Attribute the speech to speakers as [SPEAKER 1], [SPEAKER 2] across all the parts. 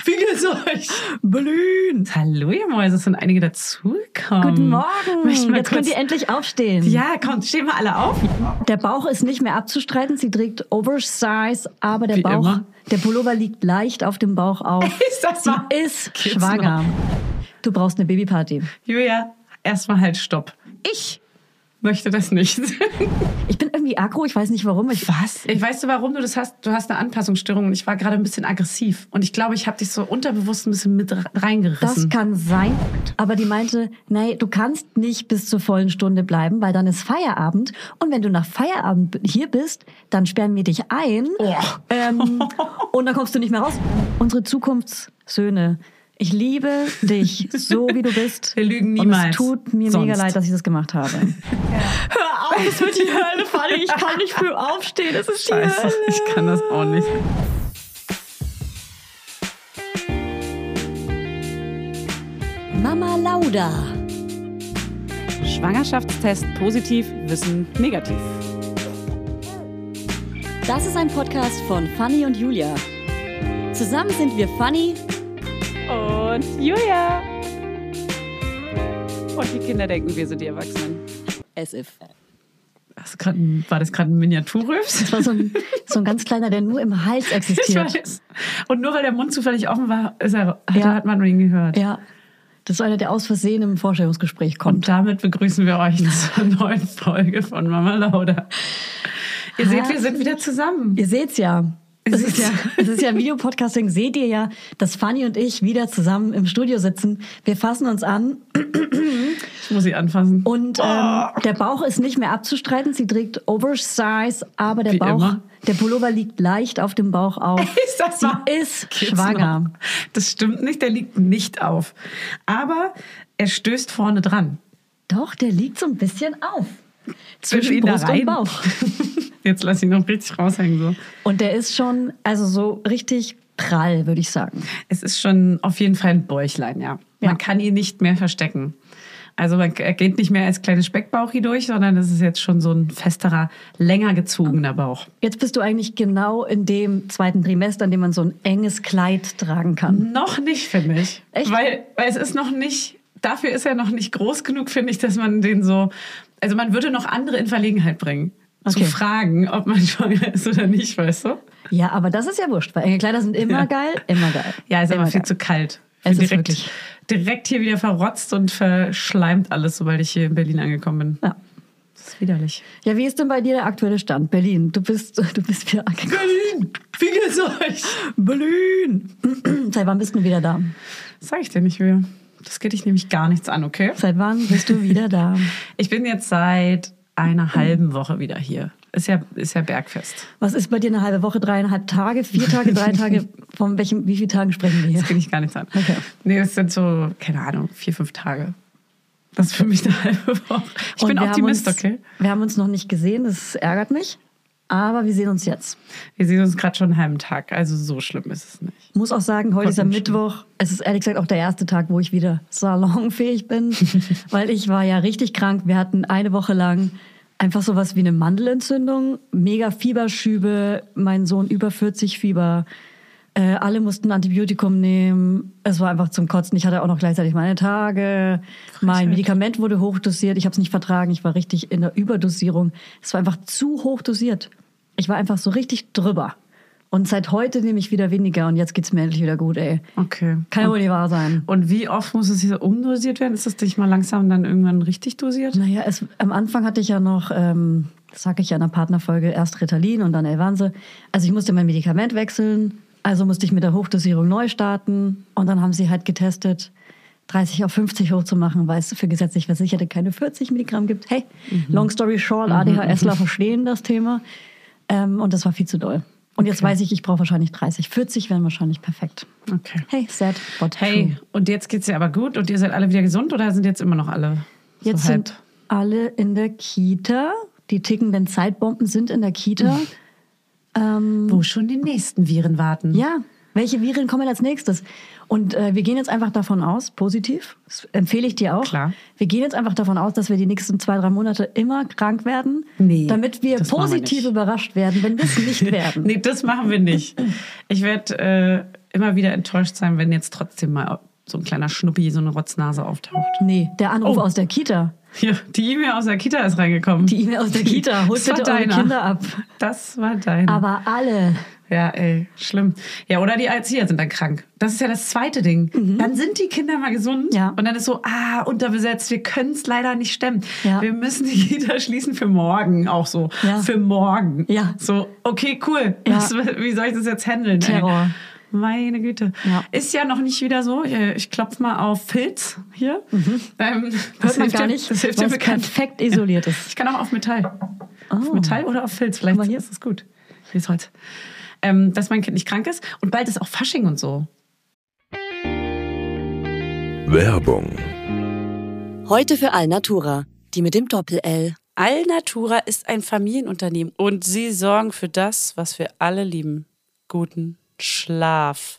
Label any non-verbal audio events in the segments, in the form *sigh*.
[SPEAKER 1] Spiegelt euch.
[SPEAKER 2] Blühen.
[SPEAKER 1] Hallo, ihr Mäuse, es sind einige dazugekommen.
[SPEAKER 2] Guten Morgen.
[SPEAKER 1] Möchten wir
[SPEAKER 2] Jetzt könnt
[SPEAKER 1] kurz-
[SPEAKER 2] ihr endlich aufstehen.
[SPEAKER 1] Ja, kommt, stehen wir alle
[SPEAKER 2] *laughs*
[SPEAKER 1] auf.
[SPEAKER 2] Der Bauch ist nicht mehr abzustreiten. Sie trägt Oversize, aber der
[SPEAKER 1] Wie
[SPEAKER 2] Bauch,
[SPEAKER 1] immer.
[SPEAKER 2] der Pullover liegt leicht auf dem Bauch *laughs* auf.
[SPEAKER 1] Ist das wahr?
[SPEAKER 2] Sie ist
[SPEAKER 1] Geht's
[SPEAKER 2] schwanger. Du brauchst eine Babyparty.
[SPEAKER 1] Julia, erstmal halt Stopp. Ich möchte das nicht. *laughs*
[SPEAKER 2] Ich bin irgendwie aggro, ich weiß nicht warum. Ich,
[SPEAKER 1] Was? Ich weißt du, warum du das hast? Du hast eine Anpassungsstörung und ich war gerade ein bisschen aggressiv. Und ich glaube, ich habe dich so unterbewusst ein bisschen mit re-
[SPEAKER 2] das
[SPEAKER 1] reingerissen.
[SPEAKER 2] kann sein. Aber die meinte, nein, du kannst nicht bis zur vollen Stunde bleiben, weil dann ist Feierabend. Und wenn du nach Feierabend b- hier bist, dann sperren wir dich ein.
[SPEAKER 1] Oh.
[SPEAKER 2] *laughs* Ähm, und dann kommst du nicht mehr raus. Unsere Zukunftssöhne. Ich liebe dich, so wie du bist.
[SPEAKER 1] Wir lügen
[SPEAKER 2] Und
[SPEAKER 1] niemals.
[SPEAKER 2] es tut mir mega
[SPEAKER 1] Sonst.
[SPEAKER 2] leid, dass ich das gemacht *laughs* habe. Hör auf, es wird die Hölle fallen. Ich kann nicht früh aufstehen. Es ist
[SPEAKER 1] Scheiße, ich kann das auch nicht.
[SPEAKER 2] Mama Lauda.
[SPEAKER 1] Schwangerschaftstest positiv, Wissen negativ.
[SPEAKER 2] Das ist ein Podcast von Fanny und Julia. Zusammen sind wir Fanny
[SPEAKER 1] Und Julia. Und die Kinder denken, wir sind die Erwachsenen.
[SPEAKER 2] as if.
[SPEAKER 1] war das gerade ein Miniaturrülps?
[SPEAKER 2] Das war so ein, so ein ganz kleiner, der nur im Hals
[SPEAKER 1] *laughs* Ich *laughs*
[SPEAKER 2] existiert.
[SPEAKER 1] weiß. Und nur weil der Mund zufällig offen war, ist er, hat,
[SPEAKER 2] Ja.
[SPEAKER 1] hat man ihn gehört.
[SPEAKER 2] Ja. Das ist einer, der aus Versehen im Vorstellungsgespräch kommt.
[SPEAKER 1] Und damit begrüßen wir euch *laughs* zur neuen Folge von Mama Lauda. Ihr
[SPEAKER 2] Ha.
[SPEAKER 1] seht, wir sind wieder zusammen.
[SPEAKER 2] Ihr seht's ja. Es
[SPEAKER 1] Seht's
[SPEAKER 2] ist ja,
[SPEAKER 1] ja.
[SPEAKER 2] *laughs* es ist ja Videopodcasting. Seht ihr ja, dass Fanny und ich wieder zusammen im Studio sitzen. Wir fassen uns an
[SPEAKER 1] Ich muss sie anfassen.
[SPEAKER 2] und ähm,
[SPEAKER 1] Oh.
[SPEAKER 2] der Bauch ist nicht mehr abzustreiten. Sie trägt Oversize, aber der
[SPEAKER 1] Wie
[SPEAKER 2] Bauch,
[SPEAKER 1] immer.
[SPEAKER 2] der Pullover liegt leicht auf dem Bauch auf.
[SPEAKER 1] *laughs* Ist das
[SPEAKER 2] Sie
[SPEAKER 1] wahr?
[SPEAKER 2] ist
[SPEAKER 1] Geht's
[SPEAKER 2] schwanger.
[SPEAKER 1] noch? Das stimmt nicht, der liegt nicht auf. Aber er stößt vorne dran.
[SPEAKER 2] Doch, der liegt so ein bisschen auf.
[SPEAKER 1] Zwischen
[SPEAKER 2] Zwischen
[SPEAKER 1] ihn da
[SPEAKER 2] Brust und
[SPEAKER 1] rein.
[SPEAKER 2] Bauch.
[SPEAKER 1] *laughs* Jetzt lass ihn noch richtig raushängen. So.
[SPEAKER 2] Und der ist schon, also so richtig prall, würde ich sagen.
[SPEAKER 1] Es ist schon auf jeden Fall ein Bäuchlein, ja.
[SPEAKER 2] Ja.
[SPEAKER 1] Man kann ihn nicht mehr verstecken. Also man, er geht nicht mehr als kleines Speckbauchi durch, sondern es ist jetzt schon so ein festerer, länger gezogener Bauch.
[SPEAKER 2] Jetzt bist du eigentlich genau in dem zweiten Trimester, in dem man so ein enges Kleid tragen kann.
[SPEAKER 1] Noch nicht, finde ich.
[SPEAKER 2] Echt?
[SPEAKER 1] Weil, weil es ist noch nicht, dafür ist er noch nicht groß genug, finde ich, dass man den so, also man würde noch andere in Verlegenheit bringen. Zu
[SPEAKER 2] Okay.
[SPEAKER 1] fragen, ob man *laughs* schwanger ist oder nicht, weißt du?
[SPEAKER 2] Ja, aber das ist ja wurscht, weil enge Kleider sind immer
[SPEAKER 1] Ja.
[SPEAKER 2] geil, immer *laughs* geil.
[SPEAKER 1] Ja, ist
[SPEAKER 2] immer
[SPEAKER 1] aber viel
[SPEAKER 2] geil.
[SPEAKER 1] zu kalt.
[SPEAKER 2] Es ist
[SPEAKER 1] direkt,
[SPEAKER 2] wirklich-
[SPEAKER 1] direkt hier wieder verrotzt und verschleimt alles, sobald ich hier in Berlin angekommen bin.
[SPEAKER 2] Ja.
[SPEAKER 1] Das ist widerlich.
[SPEAKER 2] ja, wie ist denn bei dir der aktuelle Stand? Berlin, du bist, *laughs* du bist wieder angekommen.
[SPEAKER 1] Berlin, wie geht's euch?
[SPEAKER 2] Berlin! Seit wann bist du wieder da?
[SPEAKER 1] Das sag ich dir nicht mehr. Das geht dich nämlich gar nichts an, okay?
[SPEAKER 2] Seit wann bist du wieder da?
[SPEAKER 1] Ich bin jetzt seit
[SPEAKER 2] *clears throat*
[SPEAKER 1] einer halben Woche wieder hier. Ist ja, ist ja Bergfest.
[SPEAKER 2] Was ist bei dir eine halbe Woche, dreieinhalb Tage, vier Tage, drei *laughs* Tage? Von welchem, wie vielen Tagen sprechen wir hier?
[SPEAKER 1] Das ging ich gar nichts an.
[SPEAKER 2] Okay.
[SPEAKER 1] Nee, es sind so, keine Ahnung, vier, fünf Tage. Das ist für mich eine halbe Woche. Ich
[SPEAKER 2] Und
[SPEAKER 1] bin
[SPEAKER 2] wir haben
[SPEAKER 1] Optimist,
[SPEAKER 2] uns,
[SPEAKER 1] okay?
[SPEAKER 2] Wir haben uns noch nicht gesehen, das ärgert mich. Aber wir sehen uns jetzt.
[SPEAKER 1] Wir sehen uns gerade schon einen halben Tag. Also so schlimm ist es nicht.
[SPEAKER 2] Muss auch sagen, heute ist am
[SPEAKER 1] Vollkommen stimmt.
[SPEAKER 2] Mittwoch. Es ist ehrlich gesagt auch der erste Tag, wo ich wieder salonfähig bin, weil ich war ja richtig krank. Wir hatten eine Woche lang einfach sowas wie eine Mandelentzündung, mega Fieberschübe, mein Sohn über 40 Fieber. Äh, alle mussten Antibiotikum nehmen. Es war einfach zum Kotzen. Ich hatte auch noch gleichzeitig meine Tage. Mein Medikament wurde hochdosiert. Ich habe es nicht vertragen. Ich war richtig in der Überdosierung. Es war einfach zu hoch dosiert. Ich war einfach so richtig drüber. Und seit heute nehme ich wieder weniger und jetzt geht's mir endlich wieder gut, ey.
[SPEAKER 1] Okay.
[SPEAKER 2] Kann ja wohl nicht wahr sein.
[SPEAKER 1] Und wie oft muss es hier umdosiert werden? Ist das nicht mal langsam dann irgendwann richtig dosiert?
[SPEAKER 2] Naja, es, am Anfang hatte ich ja noch, ähm, das sage ich ja in der Partnerfolge, erst Ritalin und dann Elvanse. Also ich musste mein Medikament wechseln, also musste ich mit der Hochdosierung neu starten. Und dann haben sie halt getestet, 30 auf 50 hochzumachen, weil es für gesetzlich Versicherte keine 40 Milligramm gibt. Hey, long story short, *laughs* ADHSler verstehen das Thema. Ähm, und das war viel zu doll. Und jetzt weiß ich, ich brauche wahrscheinlich 30. 40 wären wahrscheinlich perfekt.
[SPEAKER 1] Okay.
[SPEAKER 2] Hey, sad, but true.
[SPEAKER 1] Hey, und jetzt geht's dir aber gut und ihr seid alle wieder gesund oder sind jetzt immer noch alle so
[SPEAKER 2] Jetzt
[SPEAKER 1] halb?
[SPEAKER 2] sind alle in der Kita. Die tickenden Zeitbomben sind in
[SPEAKER 1] *laughs*
[SPEAKER 2] der Kita. ähm,
[SPEAKER 1] wo schon die nächsten Viren warten.
[SPEAKER 2] ja, welche Viren kommen als nächstes? Und äh, wir gehen jetzt einfach davon aus, positiv, das empfehle ich dir auch.
[SPEAKER 1] Klar.
[SPEAKER 2] Wir gehen jetzt einfach davon aus, dass wir die nächsten zwei, drei Monate immer krank werden,
[SPEAKER 1] Nee,
[SPEAKER 2] damit wir
[SPEAKER 1] das machen wir
[SPEAKER 2] positiv
[SPEAKER 1] nicht. *laughs*
[SPEAKER 2] überrascht werden, wenn wir es nicht werden.
[SPEAKER 1] Nee, das machen wir nicht. Ich werde äh, immer wieder enttäuscht sein, wenn jetzt trotzdem mal so ein kleiner Schnuppi, so eine Rotznase auftaucht.
[SPEAKER 2] Nee, der Anruf
[SPEAKER 1] Oh.
[SPEAKER 2] aus der Kita.
[SPEAKER 1] Ja, die E-Mail aus der Kita ist reingekommen.
[SPEAKER 2] Die E-Mail aus der Kita. Holt
[SPEAKER 1] Das war
[SPEAKER 2] bitte eure
[SPEAKER 1] deiner. Hm.
[SPEAKER 2] Kinder ab.
[SPEAKER 1] Das war dein.
[SPEAKER 2] Aber alle.
[SPEAKER 1] ja, ey, schlimm. Ja, oder die Erzieher sind dann krank. Das ist ja das zweite Ding. Dann sind die Kinder mal gesund
[SPEAKER 2] Mhm. Ja.
[SPEAKER 1] und dann ist so, ah, unterbesetzt, wir können es leider nicht stemmen.
[SPEAKER 2] Ja.
[SPEAKER 1] Wir müssen die Kita schließen für morgen, auch so.
[SPEAKER 2] Ja.
[SPEAKER 1] Für morgen.
[SPEAKER 2] Ja.
[SPEAKER 1] So, okay, cool.
[SPEAKER 2] Ja.
[SPEAKER 1] Was, wie soll ich das jetzt handeln?
[SPEAKER 2] Terror.
[SPEAKER 1] Ey? Meine Güte.
[SPEAKER 2] Ja.
[SPEAKER 1] Ist ja noch nicht wieder so. Ich, ich klopfe mal auf Filz hier. Ähm, das
[SPEAKER 2] Mhm. Hört man
[SPEAKER 1] hilft
[SPEAKER 2] gar
[SPEAKER 1] dir-
[SPEAKER 2] nicht,
[SPEAKER 1] Das hilft
[SPEAKER 2] weil
[SPEAKER 1] dir
[SPEAKER 2] es
[SPEAKER 1] bekannt.
[SPEAKER 2] perfekt isoliert ist.
[SPEAKER 1] Ich kann auch auf Metall. Auf
[SPEAKER 2] Oh.
[SPEAKER 1] Metall oder auf Filz. Vielleicht
[SPEAKER 2] Guck mal hier.
[SPEAKER 1] ist es gut. Hier ist Holz. Ähm, dass mein Kind nicht krank ist. Und bald ist auch Fasching und so.
[SPEAKER 3] Werbung.
[SPEAKER 4] Heute für Alnatura, die mit dem Doppel-L.
[SPEAKER 5] Allnatura ist ein Familienunternehmen und sie sorgen für das, was wir alle lieben. Guten Schlaf.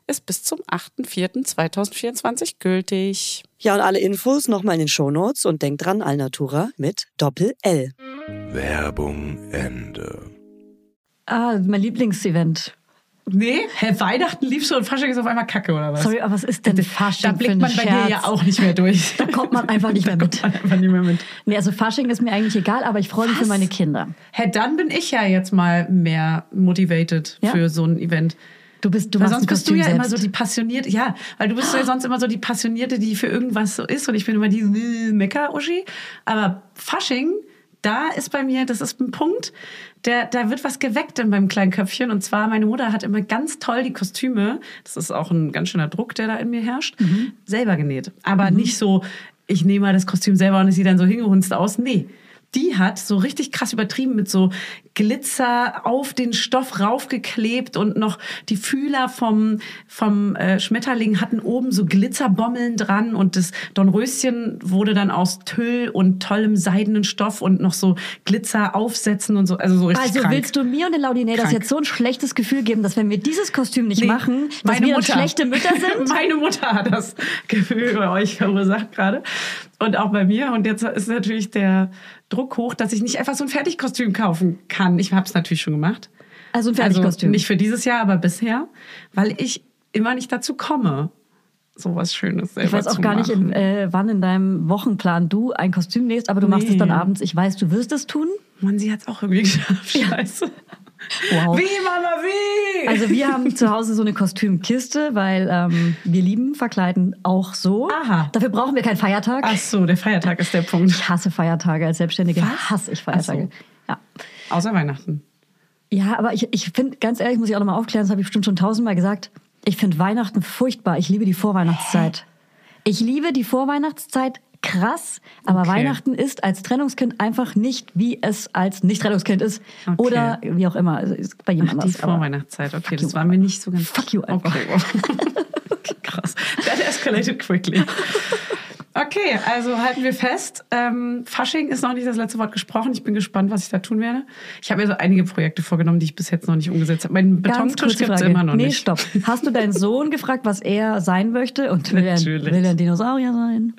[SPEAKER 5] ist bis zum 8.4.2024 gültig.
[SPEAKER 4] Ja, und alle Infos nochmal in den Shownotes und denkt dran, Alnatura mit Doppel-L.
[SPEAKER 3] Werbung Ende.
[SPEAKER 2] Ah, mein Lieblingsevent.
[SPEAKER 1] Nee, Herr Weihnachten lief schon und Fasching ist auf einmal Kacke, oder was?
[SPEAKER 2] Sorry, aber was ist denn Fasching?
[SPEAKER 1] da blickt
[SPEAKER 2] für
[SPEAKER 1] man
[SPEAKER 2] ein
[SPEAKER 1] bei
[SPEAKER 2] Scherz?
[SPEAKER 1] dir ja auch nicht mehr *laughs* durch.
[SPEAKER 2] Da kommt man einfach nicht mehr mit.
[SPEAKER 1] Da *laughs* kommt man einfach nicht mehr mit.
[SPEAKER 2] Nee, also Fasching ist mir eigentlich egal, aber ich freue mich für
[SPEAKER 1] Was?
[SPEAKER 2] meine Kinder.
[SPEAKER 1] Hä, dann bin ich ja jetzt mal mehr motivated
[SPEAKER 2] Ja?
[SPEAKER 1] für so ein Event.
[SPEAKER 2] Du bist, du
[SPEAKER 1] weil
[SPEAKER 2] machst ein
[SPEAKER 1] sonst bist du
[SPEAKER 2] Kostüm
[SPEAKER 1] ja immer
[SPEAKER 2] selbst. Ah.
[SPEAKER 1] so die passionierte, ja, weil du bist ja sonst immer so die Passionierte, die für irgendwas so ist und ich bin immer die äh, Mecker-Uschi. Aber Fasching, da ist bei mir, das ist ein Punkt, der, da wird was geweckt in meinem kleinen Köpfchen. Und zwar, meine Mutter hat immer ganz toll die Kostüme, das ist auch ein ganz schöner Druck, der da in mir herrscht,
[SPEAKER 2] Mhm.
[SPEAKER 1] selber genäht. Aber nicht so, ich nehme mal das Kostüm selber und es sieht dann so hingehunzt aus. Nee. Die hat so richtig krass übertrieben mit so Glitzer auf den Stoff raufgeklebt und noch die Fühler vom, vom äh, Schmetterling hatten oben so Glitzerbommeln dran und das Dornröschen wurde dann aus Tüll und tollem seidenen Stoff und noch so Glitzer aufsetzen und so. Also so richtig
[SPEAKER 2] also
[SPEAKER 1] krank.
[SPEAKER 2] willst du mir und den Laudinators
[SPEAKER 1] Krank.
[SPEAKER 2] jetzt so ein schlechtes Gefühl geben, dass wenn wir dieses Kostüm nicht
[SPEAKER 1] Nee,
[SPEAKER 2] machen, dass wir dann
[SPEAKER 1] *laughs*
[SPEAKER 2] schlechte Mütter sind?
[SPEAKER 1] meine Mutter hat das Gefühl bei euch verursacht gerade. Und auch bei mir. Und jetzt ist natürlich der Druck hoch, dass ich nicht einfach so ein Fertigkostüm kaufen kann. Ich habe es natürlich schon gemacht.
[SPEAKER 2] Also ein Fertigkostüm.
[SPEAKER 1] nicht für dieses Jahr, aber bisher. Weil ich immer nicht dazu komme, sowas Schönes selber
[SPEAKER 2] ich weiß auch
[SPEAKER 1] zu
[SPEAKER 2] gar nicht, in,
[SPEAKER 1] machen.
[SPEAKER 2] äh, wann in deinem Wochenplan du ein Kostüm nähst, aber du machst es
[SPEAKER 1] Nee.
[SPEAKER 2] dann abends. Ich weiß, du wirst es tun.
[SPEAKER 1] Mann, sie hat es auch irgendwie *laughs* geschafft. Scheiße.
[SPEAKER 2] Wow.
[SPEAKER 1] Wie, Mama, wie?
[SPEAKER 2] Also wir haben zu Hause so eine Kostümkiste, weil ähm, wir lieben Verkleiden auch so.
[SPEAKER 1] Aha.
[SPEAKER 2] Dafür brauchen wir keinen Feiertag.
[SPEAKER 1] Ach so, der Feiertag ist der Punkt.
[SPEAKER 2] Ich hasse Feiertage als Selbstständige.
[SPEAKER 1] Was?
[SPEAKER 2] Hasse ich
[SPEAKER 1] Ach so.
[SPEAKER 2] Feiertage. Ja.
[SPEAKER 1] Außer Weihnachten.
[SPEAKER 2] ja, aber ich, ich finde, ganz ehrlich, muss ich auch nochmal aufklären, das habe ich bestimmt schon tausendmal gesagt. Ich finde Weihnachten furchtbar. Ich liebe die Vorweihnachtszeit. Ich liebe die Vorweihnachtszeit krass, aber
[SPEAKER 1] Okay.
[SPEAKER 2] Weihnachten ist als Trennungskind einfach nicht, wie es als Nicht-Trennungskind ist.
[SPEAKER 1] Okay.
[SPEAKER 2] Oder wie auch immer. Also ist bei jemand
[SPEAKER 1] Ach, die
[SPEAKER 2] anders. aber-
[SPEAKER 1] Vorweihnachtszeit. Okay,
[SPEAKER 2] Fuck
[SPEAKER 1] das
[SPEAKER 2] you,
[SPEAKER 1] war mir nicht so ganz.
[SPEAKER 2] Fuck you, Alter.
[SPEAKER 1] Okay. *laughs* okay krass. That escalated quickly. Okay, also halten wir fest. Ähm, Fasching ist noch nicht das letzte Wort gesprochen. Ich bin gespannt, was ich da tun werde. Ich habe mir so einige Projekte vorgenommen, die ich bis jetzt noch nicht umgesetzt habe. Meinen
[SPEAKER 2] Ganz
[SPEAKER 1] Betontisch
[SPEAKER 2] kurze
[SPEAKER 1] gibt es
[SPEAKER 2] Frage.
[SPEAKER 1] immer noch
[SPEAKER 2] nee,
[SPEAKER 1] nicht.
[SPEAKER 2] stopp. Hast du deinen Sohn gefragt, was er sein möchte? Und will er,
[SPEAKER 1] Natürlich.
[SPEAKER 2] will er ein Dinosaurier sein?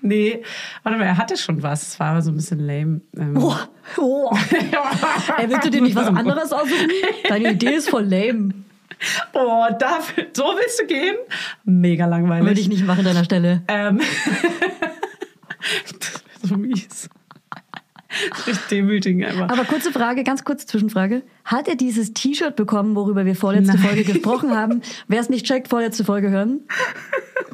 [SPEAKER 1] Nee, warte mal, er hatte schon was. Es war aber so ein bisschen lame. Ähm, *laughs*
[SPEAKER 2] Oh, oh. Ey, willst du dir nicht was anderes aussuchen? Deine Idee ist voll lame.
[SPEAKER 1] Oh, dafür, so willst du gehen? Mega langweilig.
[SPEAKER 2] Würde ich nicht machen an deiner Stelle.
[SPEAKER 1] Ähm. *laughs* das wär so mies. Richtig demütigend einfach.
[SPEAKER 2] Aber kurze Frage, ganz kurze Zwischenfrage. Hat er dieses T-Shirt bekommen, worüber wir vorletzte
[SPEAKER 1] Nein.
[SPEAKER 2] Folge gesprochen haben? Wer es nicht checkt, vorletzte Folge hören.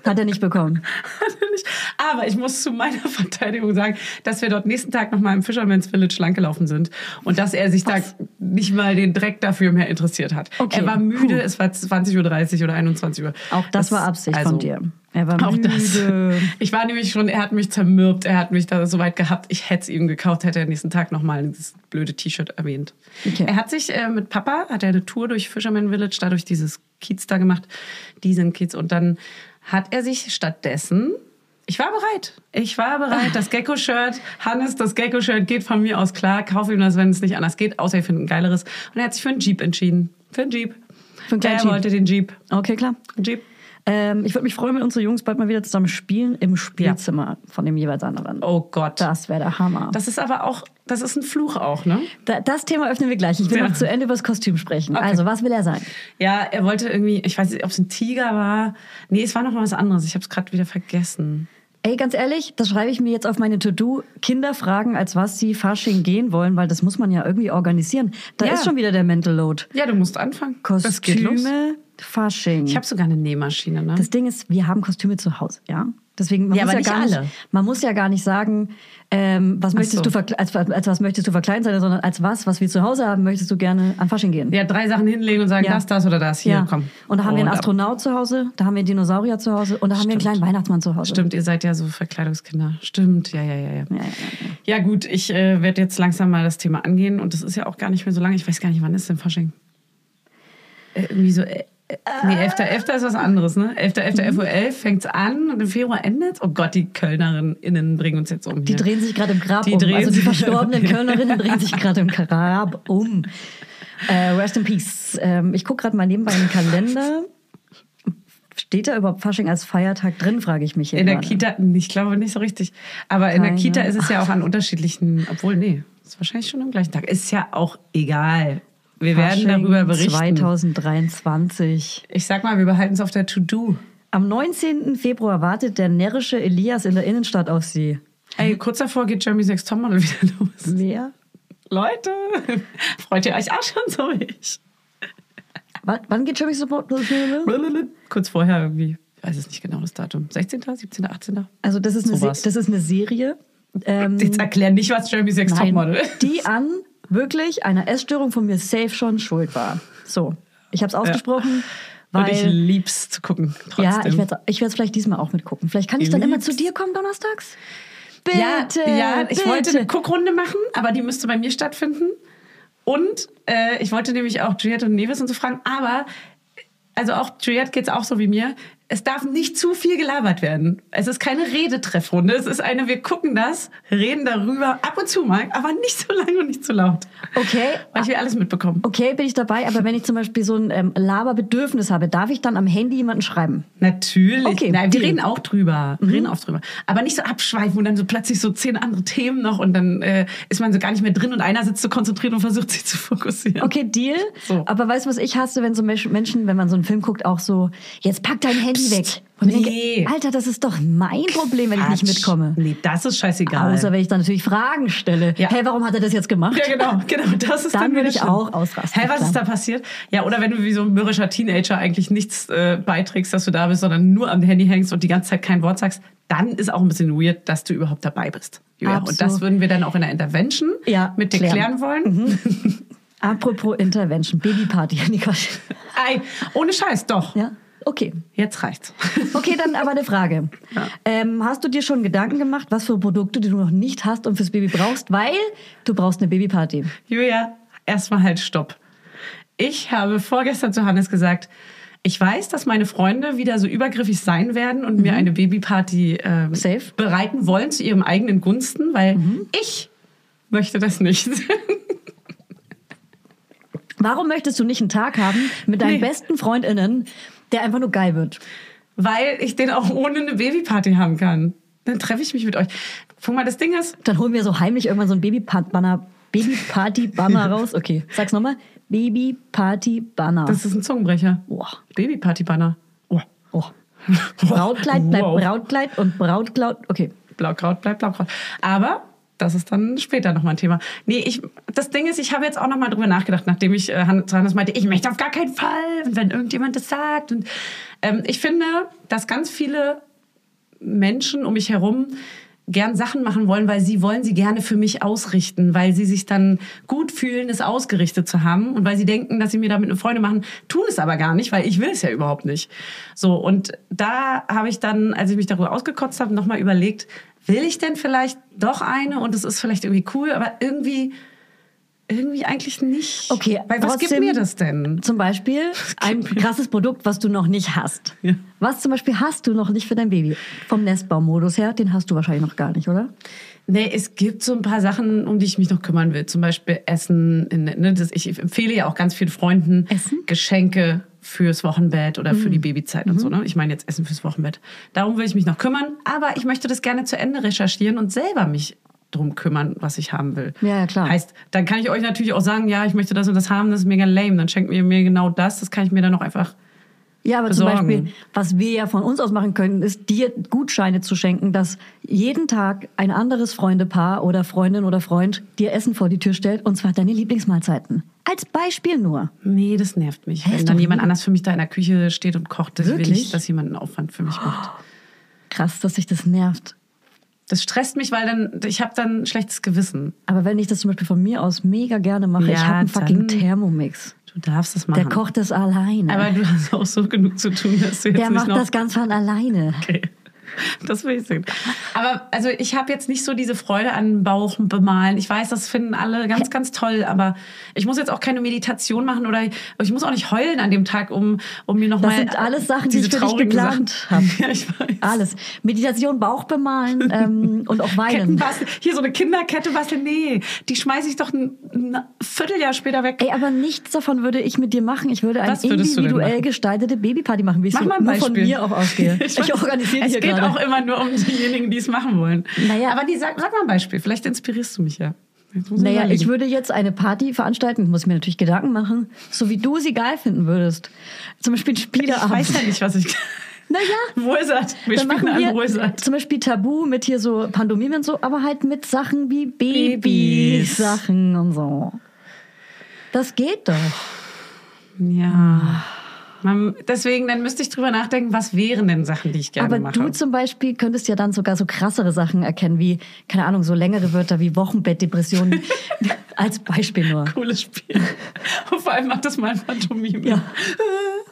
[SPEAKER 2] Hat er nicht bekommen.
[SPEAKER 1] Natürlich. *laughs* Aber ich muss zu meiner Verteidigung sagen, dass wir dort nächsten Tag nochmal im Fisherman's Village langgelaufen sind und dass er sich da nicht mal den Dreck dafür mehr interessiert hat.
[SPEAKER 2] Okay.
[SPEAKER 1] Er war müde,
[SPEAKER 2] Puh.
[SPEAKER 1] es war 20.30 Uhr oder 21 Uhr.
[SPEAKER 2] Auch das war Absicht von dir. Er war
[SPEAKER 1] also auch das.
[SPEAKER 2] müde.
[SPEAKER 1] Ich war nämlich schon, er hat mich zermürbt, er hat mich da so weit gehabt, ich hätte es ihm gekauft, hätte er nächsten Tag nochmal dieses blöde T-Shirt erwähnt.
[SPEAKER 2] Okay.
[SPEAKER 1] Er hat sich äh, mit Papa, hat er eine Tour durch Fisherman Village, dadurch dieses Kiez da gemacht, diesen Kiez. Und dann hat er sich stattdessen, ich war bereit, ich war bereit, das Gecko-Shirt, Hannes, das Gecko-Shirt geht von mir aus klar, kaufe ihm das, wenn es nicht anders geht, außer ich finde ein geileres. Und er hat sich für einen Jeep entschieden. Für einen Jeep.
[SPEAKER 2] Für einen kleinen
[SPEAKER 1] er
[SPEAKER 2] Jeep.
[SPEAKER 1] wollte den Jeep.
[SPEAKER 2] Okay, klar.
[SPEAKER 1] Ein Jeep.
[SPEAKER 2] Ähm, ich würde mich freuen, wenn unsere Jungs bald mal wieder zusammen spielen im Spielzimmer von dem jeweils anderen.
[SPEAKER 1] Oh Gott.
[SPEAKER 2] Das wäre der Hammer.
[SPEAKER 1] Das ist aber auch, das ist ein Fluch auch, ne?
[SPEAKER 2] Da, das Thema öffnen wir gleich. Ich will
[SPEAKER 1] Ja.
[SPEAKER 2] noch zu Ende über das Kostüm sprechen.
[SPEAKER 1] Okay.
[SPEAKER 2] Also, was will er sein?
[SPEAKER 1] Ja, er wollte irgendwie, ich weiß nicht, ob es ein Tiger war. Nee, es war noch mal was anderes. Ich habe es gerade wieder vergessen.
[SPEAKER 2] Ey, ganz ehrlich, das schreibe ich mir jetzt auf meine To-Do. Kinder fragen, als was sie Fasching gehen wollen, weil das muss man ja irgendwie organisieren. Da
[SPEAKER 1] Ja.
[SPEAKER 2] ist schon wieder der Mental Load.
[SPEAKER 1] Ja, du musst anfangen. Das geht los.
[SPEAKER 2] Kostüme, Fasching.
[SPEAKER 1] Ich habe sogar eine Nähmaschine, ne?
[SPEAKER 2] das Ding ist, wir haben Kostüme zu Hause, ja? Deswegen, man,
[SPEAKER 1] Ja,
[SPEAKER 2] muss,
[SPEAKER 1] aber
[SPEAKER 2] ja gar
[SPEAKER 1] nicht
[SPEAKER 2] nicht,
[SPEAKER 1] alle.
[SPEAKER 2] man muss ja gar nicht sagen, ähm, was möchtest
[SPEAKER 1] so.
[SPEAKER 2] du verkle- als, als was möchtest du verkleiden sein, sondern als was, was wir zu Hause haben, möchtest du gerne an Fasching gehen.
[SPEAKER 1] ja, drei Sachen hinlegen und sagen, das, das oder das. Hier,
[SPEAKER 2] ja.
[SPEAKER 1] komm.
[SPEAKER 2] Und da haben wir einen
[SPEAKER 1] ab.
[SPEAKER 2] Astronaut zu Hause, da haben wir einen Dinosaurier zu Hause und da haben wir einen kleinen Weihnachtsmann zu Hause.
[SPEAKER 1] Stimmt, ihr seid ja so Verkleidungskinder. Stimmt, ja, ja, ja, ja.
[SPEAKER 2] ja, ja,
[SPEAKER 1] Ja, gut, ich äh, werde jetzt langsam mal das Thema angehen und das ist ja auch gar nicht mehr so lange. Ich weiß gar nicht, wann ist denn Fasching? Äh, irgendwie so. Äh, äh, nee, 11.11. ist was anderes, ne? 11.11.
[SPEAKER 2] Mhm.
[SPEAKER 1] FOL fängt's an und im Februar endet's. Oh Gott, die Kölnerinnen innen bringen uns jetzt um.
[SPEAKER 2] Die
[SPEAKER 1] hier.
[SPEAKER 2] drehen sich gerade im Grab
[SPEAKER 1] Die
[SPEAKER 2] um.
[SPEAKER 1] drehen
[SPEAKER 2] Also die
[SPEAKER 1] sich- *laughs*
[SPEAKER 2] verstorbenen Kölnerinnen drehen sich gerade im Grab um. Äh, rest in peace. Ähm, ich gucke gerade mal nebenbei in den Kalender. Steht da überhaupt Fasching als Feiertag drin, frage ich mich hier
[SPEAKER 1] In der
[SPEAKER 2] gerade.
[SPEAKER 1] Kita, ich glaube nicht so richtig. Aber in der
[SPEAKER 2] Keine.
[SPEAKER 1] Kita ist es ja auch an unterschiedlichen, obwohl, nee, ist wahrscheinlich schon am gleichen Tag. Ist ja auch egal. Wir
[SPEAKER 2] Fasching
[SPEAKER 1] werden darüber berichten.
[SPEAKER 2] 2023.
[SPEAKER 1] Ich sag mal, wir behalten es auf der To-Do.
[SPEAKER 2] Am 19. Februar wartet der närrische Elias in der Innenstadt auf sie.
[SPEAKER 1] Ey, kurz davor geht Jeremy's Next Topmodel *laughs* wieder los.
[SPEAKER 2] Wer?
[SPEAKER 1] Leute, freut ihr euch auch schon so wie ich?
[SPEAKER 2] Wann, wann geht Jimmy Support los?
[SPEAKER 1] Kurz vorher irgendwie, ich weiß es nicht genau das Datum. 16., 17., 18.?
[SPEAKER 2] Also das ist eine, Se
[SPEAKER 1] Sowas.
[SPEAKER 2] das ist eine Serie. Ähm,
[SPEAKER 1] Jetzt erklär nicht, was Jeremy's Next Topmodel *laughs*
[SPEAKER 2] Nein,
[SPEAKER 1] ist.
[SPEAKER 2] die an wirklich einer Essstörung von mir safe schon schuld war. So, ich habe es ausgesprochen,
[SPEAKER 1] Und
[SPEAKER 2] weil
[SPEAKER 1] ich lieb's zu gucken. Trotzdem.
[SPEAKER 2] ja, ich werde ich werde vielleicht diesmal auch mitgucken. Vielleicht kann ich
[SPEAKER 1] Ihr
[SPEAKER 2] dann immer
[SPEAKER 1] liebt's.
[SPEAKER 2] zu dir kommen donnerstags.
[SPEAKER 1] Ja,
[SPEAKER 2] Bitte,
[SPEAKER 1] ja ich
[SPEAKER 2] bitte.
[SPEAKER 1] wollte eine Guckrunde machen, aber die müsste bei mir stattfinden. Und äh, ich wollte nämlich auch Juliette und Nevis und so fragen, aber also auch Juliette geht's auch so wie mir. Es darf nicht zu viel gelabert werden. Es ist keine Redetreffrunde. Es ist eine, wir gucken das, reden darüber ab und zu mal, aber nicht so lange und nicht so laut.
[SPEAKER 2] Okay.
[SPEAKER 1] Weil ich will alles mitbekommen.
[SPEAKER 2] Okay, bin ich dabei, aber wenn ich zum Beispiel so ein ähm, Laberbedürfnis habe, darf ich dann am Handy jemanden schreiben?
[SPEAKER 1] Natürlich.
[SPEAKER 2] Okay, Mhm.
[SPEAKER 1] Nein, wir
[SPEAKER 2] Deal.
[SPEAKER 1] reden auch drüber. Wir reden auch drüber. Aber nicht so abschweifen und dann so plötzlich so zehn andere Themen noch und dann äh, ist man so gar nicht mehr drin und einer sitzt so konzentriert und versucht sich zu fokussieren.
[SPEAKER 2] Okay, Deal.
[SPEAKER 1] So.
[SPEAKER 2] Aber weißt du, was ich hasse, wenn so Mensch- Menschen, wenn man so einen Film guckt, auch so, jetzt pack dein Handy weg. Und ich
[SPEAKER 1] nee.
[SPEAKER 2] denke, Alter, das ist doch mein Problem, wenn ich nicht
[SPEAKER 1] Quatsch.
[SPEAKER 2] mitkomme.
[SPEAKER 1] Nee, das ist scheißegal.
[SPEAKER 2] Außer wenn ich dann natürlich Fragen stelle.
[SPEAKER 1] Ja.
[SPEAKER 2] Hey, warum hat er das jetzt gemacht?
[SPEAKER 1] ja, genau, genau. Das ist
[SPEAKER 2] Dann
[SPEAKER 1] dann,
[SPEAKER 2] würde
[SPEAKER 1] wieder
[SPEAKER 2] ich
[SPEAKER 1] schlimm.
[SPEAKER 2] auch ausrasten,
[SPEAKER 1] Hä, was ist da
[SPEAKER 2] klar.
[SPEAKER 1] passiert? Ja, oder wenn du wie so ein mürrischer Teenager eigentlich nichts äh, beiträgst, dass du da bist, sondern nur am Handy hängst und die ganze Zeit kein Wort sagst, dann ist auch ein bisschen weird, dass du überhaupt dabei bist. Julia. Und
[SPEAKER 2] Absolut.
[SPEAKER 1] das würden wir dann auch in der Intervention
[SPEAKER 2] Ja,
[SPEAKER 1] mit dir
[SPEAKER 2] klären. Mhm.
[SPEAKER 1] klären, wollen.
[SPEAKER 2] Apropos Intervention, Babyparty. *laughs* Nee, Quatsch.
[SPEAKER 1] Ei, ohne Scheiß, doch.
[SPEAKER 2] Ja. Okay.
[SPEAKER 1] Jetzt reicht's. *laughs*
[SPEAKER 2] Okay, dann aber eine Frage. Ähm, hast du dir schon Gedanken gemacht, was für Produkte du noch nicht hast und fürs Baby brauchst? Weil du brauchst eine Babyparty.
[SPEAKER 1] Julia, erstmal halt Stopp. Ich habe vorgestern zu Hannes gesagt, ich weiß, dass meine Freunde wieder so übergriffig sein werden und mir eine Babyparty ähm,
[SPEAKER 2] Mhm. Safe. Mhm.
[SPEAKER 1] bereiten wollen zu ihrem eigenen Gunsten, weil ich möchte das nicht. *laughs*
[SPEAKER 2] Warum möchtest du nicht einen Tag haben mit deinen
[SPEAKER 1] Nee.
[SPEAKER 2] besten FreundInnen, der einfach nur geil wird?
[SPEAKER 1] weil ich den auch ohne eine Babyparty haben kann. Dann treffe ich mich mit euch. Guck mal, das Ding ist,
[SPEAKER 2] Dann holen wir so heimlich irgendwann so einen Babyparty-Banner Babyparty
[SPEAKER 1] *laughs*
[SPEAKER 2] -Banner raus. Okay, sag's nochmal. Babyparty-Banner.
[SPEAKER 1] das ist ein Zungenbrecher.
[SPEAKER 2] Oh.
[SPEAKER 1] Babyparty-Banner. Oh. *laughs*
[SPEAKER 2] Oh. Brautkleid bleibt
[SPEAKER 1] Wow.
[SPEAKER 2] Brautkleid und Brautkleid. Okay.
[SPEAKER 1] Blaukraut bleibt Blaukraut. Aber das ist dann später nochmal ein Thema. Nee, ich, das Ding ist, ich habe jetzt auch nochmal drüber nachgedacht, nachdem ich äh, Han- zu Hannes meinte, ich möchte auf gar keinen Fall, und wenn irgendjemand das sagt. Und ähm, ich finde, dass ganz viele Menschen um mich herum gern Sachen machen wollen, weil sie wollen sie gerne für mich ausrichten, weil sie sich dann gut fühlen, es ausgerichtet zu haben und weil sie denken, dass sie mir damit eine Freude machen, tun es aber gar nicht, weil ich will es ja überhaupt nicht. So und da habe ich dann, als ich mich darüber ausgekotzt habe, nochmal überlegt, will ich denn vielleicht doch eine und es ist vielleicht irgendwie cool, aber irgendwie irgendwie eigentlich nicht.
[SPEAKER 2] Okay,
[SPEAKER 1] weil was gibt
[SPEAKER 2] trotzdem-
[SPEAKER 1] mir das denn?
[SPEAKER 2] Zum Beispiel
[SPEAKER 1] *laughs*
[SPEAKER 2] ein krasses Produkt, was du noch nicht hast.
[SPEAKER 1] Ja.
[SPEAKER 2] Was zum Beispiel hast du noch nicht für dein Baby? Vom Nestbaumodus her, den hast du wahrscheinlich noch gar nicht, oder?
[SPEAKER 1] Nee, es gibt so ein paar Sachen, um die ich mich noch kümmern will. Zum Beispiel Essen. In, ne, das, ich empfehle ja auch ganz vielen Freunden
[SPEAKER 2] Essen? Mhm.
[SPEAKER 1] Geschenke fürs Wochenbett oder für die Babyzeit und so. Ne? Ich meine jetzt Essen fürs Wochenbett. Darum will ich mich noch kümmern. Aber ich möchte das gerne zu Ende recherchieren und selber mich drum kümmern, was ich haben will.
[SPEAKER 2] Ja, ja, klar.
[SPEAKER 1] Heißt, dann kann ich euch natürlich auch sagen, ja, ich möchte das und das haben, das ist mega lame. Dann schenkt mir mir genau das. Das kann ich mir dann auch einfach
[SPEAKER 2] Ja, aber zum
[SPEAKER 1] besorgen.
[SPEAKER 2] Beispiel, was wir ja von uns aus machen können, ist dir Gutscheine zu schenken, dass jeden Tag ein anderes Freundepaar oder Freundin oder Freund dir Essen vor die Tür stellt und zwar deine Lieblingsmahlzeiten. Als Beispiel nur.
[SPEAKER 1] Nee, das nervt mich.
[SPEAKER 2] Hä,
[SPEAKER 1] Wenn
[SPEAKER 2] ist
[SPEAKER 1] dann
[SPEAKER 2] doch
[SPEAKER 1] jemand
[SPEAKER 2] lieb.
[SPEAKER 1] anders für mich da in der Küche steht und kocht, das will
[SPEAKER 2] Wirklich?
[SPEAKER 1] ich, dass jemand einen Aufwand für mich macht.
[SPEAKER 2] Krass, dass sich das nervt.
[SPEAKER 1] Das stresst mich, weil dann ich habe dann ein schlechtes Gewissen.
[SPEAKER 2] Aber wenn ich das zum Beispiel von mir aus mega gerne mache, ich
[SPEAKER 1] Ja,
[SPEAKER 2] habe einen fucking
[SPEAKER 1] dann-
[SPEAKER 2] Thermomix.
[SPEAKER 1] Du darfst es
[SPEAKER 2] Der
[SPEAKER 1] machen.
[SPEAKER 2] kocht das alleine.
[SPEAKER 1] Aber du hast auch so genug zu tun, dass du jetzt
[SPEAKER 2] Der
[SPEAKER 1] nicht
[SPEAKER 2] macht
[SPEAKER 1] noch
[SPEAKER 2] das ganz von alleine.
[SPEAKER 1] Okay. *laughs* Das will ich sehen. Aber also ich habe jetzt nicht so diese Freude an Bauch bemalen. Ich weiß, das finden alle ganz, ganz toll, aber ich muss jetzt auch keine Meditation machen oder ich muss auch nicht heulen an dem Tag, um, um mir nochmal.
[SPEAKER 2] Das sind alles Sachen, die ich für dich geplant habe.
[SPEAKER 1] haben. *laughs* Ja, ich weiß.
[SPEAKER 2] Alles. Meditation, Bauch bemalen ähm, und
[SPEAKER 1] *laughs*
[SPEAKER 2] auch
[SPEAKER 1] Ketten
[SPEAKER 2] weinen.
[SPEAKER 1] basteln. Hier so eine Kinderkette basteln. Nee, die schmeiße ich doch ein, ein Vierteljahr später weg.
[SPEAKER 2] Ey, aber nichts davon würde ich mit dir machen. Ich würde eine
[SPEAKER 1] Was würdest du denn
[SPEAKER 2] individuell
[SPEAKER 1] machen?
[SPEAKER 2] gestaltete Babyparty machen, wie ich
[SPEAKER 1] Mach
[SPEAKER 2] so
[SPEAKER 1] mal ein
[SPEAKER 2] nur
[SPEAKER 1] Beispiel.
[SPEAKER 2] von mir auch ausgehe.
[SPEAKER 1] *laughs*
[SPEAKER 2] Ich,
[SPEAKER 1] weiß,
[SPEAKER 2] organisiere
[SPEAKER 1] Es
[SPEAKER 2] hier
[SPEAKER 1] geht
[SPEAKER 2] gerade.
[SPEAKER 1] auch immer nur um diejenigen, die es machen wollen.
[SPEAKER 2] Naja.
[SPEAKER 1] Aber die, sag, sag mal ein Beispiel. Vielleicht inspirierst du mich ja. Jetzt muss
[SPEAKER 2] Naja, ich
[SPEAKER 1] überlegen.
[SPEAKER 2] würde jetzt eine Party veranstalten, muss ich mir natürlich Gedanken machen, so wie du sie geil finden würdest. Zum Beispiel ein
[SPEAKER 1] Ich
[SPEAKER 2] Spieleabend.
[SPEAKER 1] weiß ja nicht, was ich.
[SPEAKER 2] *laughs* Naja.
[SPEAKER 1] Wizard. *laughs* Wir
[SPEAKER 2] Dann
[SPEAKER 1] spielen
[SPEAKER 2] machen
[SPEAKER 1] an
[SPEAKER 2] wir
[SPEAKER 1] Wizard.
[SPEAKER 2] zum Beispiel Tabu mit hier so Pandomime und so, aber halt mit Sachen wie Babysachen und so. Das geht doch.
[SPEAKER 1] Ja. Man, deswegen, dann müsste ich drüber nachdenken, was wären denn Sachen, die ich gerne
[SPEAKER 2] aber
[SPEAKER 1] mache.
[SPEAKER 2] du zum Beispiel könntest ja dann sogar so krassere Sachen erkennen, wie, keine Ahnung, so längere Wörter wie
[SPEAKER 1] *laughs*
[SPEAKER 2] Wochenbettdepressionen. Als Beispiel nur.
[SPEAKER 1] Cooles Spiel. *laughs* Und vor allem macht das mal ein Pantomime.
[SPEAKER 2] Ja.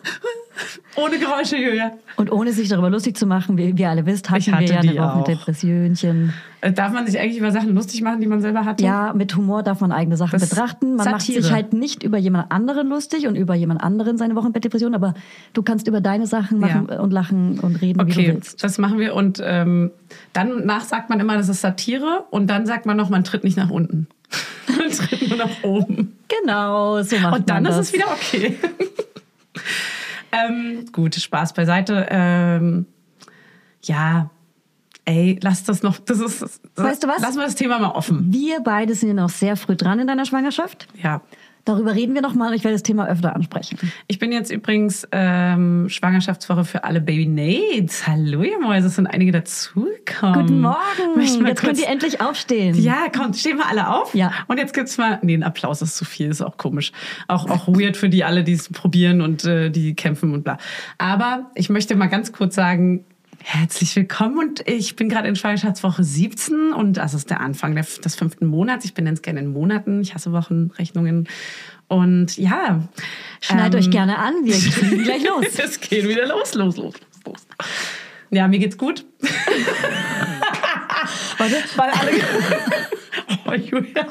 [SPEAKER 1] *laughs* Ohne Geräusche, Julia.
[SPEAKER 2] Und ohne sich darüber lustig zu machen, wie ihr alle wisst, hatten
[SPEAKER 1] Ich hatte
[SPEAKER 2] wir ja eine
[SPEAKER 1] die
[SPEAKER 2] Woche
[SPEAKER 1] auch.
[SPEAKER 2] Depressionchen.
[SPEAKER 1] Äh, Darf man sich eigentlich über Sachen lustig machen, die man selber hatte?
[SPEAKER 2] Ja, mit Humor darf man eigene Sachen
[SPEAKER 1] Das
[SPEAKER 2] betrachten. Man macht
[SPEAKER 1] Satire.
[SPEAKER 2] sich halt nicht über jemand anderen lustig und über jemand anderen seine Wochenbettdepression, aber du kannst über deine Sachen machen
[SPEAKER 1] Ja.
[SPEAKER 2] und lachen und reden, wie du
[SPEAKER 1] Okay,
[SPEAKER 2] willst.
[SPEAKER 1] das machen wir. Und ähm, dann nach sagt man immer, das ist Satire. Und dann sagt man noch, man tritt nicht nach unten. *laughs* Man tritt nur nach oben.
[SPEAKER 2] Genau, so macht
[SPEAKER 1] Und dann
[SPEAKER 2] man
[SPEAKER 1] ist
[SPEAKER 2] das.
[SPEAKER 1] es wieder okay. *laughs* ähm, gut, Spaß beiseite. Ähm, ja, ey, lass das noch. Das ist, das,
[SPEAKER 2] Weißt du was?
[SPEAKER 1] Lassen wir das Thema mal offen.
[SPEAKER 2] Wir beide sind ja noch sehr früh dran in deiner Schwangerschaft.
[SPEAKER 1] Ja.
[SPEAKER 2] Darüber reden wir nochmal und ich werde das Thema öfter ansprechen.
[SPEAKER 1] Ich bin jetzt übrigens ähm, Schwangerschaftswoche für alle Baby Nates. Hallo, ihr Mäuse, es sind einige dazugekommen.
[SPEAKER 2] Guten
[SPEAKER 1] Möchte
[SPEAKER 2] Morgen!
[SPEAKER 1] mal
[SPEAKER 2] Jetzt könnt
[SPEAKER 1] kurz-
[SPEAKER 2] ihr endlich aufstehen.
[SPEAKER 1] Ja, kommt, stehen wir alle auf.
[SPEAKER 2] Ja.
[SPEAKER 1] Und jetzt gibt's mal. Nee, ein Applaus ist zu viel, ist auch komisch. Auch, auch weird für die alle, die es probieren und äh, die kämpfen und bla. Aber ich möchte mal ganz kurz sagen, Herzlich willkommen und ich bin gerade in Schwangerschaftswoche 17 und das ist der Anfang der, des fünften Monats. Ich benenne es gerne in Monaten. Ich hasse Wochenrechnungen. Und ja. ähm,
[SPEAKER 2] Schneidet euch gerne an, *laughs* wir gehen gleich los.
[SPEAKER 1] Es geht wieder los, los, los, los, los. Ja, mir geht's gut.
[SPEAKER 2] Warte.
[SPEAKER 1] Weil alle. oh, Julia.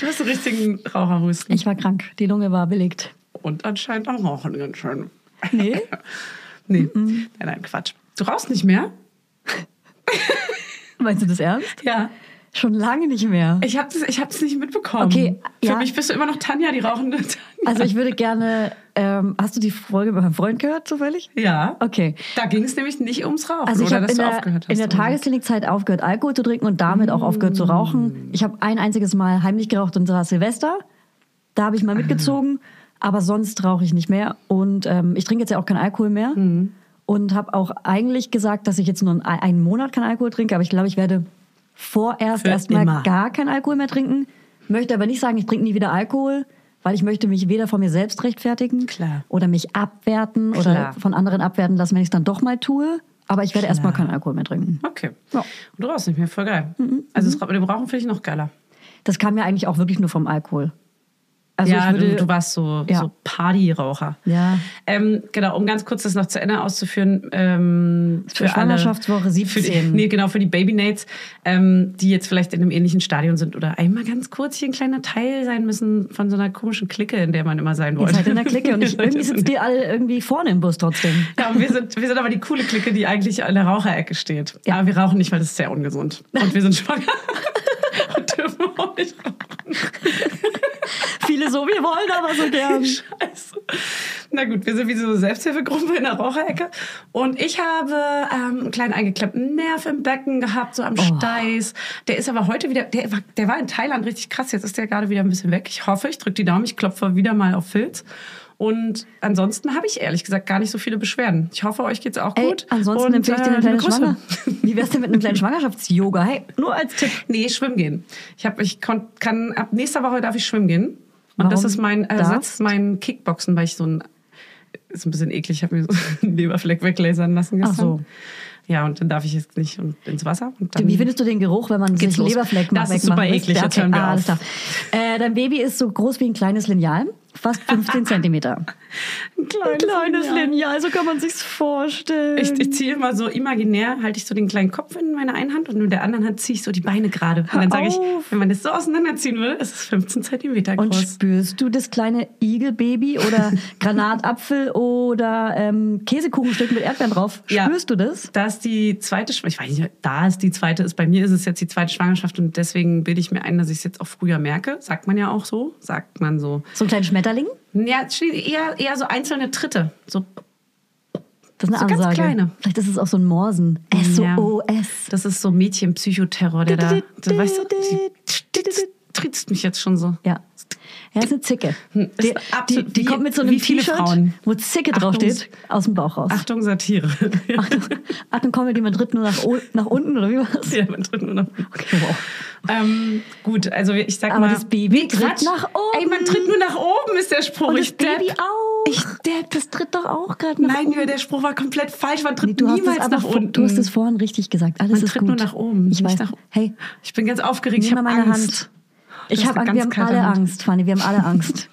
[SPEAKER 1] Du hast einen richtigen Raucherhusten.
[SPEAKER 2] Ich war krank, die Lunge war belegt.
[SPEAKER 1] Und anscheinend auch rauchen ganz schön.
[SPEAKER 2] Nee?
[SPEAKER 1] *laughs* Nee. Nein, nein, Quatsch. Du rauchst nicht mehr?
[SPEAKER 2] Meinst du das ernst?
[SPEAKER 1] Ja.
[SPEAKER 2] Schon lange nicht mehr.
[SPEAKER 1] Ich habe das, ich hab's nicht mitbekommen.
[SPEAKER 2] Okay,
[SPEAKER 1] Für
[SPEAKER 2] ja.
[SPEAKER 1] mich bist du immer noch Tanja, die rauchende *laughs* Tanja.
[SPEAKER 2] Also ich würde gerne, ähm, hast du die Folge mit meinem Freund gehört zufällig?
[SPEAKER 1] Ja.
[SPEAKER 2] Okay.
[SPEAKER 1] Da ging es nämlich nicht ums Rauchen,
[SPEAKER 2] Also ich
[SPEAKER 1] oder
[SPEAKER 2] habe
[SPEAKER 1] dass
[SPEAKER 2] in,
[SPEAKER 1] du
[SPEAKER 2] der-
[SPEAKER 1] aufgehört hast.
[SPEAKER 2] in der
[SPEAKER 1] oder?
[SPEAKER 2] Tageslinikzeit aufgehört, Alkohol zu trinken und damit auch aufgehört zu rauchen. Ich habe ein einziges Mal heimlich geraucht und zwar Silvester. Da habe ich mal mitgezogen, aber sonst rauche ich nicht mehr. Und ähm, ich trinke jetzt ja auch keinen Alkohol mehr.
[SPEAKER 1] Mhm.
[SPEAKER 2] Und habe auch eigentlich gesagt, dass ich jetzt nur einen, einen Monat keinen Alkohol trinke, aber ich glaube, ich werde vorerst
[SPEAKER 1] Für immer.
[SPEAKER 2] erstmal gar keinen Alkohol mehr trinken. Möchte aber nicht sagen, ich trinke nie wieder Alkohol, weil ich möchte mich weder von mir selbst rechtfertigen
[SPEAKER 1] Klar.
[SPEAKER 2] oder mich abwerten
[SPEAKER 1] Klar.
[SPEAKER 2] oder von anderen abwerten lassen, wenn ich es dann doch mal tue. Aber ich werde erstmal keinen Alkohol mehr trinken.
[SPEAKER 1] Okay.
[SPEAKER 2] Ja.
[SPEAKER 1] Und du rauchst nicht mehr, voll geil. Also das Ra- mit dem Rauchen finde ich noch geiler.
[SPEAKER 2] Das kam ja eigentlich auch wirklich nur vom Alkohol. Also
[SPEAKER 1] ja,
[SPEAKER 2] ich würde,
[SPEAKER 1] du, du warst so,
[SPEAKER 2] Ja.
[SPEAKER 1] so Partyraucher.
[SPEAKER 2] Ja.
[SPEAKER 1] Ähm, genau, um ganz kurz das noch zu Ende auszuführen. Ähm,
[SPEAKER 2] Für Schwangerschaftswoche
[SPEAKER 1] Für die,
[SPEAKER 2] 17.
[SPEAKER 1] nee, genau, für die Babynates, ähm, die jetzt vielleicht in einem ähnlichen Stadion sind oder einmal ganz kurz hier ein kleiner Teil sein müssen von so einer komischen Clique, in der man immer sein
[SPEAKER 2] *laughs* ihr
[SPEAKER 1] wollte.
[SPEAKER 2] seid in der
[SPEAKER 1] *laughs*
[SPEAKER 2] Clique und
[SPEAKER 1] Ihr
[SPEAKER 2] ich,
[SPEAKER 1] seid
[SPEAKER 2] irgendwie
[SPEAKER 1] in
[SPEAKER 2] sitzt ihr alle irgendwie vorne im Bus trotzdem.
[SPEAKER 1] Ja, und wir sind, wir sind aber die coole Clique, die eigentlich an der Raucherecke steht.
[SPEAKER 2] Ja.
[SPEAKER 1] Aber wir rauchen nicht, weil das ist sehr ungesund. Und wir sind
[SPEAKER 2] *laughs*
[SPEAKER 1] schwanger. und dürfen auch nicht rauchen.
[SPEAKER 2] Viele so, wir wollen aber so
[SPEAKER 1] *laughs*
[SPEAKER 2] gern.
[SPEAKER 1] Scheiße. Na gut, wir sind wie so eine Selbsthilfegruppe in der Raucherecke. Und ich habe ähm, einen kleinen eingeklemmten Nerv im Becken gehabt, so am
[SPEAKER 2] Oh.
[SPEAKER 1] Steiß. Der ist aber heute wieder, der, war- der war in Thailand richtig krass. Jetzt ist der gerade wieder ein bisschen weg. Ich hoffe, ich drücke die Daumen, ich klopfe wieder mal auf Filz. Und ansonsten habe ich ehrlich gesagt gar nicht so viele Beschwerden. Ich hoffe, euch geht's auch
[SPEAKER 2] Ey,
[SPEAKER 1] gut.
[SPEAKER 2] ansonsten
[SPEAKER 1] Und,
[SPEAKER 2] empfehle ich dir eine
[SPEAKER 1] äh,
[SPEAKER 2] kleine
[SPEAKER 1] liebe Grüße.
[SPEAKER 2] Schwanger. Wie wär's denn mit einem kleinen Schwangerschafts-Yoga? Hey, nur als Tipp.
[SPEAKER 1] *laughs* Nee, schwimmen gehen. Ich habe, ich kon, kann ab nächster Woche darf ich schwimmen gehen. Und
[SPEAKER 2] Warum
[SPEAKER 1] das ist mein Ersatz,
[SPEAKER 2] darfst?
[SPEAKER 1] mein Kickboxen, weil ich so ein ist ein bisschen eklig. Ich habe mir so *laughs* einen Leberfleck weglasern lassen
[SPEAKER 2] Ach
[SPEAKER 1] gestern.
[SPEAKER 2] so.
[SPEAKER 1] Ja, und dann darf ich jetzt nicht und ins Wasser. Und dann,
[SPEAKER 2] Wie findest du den Geruch, wenn man
[SPEAKER 1] Geht's
[SPEAKER 2] sich
[SPEAKER 1] los.
[SPEAKER 2] Leberfleck macht?
[SPEAKER 1] Das ist super eklig, jetzt hören wir auf.
[SPEAKER 2] ah, Äh, dein Baby ist so groß wie ein kleines Lineal, fast
[SPEAKER 1] *laughs*
[SPEAKER 2] 15 Zentimeter.
[SPEAKER 1] ein kleines,
[SPEAKER 2] Lineal, so kann man sich's vorstellen.
[SPEAKER 1] Ich, ich ziehe immer so imaginär, halte ich so den kleinen Kopf in meiner einen Hand und in der anderen Hand ziehe ich so die Beine gerade. Und dann sage ich,
[SPEAKER 2] auf.
[SPEAKER 1] wenn man das so auseinanderziehen würde, ist es 15 Zentimeter
[SPEAKER 2] Und
[SPEAKER 1] groß.
[SPEAKER 2] spürst du das kleine Igelbaby *laughs* oder Granatapfel oder ähm, Käsekuchenstück mit Erdbeeren drauf?
[SPEAKER 1] Ja.
[SPEAKER 2] Spürst du das?
[SPEAKER 1] Da ist die zweite, Schw- ich weiß nicht, da ist die zweite, ist bei mir ist es jetzt die zweite Schwangerschaft und deswegen bilde ich mir ein, dass ich es jetzt auch früher merke. Sagt man ja auch so, sagt man so.
[SPEAKER 2] So ein kleiner Schmetterling?
[SPEAKER 1] Ja, eher, eher so einzelne Tritte. So,
[SPEAKER 2] Das ist eine
[SPEAKER 1] So ganz
[SPEAKER 2] Ansage.
[SPEAKER 1] kleine.
[SPEAKER 2] Vielleicht ist es auch so ein Morsen. S-O-O-S.
[SPEAKER 1] das ist so Mädchenpsychoterror, der da, da weißt du, die trittst mich jetzt schon so.
[SPEAKER 2] Ja. Ja, ist eine Zicke.
[SPEAKER 1] Hm, ist
[SPEAKER 2] Die, die,
[SPEAKER 1] absolut-
[SPEAKER 2] die
[SPEAKER 1] wie-
[SPEAKER 2] kommt mit so einem
[SPEAKER 1] wie viele
[SPEAKER 2] T-Shirt,
[SPEAKER 1] Frauen.
[SPEAKER 2] wo Zicke
[SPEAKER 1] Achtung.
[SPEAKER 2] draufsteht, aus dem Bauch raus.
[SPEAKER 1] Achtung, Satire.
[SPEAKER 2] Achtung, Achtung Comedy, man tritt nur nach, o- nach unten oder wie war's?
[SPEAKER 1] *laughs* ja, man tritt nur nach oben.
[SPEAKER 2] Okay, wow.
[SPEAKER 1] Ähm, gut, also ich sag
[SPEAKER 2] Aber
[SPEAKER 1] mal.
[SPEAKER 2] das Baby
[SPEAKER 1] Nee,
[SPEAKER 2] tritt
[SPEAKER 1] Quatsch.
[SPEAKER 2] nach oben.
[SPEAKER 1] Ey, man tritt nur nach oben, ist der Spruch.
[SPEAKER 2] Und das
[SPEAKER 1] ich depp.
[SPEAKER 2] Baby auch.
[SPEAKER 1] Ich depp.
[SPEAKER 2] Das tritt doch auch gerade nach
[SPEAKER 1] Nein,
[SPEAKER 2] oben.
[SPEAKER 1] Julia, der Spruch war komplett falsch. Man tritt
[SPEAKER 2] Nee, du hast es
[SPEAKER 1] niemals
[SPEAKER 2] aber
[SPEAKER 1] nach
[SPEAKER 2] vor-
[SPEAKER 1] unten.
[SPEAKER 2] Du hast es vorhin richtig gesagt. Alles
[SPEAKER 1] Man
[SPEAKER 2] ist
[SPEAKER 1] tritt
[SPEAKER 2] gut.
[SPEAKER 1] nur nach oben.
[SPEAKER 2] Ich weiß.
[SPEAKER 1] Nicht nach,
[SPEAKER 2] hey,
[SPEAKER 1] ich bin ganz aufgeregt.
[SPEAKER 2] nimm
[SPEAKER 1] ich
[SPEAKER 2] mal
[SPEAKER 1] habe
[SPEAKER 2] meine
[SPEAKER 1] Angst.
[SPEAKER 2] Hand. Ich
[SPEAKER 1] hast
[SPEAKER 2] hab,
[SPEAKER 1] eine
[SPEAKER 2] Angst. wir
[SPEAKER 1] ganz
[SPEAKER 2] haben alle
[SPEAKER 1] kalte Hand.
[SPEAKER 2] Angst, Fanny. Wir haben
[SPEAKER 1] *laughs*
[SPEAKER 2] alle Angst.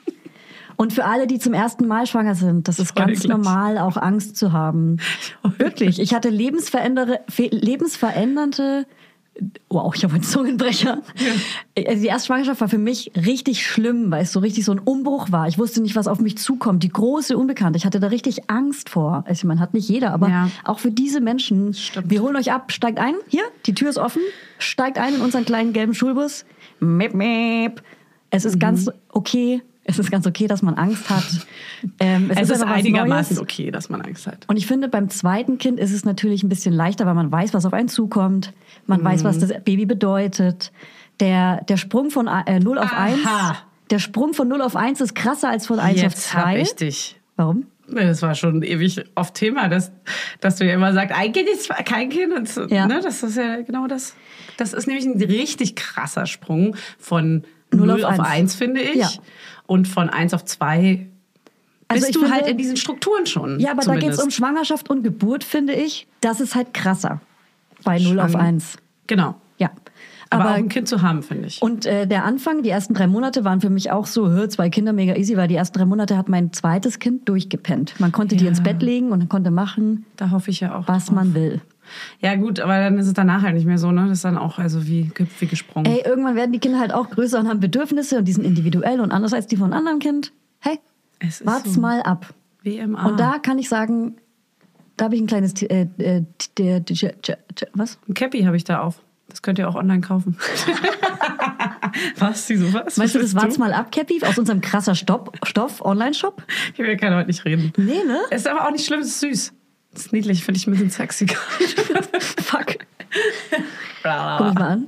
[SPEAKER 2] Und für alle, die zum ersten Mal schwanger sind, das ist
[SPEAKER 1] heule
[SPEAKER 2] ganz
[SPEAKER 1] gleich. Oh,
[SPEAKER 2] normal, auch Angst zu haben.
[SPEAKER 1] heule
[SPEAKER 2] Wirklich. Ich hatte lebensverändere, fe- lebensverändernde. Wow, ich habe einen Zungenbrecher. Also Die erste Schwangerschaft war für mich richtig schlimm, weil es so richtig so ein Umbruch war. Ich wusste nicht, was auf mich zukommt. Die große Unbekannte. Ich hatte da richtig Angst vor. Also man hat nicht jeder, aber
[SPEAKER 1] Ja.
[SPEAKER 2] auch für diese Menschen.
[SPEAKER 1] Stimmt.
[SPEAKER 2] Wir holen euch ab, steigt ein. Hier, die Tür ist offen. Steigt ein in unseren kleinen gelben Schulbus. Mip, mip. Es
[SPEAKER 1] Mhm.
[SPEAKER 2] ist ganz okay. Es ist ganz okay, dass man
[SPEAKER 1] *laughs*
[SPEAKER 2] Angst hat. Ähm,
[SPEAKER 1] Es ist,
[SPEAKER 2] einfach was
[SPEAKER 1] einigermaßen
[SPEAKER 2] Neues.
[SPEAKER 1] okay, dass man Angst hat.
[SPEAKER 2] Und ich finde, beim zweiten Kind ist es natürlich ein bisschen leichter, weil man weiß, was auf einen zukommt. Man weiß,
[SPEAKER 1] Mhm.
[SPEAKER 2] was das Baby bedeutet. Der, der Sprung von äh, 0 auf
[SPEAKER 1] Aha.
[SPEAKER 2] 1. Der Sprung von 0 auf 1 ist krasser als von 1 auf
[SPEAKER 1] Jetzt hab
[SPEAKER 2] 2.
[SPEAKER 1] ich dich.
[SPEAKER 2] Warum?
[SPEAKER 1] Ja, Das war schon ewig oft Thema, dass, dass du ja immer sagst, ein Kind ist kein Kind. Und so,
[SPEAKER 2] Ja.
[SPEAKER 1] ne, das ist ja genau das. Das ist nämlich ein richtig krasser Sprung von
[SPEAKER 2] Null
[SPEAKER 1] 0 auf
[SPEAKER 2] auf
[SPEAKER 1] 1,
[SPEAKER 2] eins.
[SPEAKER 1] finde ich.
[SPEAKER 2] Ja.
[SPEAKER 1] Und von 1 auf 2
[SPEAKER 2] Also ich
[SPEAKER 1] bist du
[SPEAKER 2] finde-
[SPEAKER 1] halt in diesen Strukturen schon.
[SPEAKER 2] Ja, aber da geht
[SPEAKER 1] zumindest.
[SPEAKER 2] es um Schwangerschaft und Geburt, finde ich. Das ist halt krasser. Bei 0 auf
[SPEAKER 1] Schwanger-
[SPEAKER 2] 1.
[SPEAKER 1] Genau.
[SPEAKER 2] Ja.
[SPEAKER 1] Aber, auch
[SPEAKER 2] Aber,
[SPEAKER 1] ein Kind zu haben, finde ich.
[SPEAKER 2] und äh, der Anfang, die ersten drei Monate waren für mich auch so, hör, zwei Kinder mega easy, weil die ersten drei Monate hat mein zweites Kind durchgepennt. Man konnte die
[SPEAKER 1] Ja.
[SPEAKER 2] ins Bett legen und konnte machen,
[SPEAKER 1] Da hoffe ich ja auch.
[SPEAKER 2] was
[SPEAKER 1] drauf.
[SPEAKER 2] man will.
[SPEAKER 1] Ja, gut, aber dann ist es danach halt nicht mehr so, ne? Das ist dann auch also wie, ge- wie gesprungen.
[SPEAKER 2] Ey, irgendwann werden die Kinder halt auch größer und haben Bedürfnisse und die sind individuell und anders als die von einem anderen Kind. Hey,
[SPEAKER 1] Es ist
[SPEAKER 2] wart's
[SPEAKER 1] so.
[SPEAKER 2] mal ab.
[SPEAKER 1] WMA.
[SPEAKER 2] Und da kann ich sagen, da habe ich ein kleines... T- Äh, äh, t- t- t- t- t-
[SPEAKER 1] *laughs*
[SPEAKER 2] was?
[SPEAKER 1] Ein Cappy habe ich da auf. Das könnt ihr auch online
[SPEAKER 2] *laughs*
[SPEAKER 1] kaufen. was? Wieso was?
[SPEAKER 2] Weißt du,
[SPEAKER 1] Willst
[SPEAKER 2] das war's mal ab, Cappy, aus unserem krasser Stopp, Stoff
[SPEAKER 1] *laughs*
[SPEAKER 2] Online-Shop?
[SPEAKER 1] Ich will kann heute nicht reden.
[SPEAKER 2] Nee, ne?
[SPEAKER 1] Ist aber auch nicht schlimm, ist süß. Ist niedlich, finde ich ein bisschen
[SPEAKER 2] *laughs*
[SPEAKER 1] sexy.
[SPEAKER 2] Fuck. Guck mich mal an.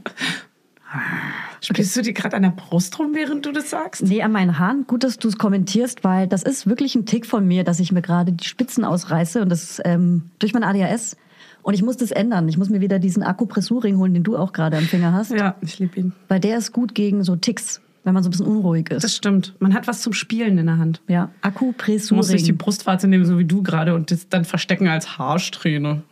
[SPEAKER 1] Spielst du dir gerade an der Brust rum, während du das sagst?
[SPEAKER 2] Nee, an meinen Haaren. Gut, dass du es kommentierst, weil das ist wirklich ein Tick von mir, dass ich mir gerade die Spitzen ausreiße und das ist, ähm, durch mein ADHS. Und ich muss das ändern. Ich muss mir wieder diesen Akupressurring holen, den du auch gerade am Finger hast.
[SPEAKER 1] Ja, ich liebe ihn.
[SPEAKER 2] Weil der ist gut gegen so Ticks, wenn man so ein bisschen unruhig ist.
[SPEAKER 1] Das stimmt. Man hat was zum Spielen in der Hand.
[SPEAKER 2] ja,
[SPEAKER 1] Du musst nicht die
[SPEAKER 2] Akupressurring.
[SPEAKER 1] Brustwarze nehmen, so wie du gerade, und das dann verstecken als Haarsträhne.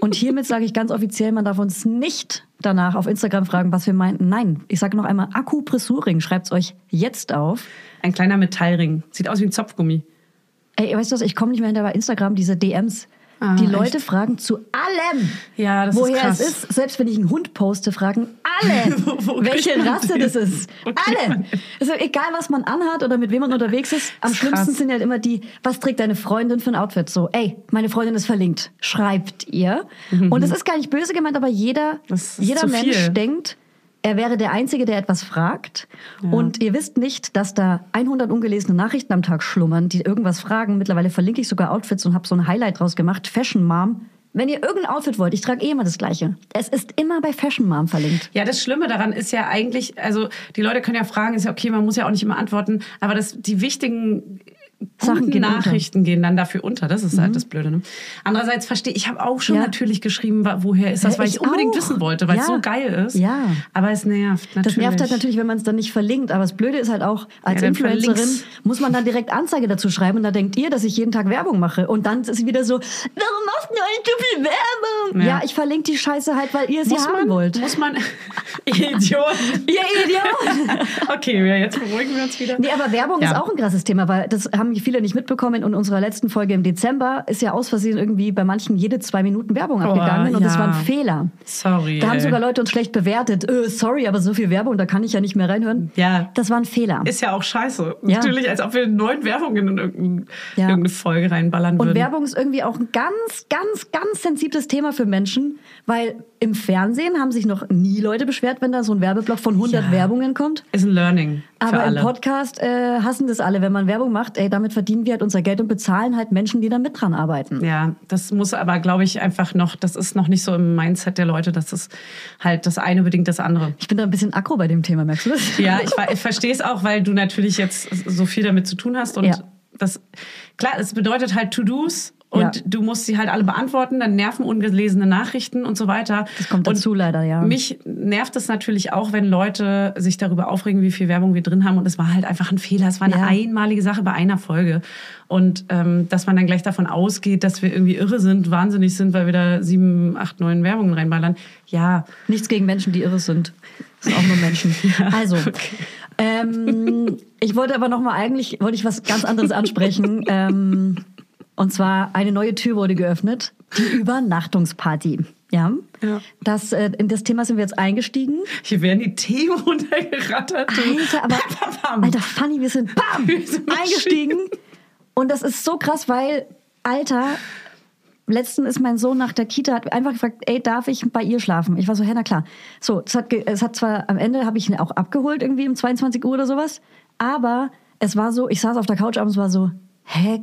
[SPEAKER 2] Und hiermit sage ich ganz offiziell, man darf uns nicht danach auf Instagram fragen, was wir meinten. Nein, ich sage noch einmal Akupressurring. Schreibt's euch jetzt auf.
[SPEAKER 1] Ein kleiner Metallring. Sieht aus wie ein Zopfgummi.
[SPEAKER 2] Ey, weißt du was, ich komme nicht mehr hinter bei Instagram, diese DMs.
[SPEAKER 1] Ah,
[SPEAKER 2] die
[SPEAKER 1] echt?
[SPEAKER 2] Leute fragen zu allem,
[SPEAKER 1] Ja, das ist
[SPEAKER 2] woher
[SPEAKER 1] krass.
[SPEAKER 2] es ist. Selbst wenn ich einen Hund poste, fragen alle,
[SPEAKER 1] *laughs* Wo- wo
[SPEAKER 2] welche
[SPEAKER 1] kriegt man
[SPEAKER 2] Rasse
[SPEAKER 1] den?
[SPEAKER 2] das ist.
[SPEAKER 1] Wo kriegt man
[SPEAKER 2] Alle.
[SPEAKER 1] den?
[SPEAKER 2] Also egal, was man anhat oder mit wem man unterwegs ist, am
[SPEAKER 1] Ist
[SPEAKER 2] schlimmsten
[SPEAKER 1] krass.
[SPEAKER 2] sind ja halt immer die, was trägt deine Freundin für ein Outfit? So, ey, meine Freundin ist verlinkt. Schreibt ihr.
[SPEAKER 1] Mhm.
[SPEAKER 2] Und es ist gar nicht böse gemeint, aber jeder,
[SPEAKER 1] Das ist
[SPEAKER 2] jeder
[SPEAKER 1] zu
[SPEAKER 2] Mensch
[SPEAKER 1] viel.
[SPEAKER 2] denkt, er wäre der Einzige, der etwas fragt. Und ihr wisst nicht, dass da 100 ungelesene Nachrichten am Tag schlummern, die irgendwas fragen. Mittlerweile verlinke ich sogar Outfits und habe so ein Highlight draus gemacht. Fashion Mom. Wenn ihr irgendein Outfit wollt, ich trage eh immer das gleiche. Es ist immer bei Fashion Mom verlinkt.
[SPEAKER 1] Ja, das Schlimme daran ist ja eigentlich, also die Leute können ja fragen, ist ja okay, man muss ja auch nicht immer antworten, aber das, die wichtigen
[SPEAKER 2] Sachen
[SPEAKER 1] guten
[SPEAKER 2] gehen unter. Mhm.
[SPEAKER 1] Nachrichten gehen dann dafür unter. Das ist halt das Blöde. Ne? Andererseits verstehe ich, habe auch schon
[SPEAKER 2] Ja.
[SPEAKER 1] natürlich geschrieben, wa- woher ist das,
[SPEAKER 2] Ja,
[SPEAKER 1] weil
[SPEAKER 2] ich
[SPEAKER 1] ich, unbedingt
[SPEAKER 2] auch.
[SPEAKER 1] wissen wollte, weil es
[SPEAKER 2] Ja.
[SPEAKER 1] so geil ist.
[SPEAKER 2] Ja.
[SPEAKER 1] Aber es nervt natürlich.
[SPEAKER 2] Das nervt halt natürlich, wenn man es dann nicht verlinkt. Aber das Blöde ist halt auch, als
[SPEAKER 1] Ja, dann
[SPEAKER 2] Influencerin
[SPEAKER 1] verlink's.
[SPEAKER 2] muss man dann direkt Anzeige dazu schreiben. Und da denkt ihr, dass ich jeden Tag Werbung mache. Und dann ist wieder so, warum machst du eigentlich so viel Werbung? Ja,
[SPEAKER 1] Ja.
[SPEAKER 2] ich verlinke die Scheiße halt, weil ihr sie
[SPEAKER 1] muss
[SPEAKER 2] haben
[SPEAKER 1] man,
[SPEAKER 2] wollt.
[SPEAKER 1] Muss man. *laughs* Idiot.
[SPEAKER 2] Ihr Idiot!
[SPEAKER 1] Okay, ja, jetzt beruhigen wir uns wieder.
[SPEAKER 2] *laughs* Nee, aber Werbung
[SPEAKER 1] Ja.
[SPEAKER 2] ist auch ein krasses Thema, weil das haben viele nicht mitbekommen. In unserer letzten Folge im Dezember ist ja aus Versehen irgendwie bei manchen jede zwei Minuten Werbung abgegangen und das
[SPEAKER 1] Oh, ja.
[SPEAKER 2] war ein Fehler.
[SPEAKER 1] Sorry.
[SPEAKER 2] Da haben
[SPEAKER 1] ey.
[SPEAKER 2] sogar Leute uns schlecht bewertet. Äh, sorry, aber so viel Werbung, da kann ich ja nicht mehr reinhören.
[SPEAKER 1] Ja.
[SPEAKER 2] Das war ein Fehler.
[SPEAKER 1] ist ja auch scheiße.
[SPEAKER 2] Ja.
[SPEAKER 1] Natürlich, als ob wir neun Werbungen in irgendein,
[SPEAKER 2] Ja.
[SPEAKER 1] irgendeine Folge reinballern
[SPEAKER 2] und
[SPEAKER 1] würden.
[SPEAKER 2] Werbung ist irgendwie auch ein ganz, ganz, ganz sensibles Thema für Menschen, weil im Fernsehen haben sich noch nie Leute beschwert, wenn da so ein Werbeblock von 100
[SPEAKER 1] Ja.
[SPEAKER 2] Werbungen kommt.
[SPEAKER 1] Ist ein Learning für
[SPEAKER 2] Aber im
[SPEAKER 1] alle.
[SPEAKER 2] Podcast äh, hassen das alle, wenn man Werbung macht. Ey, damit verdienen wir halt unser Geld und bezahlen halt Menschen, die da mit dran arbeiten.
[SPEAKER 1] ja, das muss aber, glaube ich, einfach noch, das ist noch nicht so im Mindset der Leute, dass es halt das eine bedingt das andere.
[SPEAKER 2] Ich bin da ein bisschen aggro bei dem Thema, merkst du
[SPEAKER 1] *laughs*
[SPEAKER 2] das? *laughs*
[SPEAKER 1] Ja, ich, ver- ich verstehe es auch, weil du natürlich jetzt so viel damit zu tun hast und
[SPEAKER 2] Ja.
[SPEAKER 1] das, klar, es bedeutet halt To-Dos und
[SPEAKER 2] Ja.
[SPEAKER 1] du musst sie halt alle beantworten, dann nerven ungelesene Nachrichten und so weiter.
[SPEAKER 2] Das kommt
[SPEAKER 1] und
[SPEAKER 2] dazu leider, ja.
[SPEAKER 1] Mich nervt es natürlich auch, wenn Leute sich darüber aufregen, wie viel Werbung wir drin haben und es war halt einfach ein Fehler, es war eine
[SPEAKER 2] Ja.
[SPEAKER 1] einmalige Sache bei einer Folge und ähm, dass man dann gleich davon ausgeht, dass wir irgendwie irre sind, wahnsinnig sind, weil wir da sieben, acht, neun Werbungen reinballern. Ja,
[SPEAKER 2] Nichts gegen Menschen, die irre sind. Das sind auch
[SPEAKER 1] *laughs*
[SPEAKER 2] nur Menschen. also, ähm, ich wollte aber nochmal, eigentlich wollte ich was ganz
[SPEAKER 1] *laughs*
[SPEAKER 2] anderes ansprechen. ähm, und zwar, eine neue Tür wurde geöffnet. Die Übernachtungsparty. Ja.
[SPEAKER 1] Ja.
[SPEAKER 2] Das, äh, in das Thema sind wir jetzt eingestiegen.
[SPEAKER 1] Hier werden die Themen *laughs* runtergerattert. du. *laughs*
[SPEAKER 2] Alter, aber
[SPEAKER 1] Bam, bam, bam.
[SPEAKER 2] Alter, funny, *laughs* wir sind bam
[SPEAKER 1] Wir *laughs* sind
[SPEAKER 2] eingestiegen. Und das ist so krass, weil Alter, letzten ist mein Sohn nach der Kita hat einfach gefragt, ey, darf ich bei ihr schlafen? Ich war so, hä, na klar. So, es hat, ge- es hat zwar am Ende habe ich ihn auch abgeholt irgendwie um 22 Uhr oder sowas, aber es war so, ich saß auf der Couch abends war so, hä,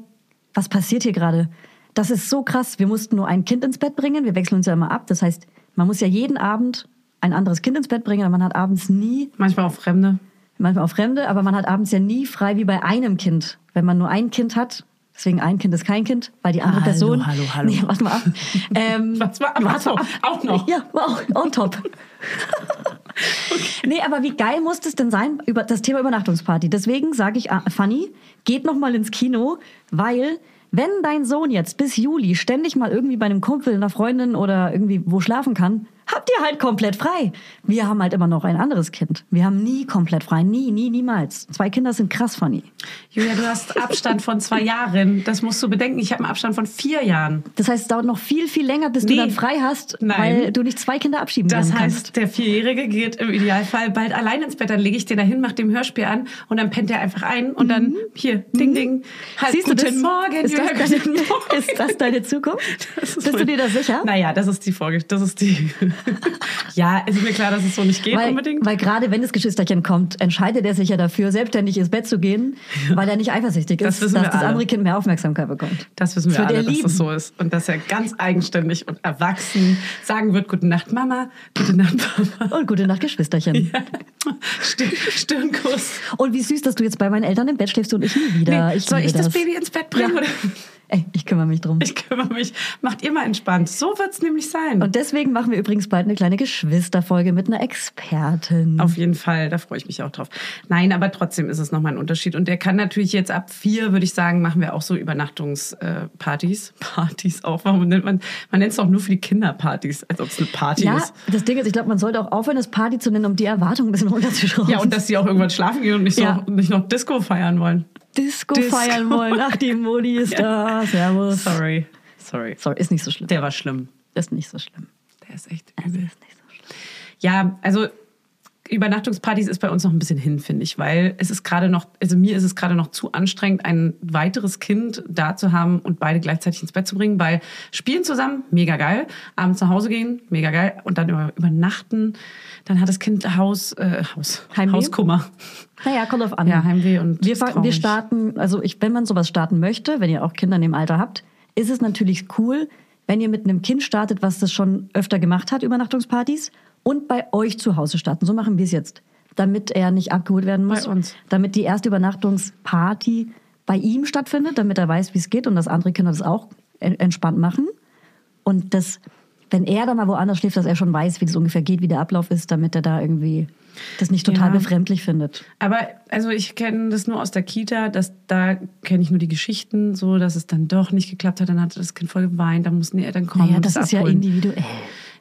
[SPEAKER 2] was passiert hier gerade? Das ist so krass. Wir mussten nur ein Kind ins Bett bringen. Wir wechseln uns ja immer ab. Das heißt, man muss ja jeden Abend ein anderes Kind ins Bett bringen, aber man hat abends nie
[SPEAKER 1] Manchmal auch Fremde.
[SPEAKER 2] manchmal auch Fremde, aber man hat abends ja nie frei wie bei einem Kind, wenn man nur ein Kind hat. Deswegen ein Kind ist kein Kind, weil die andere
[SPEAKER 1] Hallo,
[SPEAKER 2] Person.
[SPEAKER 1] hallo, hallo.
[SPEAKER 2] *laughs* Nee, warte mal ab. Ähm,
[SPEAKER 1] Warte mal ab. Ach so, auch noch.
[SPEAKER 2] Ja, wow, on top. Nee, aber wie geil muss das denn sein, über das Thema Übernachtungsparty? Deswegen sage ich, ah, Fanny, geht noch mal ins Kino, weil wenn dein Sohn jetzt bis Juli ständig mal irgendwie bei einem Kumpel, einer Freundin oder irgendwie wo schlafen kann, habt ihr halt komplett frei. Wir haben halt immer noch ein anderes Kind. Wir haben nie komplett frei. Nie, nie, niemals. Zwei Kinder sind krass, Fanny.
[SPEAKER 1] Julia, du hast Abstand von zwei Jahren. Das musst du bedenken. Ich habe einen Abstand von vier Jahren.
[SPEAKER 2] Das heißt, es dauert noch viel, viel länger, bis du
[SPEAKER 1] Nee.
[SPEAKER 2] dann frei hast,
[SPEAKER 1] Nein.
[SPEAKER 2] weil du nicht zwei Kinder abschieben
[SPEAKER 1] Das
[SPEAKER 2] werden kannst.
[SPEAKER 1] heißt, der Vierjährige geht im Idealfall bald allein ins Bett. Dann lege ich den dahin, mache dem Hörspiel an und dann pennt er einfach ein und dann hier, ding, ding. Halt,
[SPEAKER 2] Mhm. Siehst du
[SPEAKER 1] guten
[SPEAKER 2] das?
[SPEAKER 1] Morgen,
[SPEAKER 2] ist
[SPEAKER 1] Julia,
[SPEAKER 2] das, deine,
[SPEAKER 1] guten Morgen.
[SPEAKER 2] ist das deine Zukunft?
[SPEAKER 1] *laughs* Das ist
[SPEAKER 2] *laughs* Bist du
[SPEAKER 1] wohl-
[SPEAKER 2] dir da sicher?
[SPEAKER 1] Naja, das ist die Folge. Das ist die. *laughs* ja, ist mir klar, dass es so nicht geht
[SPEAKER 2] weil,
[SPEAKER 1] unbedingt.
[SPEAKER 2] Weil gerade wenn das Geschwisterchen kommt, entscheidet er sich ja dafür, selbstständig ins Bett zu gehen, weil er nicht eifersüchtig
[SPEAKER 1] Das
[SPEAKER 2] ist, dass
[SPEAKER 1] wissen wir
[SPEAKER 2] das
[SPEAKER 1] alle.
[SPEAKER 2] andere Kind mehr Aufmerksamkeit bekommt.
[SPEAKER 1] Das wissen wir
[SPEAKER 2] wird er
[SPEAKER 1] alle, dass
[SPEAKER 2] lieben.
[SPEAKER 1] das so ist. Und dass er ganz eigenständig und erwachsen sagen wird, gute Nacht Mama, gute Nacht Papa. *laughs*
[SPEAKER 2] Und gute Nacht, Geschwisterchen.
[SPEAKER 1] Stir- Stirnkuss.
[SPEAKER 2] Und wie süß, dass du jetzt bei meinen Eltern im Bett schläfst und ich nie wieder.
[SPEAKER 1] Nee,
[SPEAKER 2] ich
[SPEAKER 1] soll
[SPEAKER 2] liebe
[SPEAKER 1] ich das. Baby ins Bett bringen?
[SPEAKER 2] Ja.
[SPEAKER 1] Oder? *laughs*
[SPEAKER 2] Ey, ich kümmere mich drum.
[SPEAKER 1] Ich kümmere mich. Macht ihr mal entspannt. So wird es nämlich sein.
[SPEAKER 2] und deswegen machen wir übrigens bald eine kleine Geschwisterfolge mit einer Expertin.
[SPEAKER 1] Auf jeden Fall, da freue ich mich auch drauf. Nein, aber trotzdem ist es nochmal ein Unterschied. Und der kann natürlich jetzt ab vier, würde ich sagen, machen wir auch so Übernachtungspartys. Partys *laughs* auch. Warum nennt man, man nennt es doch nur für die Kinder Partys, als ob es eine Party
[SPEAKER 2] ja,
[SPEAKER 1] ist.
[SPEAKER 2] das Ding ist, ich glaube, man sollte auch aufhören, das Party zu nennen, um die Erwartungen ein bisschen runterzuschrauben.
[SPEAKER 1] *laughs* Ja, und
[SPEAKER 2] *laughs*
[SPEAKER 1] dass sie auch irgendwann schlafen gehen und nicht,
[SPEAKER 2] Ja.
[SPEAKER 1] so, nicht noch Disco feiern wollen.
[SPEAKER 2] Disco,
[SPEAKER 1] Disco.
[SPEAKER 2] feiern wollen. Ach, die Modi
[SPEAKER 1] *laughs*
[SPEAKER 2] ist da. Servus.
[SPEAKER 1] Sorry, sorry.
[SPEAKER 2] Sorry, ist nicht so schlimm.
[SPEAKER 1] Der war schlimm.
[SPEAKER 2] Ist nicht so schlimm.
[SPEAKER 1] Der ist echt übel.
[SPEAKER 2] Ist nicht so schlimm.
[SPEAKER 1] Ja, also Übernachtungspartys ist bei uns noch ein bisschen hin, finde ich, weil es ist gerade noch, also mir ist es gerade noch zu anstrengend, ein weiteres Kind da zu haben und beide gleichzeitig ins Bett zu bringen, weil spielen zusammen, mega geil, abends nach Hause gehen, mega geil und dann über, übernachten, dann hat das Kind Haus, äh, Haus,
[SPEAKER 2] Heimweh?
[SPEAKER 1] Hauskummer.
[SPEAKER 2] Naja, kommt drauf an.
[SPEAKER 1] Ja, Heimweh und
[SPEAKER 2] wir,
[SPEAKER 1] ist
[SPEAKER 2] fangen- wir
[SPEAKER 1] traurig.
[SPEAKER 2] starten, also ich, wenn man sowas starten möchte, wenn ihr auch Kinder in dem Alter habt, ist es natürlich cool, wenn ihr mit einem Kind startet, was das schon öfter gemacht hat, Übernachtungspartys, und bei euch zu Hause starten. So machen wir es jetzt, damit er nicht abgeholt werden muss.
[SPEAKER 1] Bei uns.
[SPEAKER 2] Damit die erste Übernachtungsparty bei ihm stattfindet, damit er weiß, wie es geht und dass andere Kinder das auch en- entspannt machen. Und das, wenn er dann mal woanders schläft, dass er schon weiß, wie das ungefähr geht, wie der Ablauf ist, damit er da irgendwie das nicht total
[SPEAKER 1] Ja.
[SPEAKER 2] befremdlich findet.
[SPEAKER 1] Aber also ich kenne das nur aus der Kita, dass da kenne ich nur die Geschichten, so dass es dann doch nicht geklappt hat, dann hatte das Kind voll geweint, dann mussten die Eltern kommen.
[SPEAKER 2] Naja,
[SPEAKER 1] und
[SPEAKER 2] das
[SPEAKER 1] es
[SPEAKER 2] ist ja
[SPEAKER 1] abholen.
[SPEAKER 2] individuell.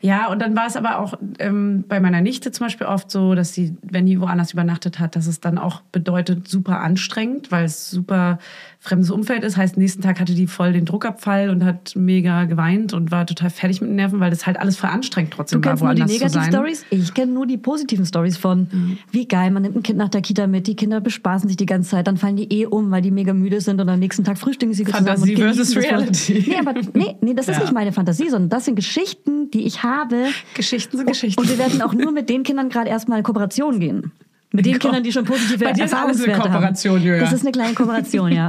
[SPEAKER 1] Ja, und dann war es aber auch ähm, bei meiner Nichte zum Beispiel oft so, dass sie, wenn die woanders übernachtet hat, dass es dann auch bedeutet, super anstrengend, weil es super fremdes Umfeld ist. Heißt, nächsten Tag hatte die voll den Druckabfall und hat mega geweint und war total fertig mit den Nerven, weil das halt alles voll anstrengend
[SPEAKER 2] Du
[SPEAKER 1] trotzdem war,
[SPEAKER 2] kennst nur um die
[SPEAKER 1] woanders um zu
[SPEAKER 2] negativen
[SPEAKER 1] sein. Mhm.
[SPEAKER 2] Stories. Ich kenne nur die positiven Stories von, wie geil, man nimmt ein Kind nach der Kita mit, die Kinder bespaßen sich die ganze Zeit, dann fallen die eh um, weil die mega müde sind und am nächsten Tag frühstücken sie zusammen
[SPEAKER 1] Fantasie
[SPEAKER 2] und genießen
[SPEAKER 1] versus
[SPEAKER 2] das voll.
[SPEAKER 1] Reality.
[SPEAKER 2] Nee, aber nee, nee, das ist
[SPEAKER 1] Ja.
[SPEAKER 2] nicht meine Fantasie, sondern das sind Geschichten, die ich habe.
[SPEAKER 1] Geschichten sind Geschichten.
[SPEAKER 2] Und wir werden auch nur mit den Kindern gerade erstmal in Kooperation gehen. Mit den
[SPEAKER 1] Ko-
[SPEAKER 2] Kindern, die schon positive
[SPEAKER 1] Genau. Bei dir ist alles eine
[SPEAKER 2] Erfahrungswerte haben.
[SPEAKER 1] Kooperation, Julia.
[SPEAKER 2] Das ist eine kleine
[SPEAKER 1] *laughs*
[SPEAKER 2] Kooperation, ja.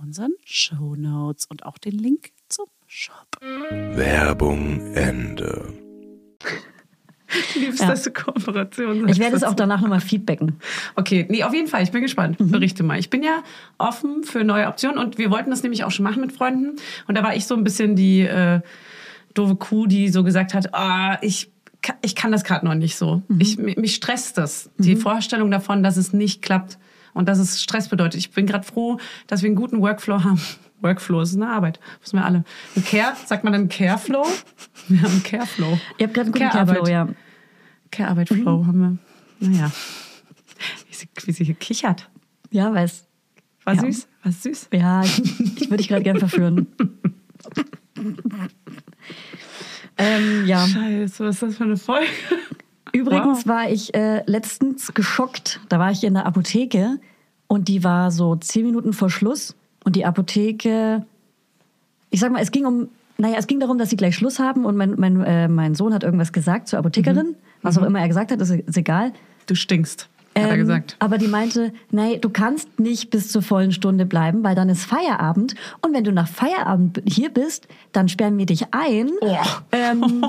[SPEAKER 5] unseren Show Notes und auch den Link zum Shop.
[SPEAKER 3] Werbung Ende.
[SPEAKER 1] Liebst,
[SPEAKER 2] Ja.
[SPEAKER 1] dass du Kooperation sagst.
[SPEAKER 2] Ich werde es auch danach nochmal feedbacken.
[SPEAKER 1] Okay, nee, auf jeden Fall. Ich bin gespannt.
[SPEAKER 2] Mhm.
[SPEAKER 1] Berichte mal. Ich bin ja offen für neue Optionen und wir wollten das nämlich auch schon machen mit Freunden. Und da war ich so ein bisschen die äh, doofe Kuh, die so gesagt hat, ah, ich, ka- ich kann das gerade noch nicht so.
[SPEAKER 2] Mhm.
[SPEAKER 1] Ich, mi- mich stresst das. Die Vorstellung davon, dass es nicht klappt und dass es Stress bedeutet. Ich bin gerade froh, dass wir einen guten Workflow haben. *laughs* Workflow ist eine Arbeit. Wissen wir alle. Ein Care, sagt man dann Careflow? *laughs* Wir haben Careflow.
[SPEAKER 2] Ihr habt gerade einen guten
[SPEAKER 1] Care-Arbeit.
[SPEAKER 2] Careflow, ja.
[SPEAKER 1] Care-Arbeit Flow haben wir. Naja. Wie sie, wie sie hier kichert.
[SPEAKER 2] Ja, weiß.
[SPEAKER 1] War
[SPEAKER 2] Ja.
[SPEAKER 1] süß, war süß.
[SPEAKER 2] Ja, ich, ich würde dich gerade gern verführen. ähm, ja.
[SPEAKER 1] Scheiße, was ist das für eine Folge?
[SPEAKER 2] Übrigens war ich äh, letztens geschockt. Da war ich in der Apotheke und die war so zehn Minuten vor Schluss. Und die Apotheke, ich sag mal, es ging um, naja, es ging darum, dass sie gleich Schluss haben und mein, mein, äh, mein Sohn hat irgendwas gesagt zur Apothekerin. Was auch immer er gesagt hat, ist, ist egal.
[SPEAKER 1] Du stinkst, hat er
[SPEAKER 2] Ähm,
[SPEAKER 1] gesagt.
[SPEAKER 2] Aber die meinte, nein, du kannst nicht bis zur vollen Stunde bleiben, weil dann ist Feierabend. Und wenn du nach Feierabend hier bist, dann sperren wir dich ein.
[SPEAKER 1] Oh. *laughs*
[SPEAKER 2] Ähm,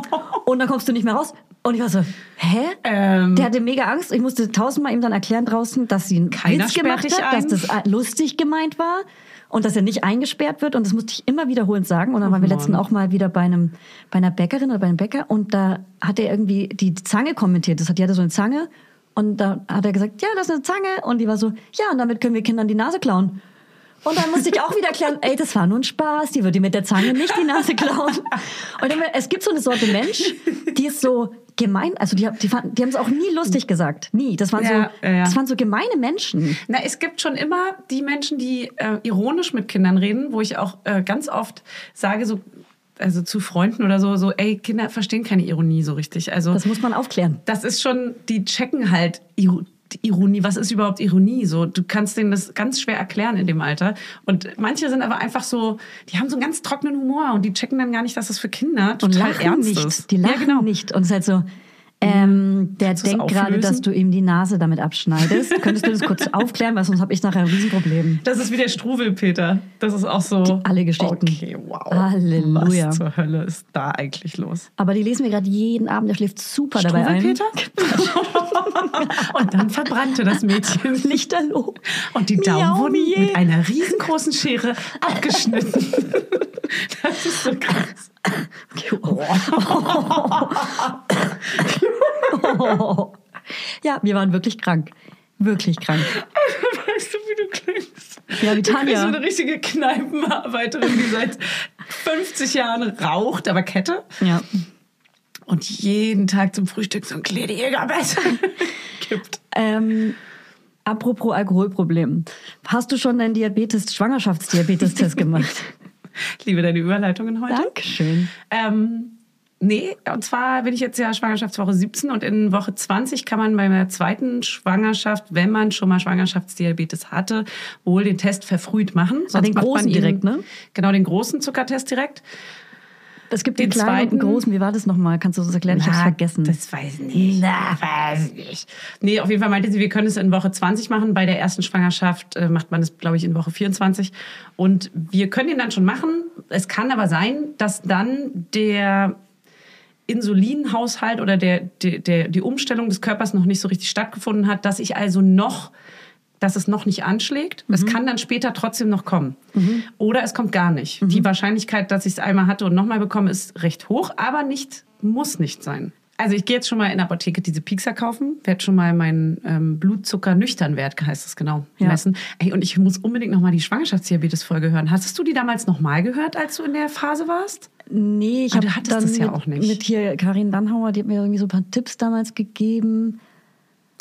[SPEAKER 2] und dann kommst du nicht mehr raus. Und ich war so, hä?
[SPEAKER 1] Ähm.
[SPEAKER 2] Der hatte mega Angst. Ich musste tausendmal ihm dann erklären draußen, dass sie einen
[SPEAKER 1] Keiner
[SPEAKER 2] Witz
[SPEAKER 1] sperrt
[SPEAKER 2] gemacht
[SPEAKER 1] dich
[SPEAKER 2] hat, dass
[SPEAKER 1] ein.
[SPEAKER 2] das äh, lustig gemeint war und dass er nicht eingesperrt wird. Und das musste ich immer wiederholend sagen. Und dann
[SPEAKER 1] Oh
[SPEAKER 2] waren wir letztens auch mal wieder bei, einem, bei einer Bäckerin oder bei einem Bäcker und da hat er irgendwie die Zange kommentiert. Das hat, die hatte so eine Zange und da hat er gesagt, ja, das ist eine Zange. Und die war so, ja, und damit können wir Kindern die Nase klauen. Und dann musste ich auch wieder erklären, ey, das war nur ein Spaß, die würde mit der Zange nicht die Nase klauen. Und immer, es gibt so eine Sorte Mensch, die ist so gemein, also die, die, fanden- die haben es auch nie lustig gesagt, nie. Das waren,
[SPEAKER 1] Ja,
[SPEAKER 2] so,
[SPEAKER 1] ja, ja.
[SPEAKER 2] Das waren so gemeine Menschen.
[SPEAKER 1] Na, es gibt schon immer die Menschen, die äh, ironisch mit Kindern reden, wo ich auch äh, ganz oft sage, so, also zu Freunden oder so, so, ey, Kinder verstehen keine Ironie so richtig. Also,
[SPEAKER 2] Das muss man aufklären.
[SPEAKER 1] das ist schon, die checken halt Iro- die Ironie. Was ist überhaupt Ironie? So, du kannst denen das ganz schwer erklären in dem Alter. Und manche sind aber einfach so, die haben so einen ganz trockenen Humor und die checken dann gar nicht, dass das für Kinder
[SPEAKER 2] Und
[SPEAKER 1] total
[SPEAKER 2] lachen
[SPEAKER 1] ernst
[SPEAKER 2] nicht.
[SPEAKER 1] ist.
[SPEAKER 2] Die lachen nicht. Und es ist halt so, ähm, der
[SPEAKER 1] du's
[SPEAKER 2] denkt gerade,
[SPEAKER 1] auflösen?
[SPEAKER 2] dass du ihm die Nase damit abschneidest. *laughs* Könntest du das kurz aufklären, weil sonst habe ich nachher ein Riesenproblem.
[SPEAKER 1] Das ist wie der Struwel, Peter. Das ist auch so.
[SPEAKER 2] alle Geschichten.
[SPEAKER 1] Okay, wow.
[SPEAKER 2] Halleluja.
[SPEAKER 1] Was zur Hölle ist da eigentlich los?
[SPEAKER 2] Aber die lesen wir gerade jeden Abend, der schläft super dabei ein.
[SPEAKER 1] Struwelpeter? *laughs* Und dann verbrannte das Mädchen.
[SPEAKER 2] Lichterloh.
[SPEAKER 1] Und die
[SPEAKER 2] Miau,
[SPEAKER 1] Daumen wurden
[SPEAKER 2] miau.
[SPEAKER 1] mit einer riesengroßen Schere abgeschnitten. Das ist so krass.
[SPEAKER 2] Oh. *laughs* Ja, wir waren wirklich krank. Wirklich krank.
[SPEAKER 1] Weißt du, wie du klingst?
[SPEAKER 2] Ja,
[SPEAKER 1] Du
[SPEAKER 2] wie
[SPEAKER 1] bist so
[SPEAKER 2] Tanja.
[SPEAKER 1] eine richtige Kneipenarbeiterin, die seit 50 Jahren raucht, aber Kette.
[SPEAKER 2] Ja.
[SPEAKER 1] Und jeden Tag zum Frühstück so ein Kleidejägerbett *laughs* gibt.
[SPEAKER 2] Ähm, apropos Alkoholproblem. Hast du schon deinen Diabetes, *laughs* Schwangerschaftsdiabetes-Test gemacht?
[SPEAKER 1] Ich liebe deine Überleitungen heute.
[SPEAKER 2] Dankeschön.
[SPEAKER 1] Ähm, nee, und zwar bin ich jetzt ja Schwangerschaftswoche 17 und in Woche 20 kann man bei der zweiten Schwangerschaft, wenn man schon mal Schwangerschaftsdiabetes hatte, wohl den Test verfrüht machen. Sonst
[SPEAKER 2] Ah, den
[SPEAKER 1] macht man
[SPEAKER 2] großen
[SPEAKER 1] ihn-
[SPEAKER 2] direkt, ne?
[SPEAKER 1] Genau, den großen Zuckertest direkt.
[SPEAKER 2] Es gibt den,
[SPEAKER 1] Den
[SPEAKER 2] kleinen und den
[SPEAKER 1] zweiten-
[SPEAKER 2] großen. Wie war das nochmal? Kannst du das erklären? Ich hab's
[SPEAKER 1] Na,
[SPEAKER 2] vergessen.
[SPEAKER 1] Das weiß nicht.
[SPEAKER 2] Na.
[SPEAKER 1] Weiß nicht. Nee, auf jeden Fall meinte sie, wir können es in Woche 20 machen. Bei der ersten Schwangerschaft äh, macht man es, glaube ich, in Woche 24. Und wir können ihn dann schon machen. Es kann aber sein, dass dann der Insulinhaushalt oder der, der, der, die Umstellung des Körpers noch nicht so richtig stattgefunden hat, dass ich also noch, dass es noch nicht anschlägt. Es kann dann später trotzdem noch kommen. Oder es kommt gar nicht. Die Wahrscheinlichkeit, dass ich es einmal hatte und nochmal bekomme, ist recht hoch, aber nicht, muss nicht sein. Also ich gehe jetzt schon mal in der Apotheke diese Piekser kaufen, werde schon mal meinen ähm, Blutzucker-Nüchternwert, heißt es genau,
[SPEAKER 2] Ja.
[SPEAKER 1] messen. Ey, und ich muss unbedingt nochmal die Schwangerschaftsdiabetes-Folge hören. Hattest du die damals nochmal gehört, als du in der Phase warst?
[SPEAKER 2] Nee, ich
[SPEAKER 1] Ah,
[SPEAKER 2] habe
[SPEAKER 1] du hattest
[SPEAKER 2] dann
[SPEAKER 1] das ja
[SPEAKER 2] mit,
[SPEAKER 1] auch nicht.
[SPEAKER 2] mit hier Karin Dannhauer, die hat mir irgendwie so ein paar Tipps damals gegeben.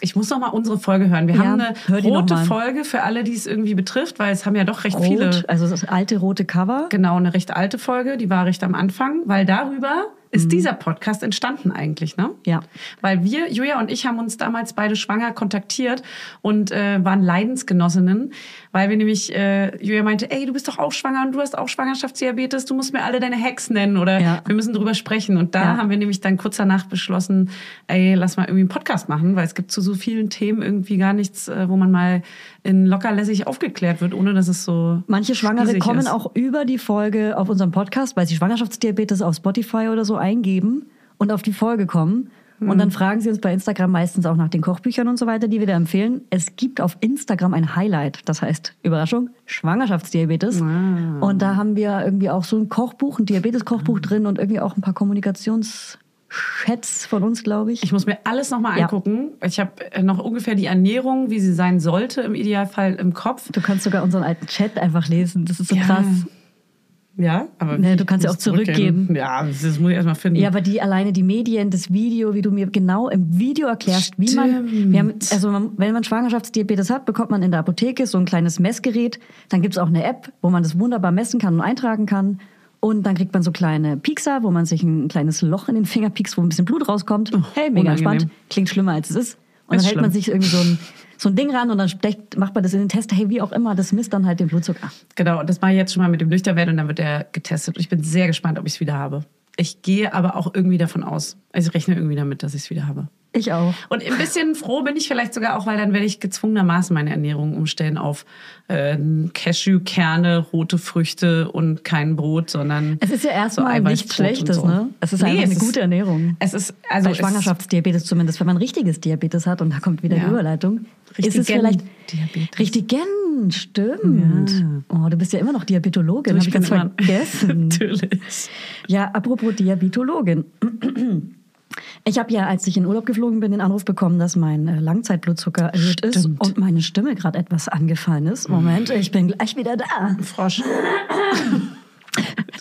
[SPEAKER 1] Ich muss noch mal unsere Folge hören. Wir
[SPEAKER 2] Ja,
[SPEAKER 1] haben
[SPEAKER 2] hör
[SPEAKER 1] eine
[SPEAKER 2] die noch
[SPEAKER 1] rote
[SPEAKER 2] mal.
[SPEAKER 1] Folge für alle, die es irgendwie betrifft, weil es haben ja doch recht viele.
[SPEAKER 2] Rot, also das alte rote Cover.
[SPEAKER 1] Genau, eine recht alte Folge, die war recht am Anfang, weil darüber ist dieser Podcast entstanden eigentlich, ne?
[SPEAKER 2] Mhm. Ja.
[SPEAKER 1] Weil wir, Julia und ich, haben uns damals beide schwanger kontaktiert und äh, waren Leidensgenossinnen, weil wir nämlich, äh, Julia meinte, ey, du bist doch auch schwanger und du hast auch Schwangerschaftsdiabetes, du musst mir alle deine Hacks nennen oder
[SPEAKER 2] Ja.
[SPEAKER 1] wir müssen drüber sprechen. Und da
[SPEAKER 2] Ja.
[SPEAKER 1] haben wir nämlich dann kurz danach beschlossen, ey, lass mal irgendwie einen Podcast machen, weil es gibt zu so vielen Themen irgendwie gar nichts, äh, wo man mal in lockerlässig aufgeklärt wird, ohne dass es so
[SPEAKER 2] Manche Schwangere
[SPEAKER 1] spießig
[SPEAKER 2] kommen
[SPEAKER 1] ist.
[SPEAKER 2] auch über die Folge auf unserem Podcast, weil sie Schwangerschaftsdiabetes auf Spotify oder so eingeben und auf die Folge kommen.
[SPEAKER 1] Hm.
[SPEAKER 2] Und dann fragen sie uns bei Instagram meistens auch nach den Kochbüchern und so weiter, die wir da empfehlen. Es gibt auf Instagram ein Highlight, das heißt, Überraschung, Schwangerschaftsdiabetes. Und da haben wir irgendwie auch so ein Kochbuch, ein
[SPEAKER 1] Ah.
[SPEAKER 2] Diabetes-Kochbuch drin und irgendwie auch ein paar Kommunikationsschätz von uns, glaube ich.
[SPEAKER 1] Ich muss mir alles nochmal
[SPEAKER 2] Ja.
[SPEAKER 1] angucken. Ich habe äh, noch ungefähr die Ernährung, wie sie sein sollte, im Idealfall im Kopf.
[SPEAKER 2] Du kannst sogar unseren alten Chat einfach lesen. Das ist so
[SPEAKER 1] Ja.
[SPEAKER 2] krass.
[SPEAKER 1] Ja, aber
[SPEAKER 2] Nee,
[SPEAKER 1] wie?
[SPEAKER 2] Ne, du kannst
[SPEAKER 1] Ich
[SPEAKER 2] ja auch
[SPEAKER 1] muss zurückgeben.
[SPEAKER 2] zurückgeben.
[SPEAKER 1] Ja, das, das muss ich erstmal finden.
[SPEAKER 2] Ja, aber die alleine die Medien, das Video, wie du mir genau im Video erklärst, wie man, wir haben, also man, wenn man Schwangerschaftsdiabetes hat, bekommt man in der Apotheke so ein kleines Messgerät. Dann gibt's auch eine App, wo man das wunderbar messen kann und eintragen kann. Und dann kriegt man so kleine Piekser, wo man sich ein kleines Loch in den Finger piekst, wo ein bisschen Blut rauskommt.
[SPEAKER 1] Oh,
[SPEAKER 2] hey, mega
[SPEAKER 1] unangenehm.
[SPEAKER 2] entspannt. Klingt schlimmer, als es ist. Und
[SPEAKER 1] Ist
[SPEAKER 2] dann hält
[SPEAKER 1] schlimm.
[SPEAKER 2] man sich irgendwie so ein, so ein Ding ran und dann stecht, macht man das in den Test. Hey, wie auch immer, das misst dann halt den Blutzucker.
[SPEAKER 1] genau, und das mache ich jetzt schon mal mit dem Lichterwert und dann wird er getestet. Und ich bin sehr gespannt, ob ich es wieder habe. Ich gehe aber auch irgendwie davon aus. Also ich rechne irgendwie damit, dass ich es wieder habe.
[SPEAKER 2] Ich auch.
[SPEAKER 1] Und ein bisschen froh bin ich vielleicht sogar auch, weil dann werde ich gezwungenermaßen meine Ernährung umstellen auf äh, Cashewkerne, rote Früchte und kein Brot, sondern
[SPEAKER 2] Es ist ja erstmal
[SPEAKER 1] Eiweißbrot
[SPEAKER 2] nichts Schlechtes,
[SPEAKER 1] und so.
[SPEAKER 2] ne? Es ist einfach eine gute Ernährung.
[SPEAKER 1] Es ist also
[SPEAKER 2] bei Schwangerschaftsdiabetes zumindest, wenn man richtiges Diabetes hat und da kommt wieder
[SPEAKER 1] Ja.
[SPEAKER 2] die Überleitung, ist es
[SPEAKER 1] Richtigen
[SPEAKER 2] vielleicht
[SPEAKER 1] Diabetes.
[SPEAKER 2] richtigen, stimmt. Oh, du bist ja immer noch
[SPEAKER 1] Du,
[SPEAKER 2] Diabetologin, habe
[SPEAKER 1] ich
[SPEAKER 2] ich
[SPEAKER 1] bin
[SPEAKER 2] ganz
[SPEAKER 1] immer- *laughs*
[SPEAKER 2] vergessen.
[SPEAKER 1] Natürlich.
[SPEAKER 2] Ja, apropos Diabetologin. Ich habe ja, als ich in Urlaub geflogen bin, den Anruf bekommen, dass mein äh, Langzeitblutzucker erhöht ist
[SPEAKER 1] Stimmt. Mhm.
[SPEAKER 2] und meine Stimme gerade etwas angefallen ist. Moment, ich bin gleich wieder da.
[SPEAKER 1] Frosch.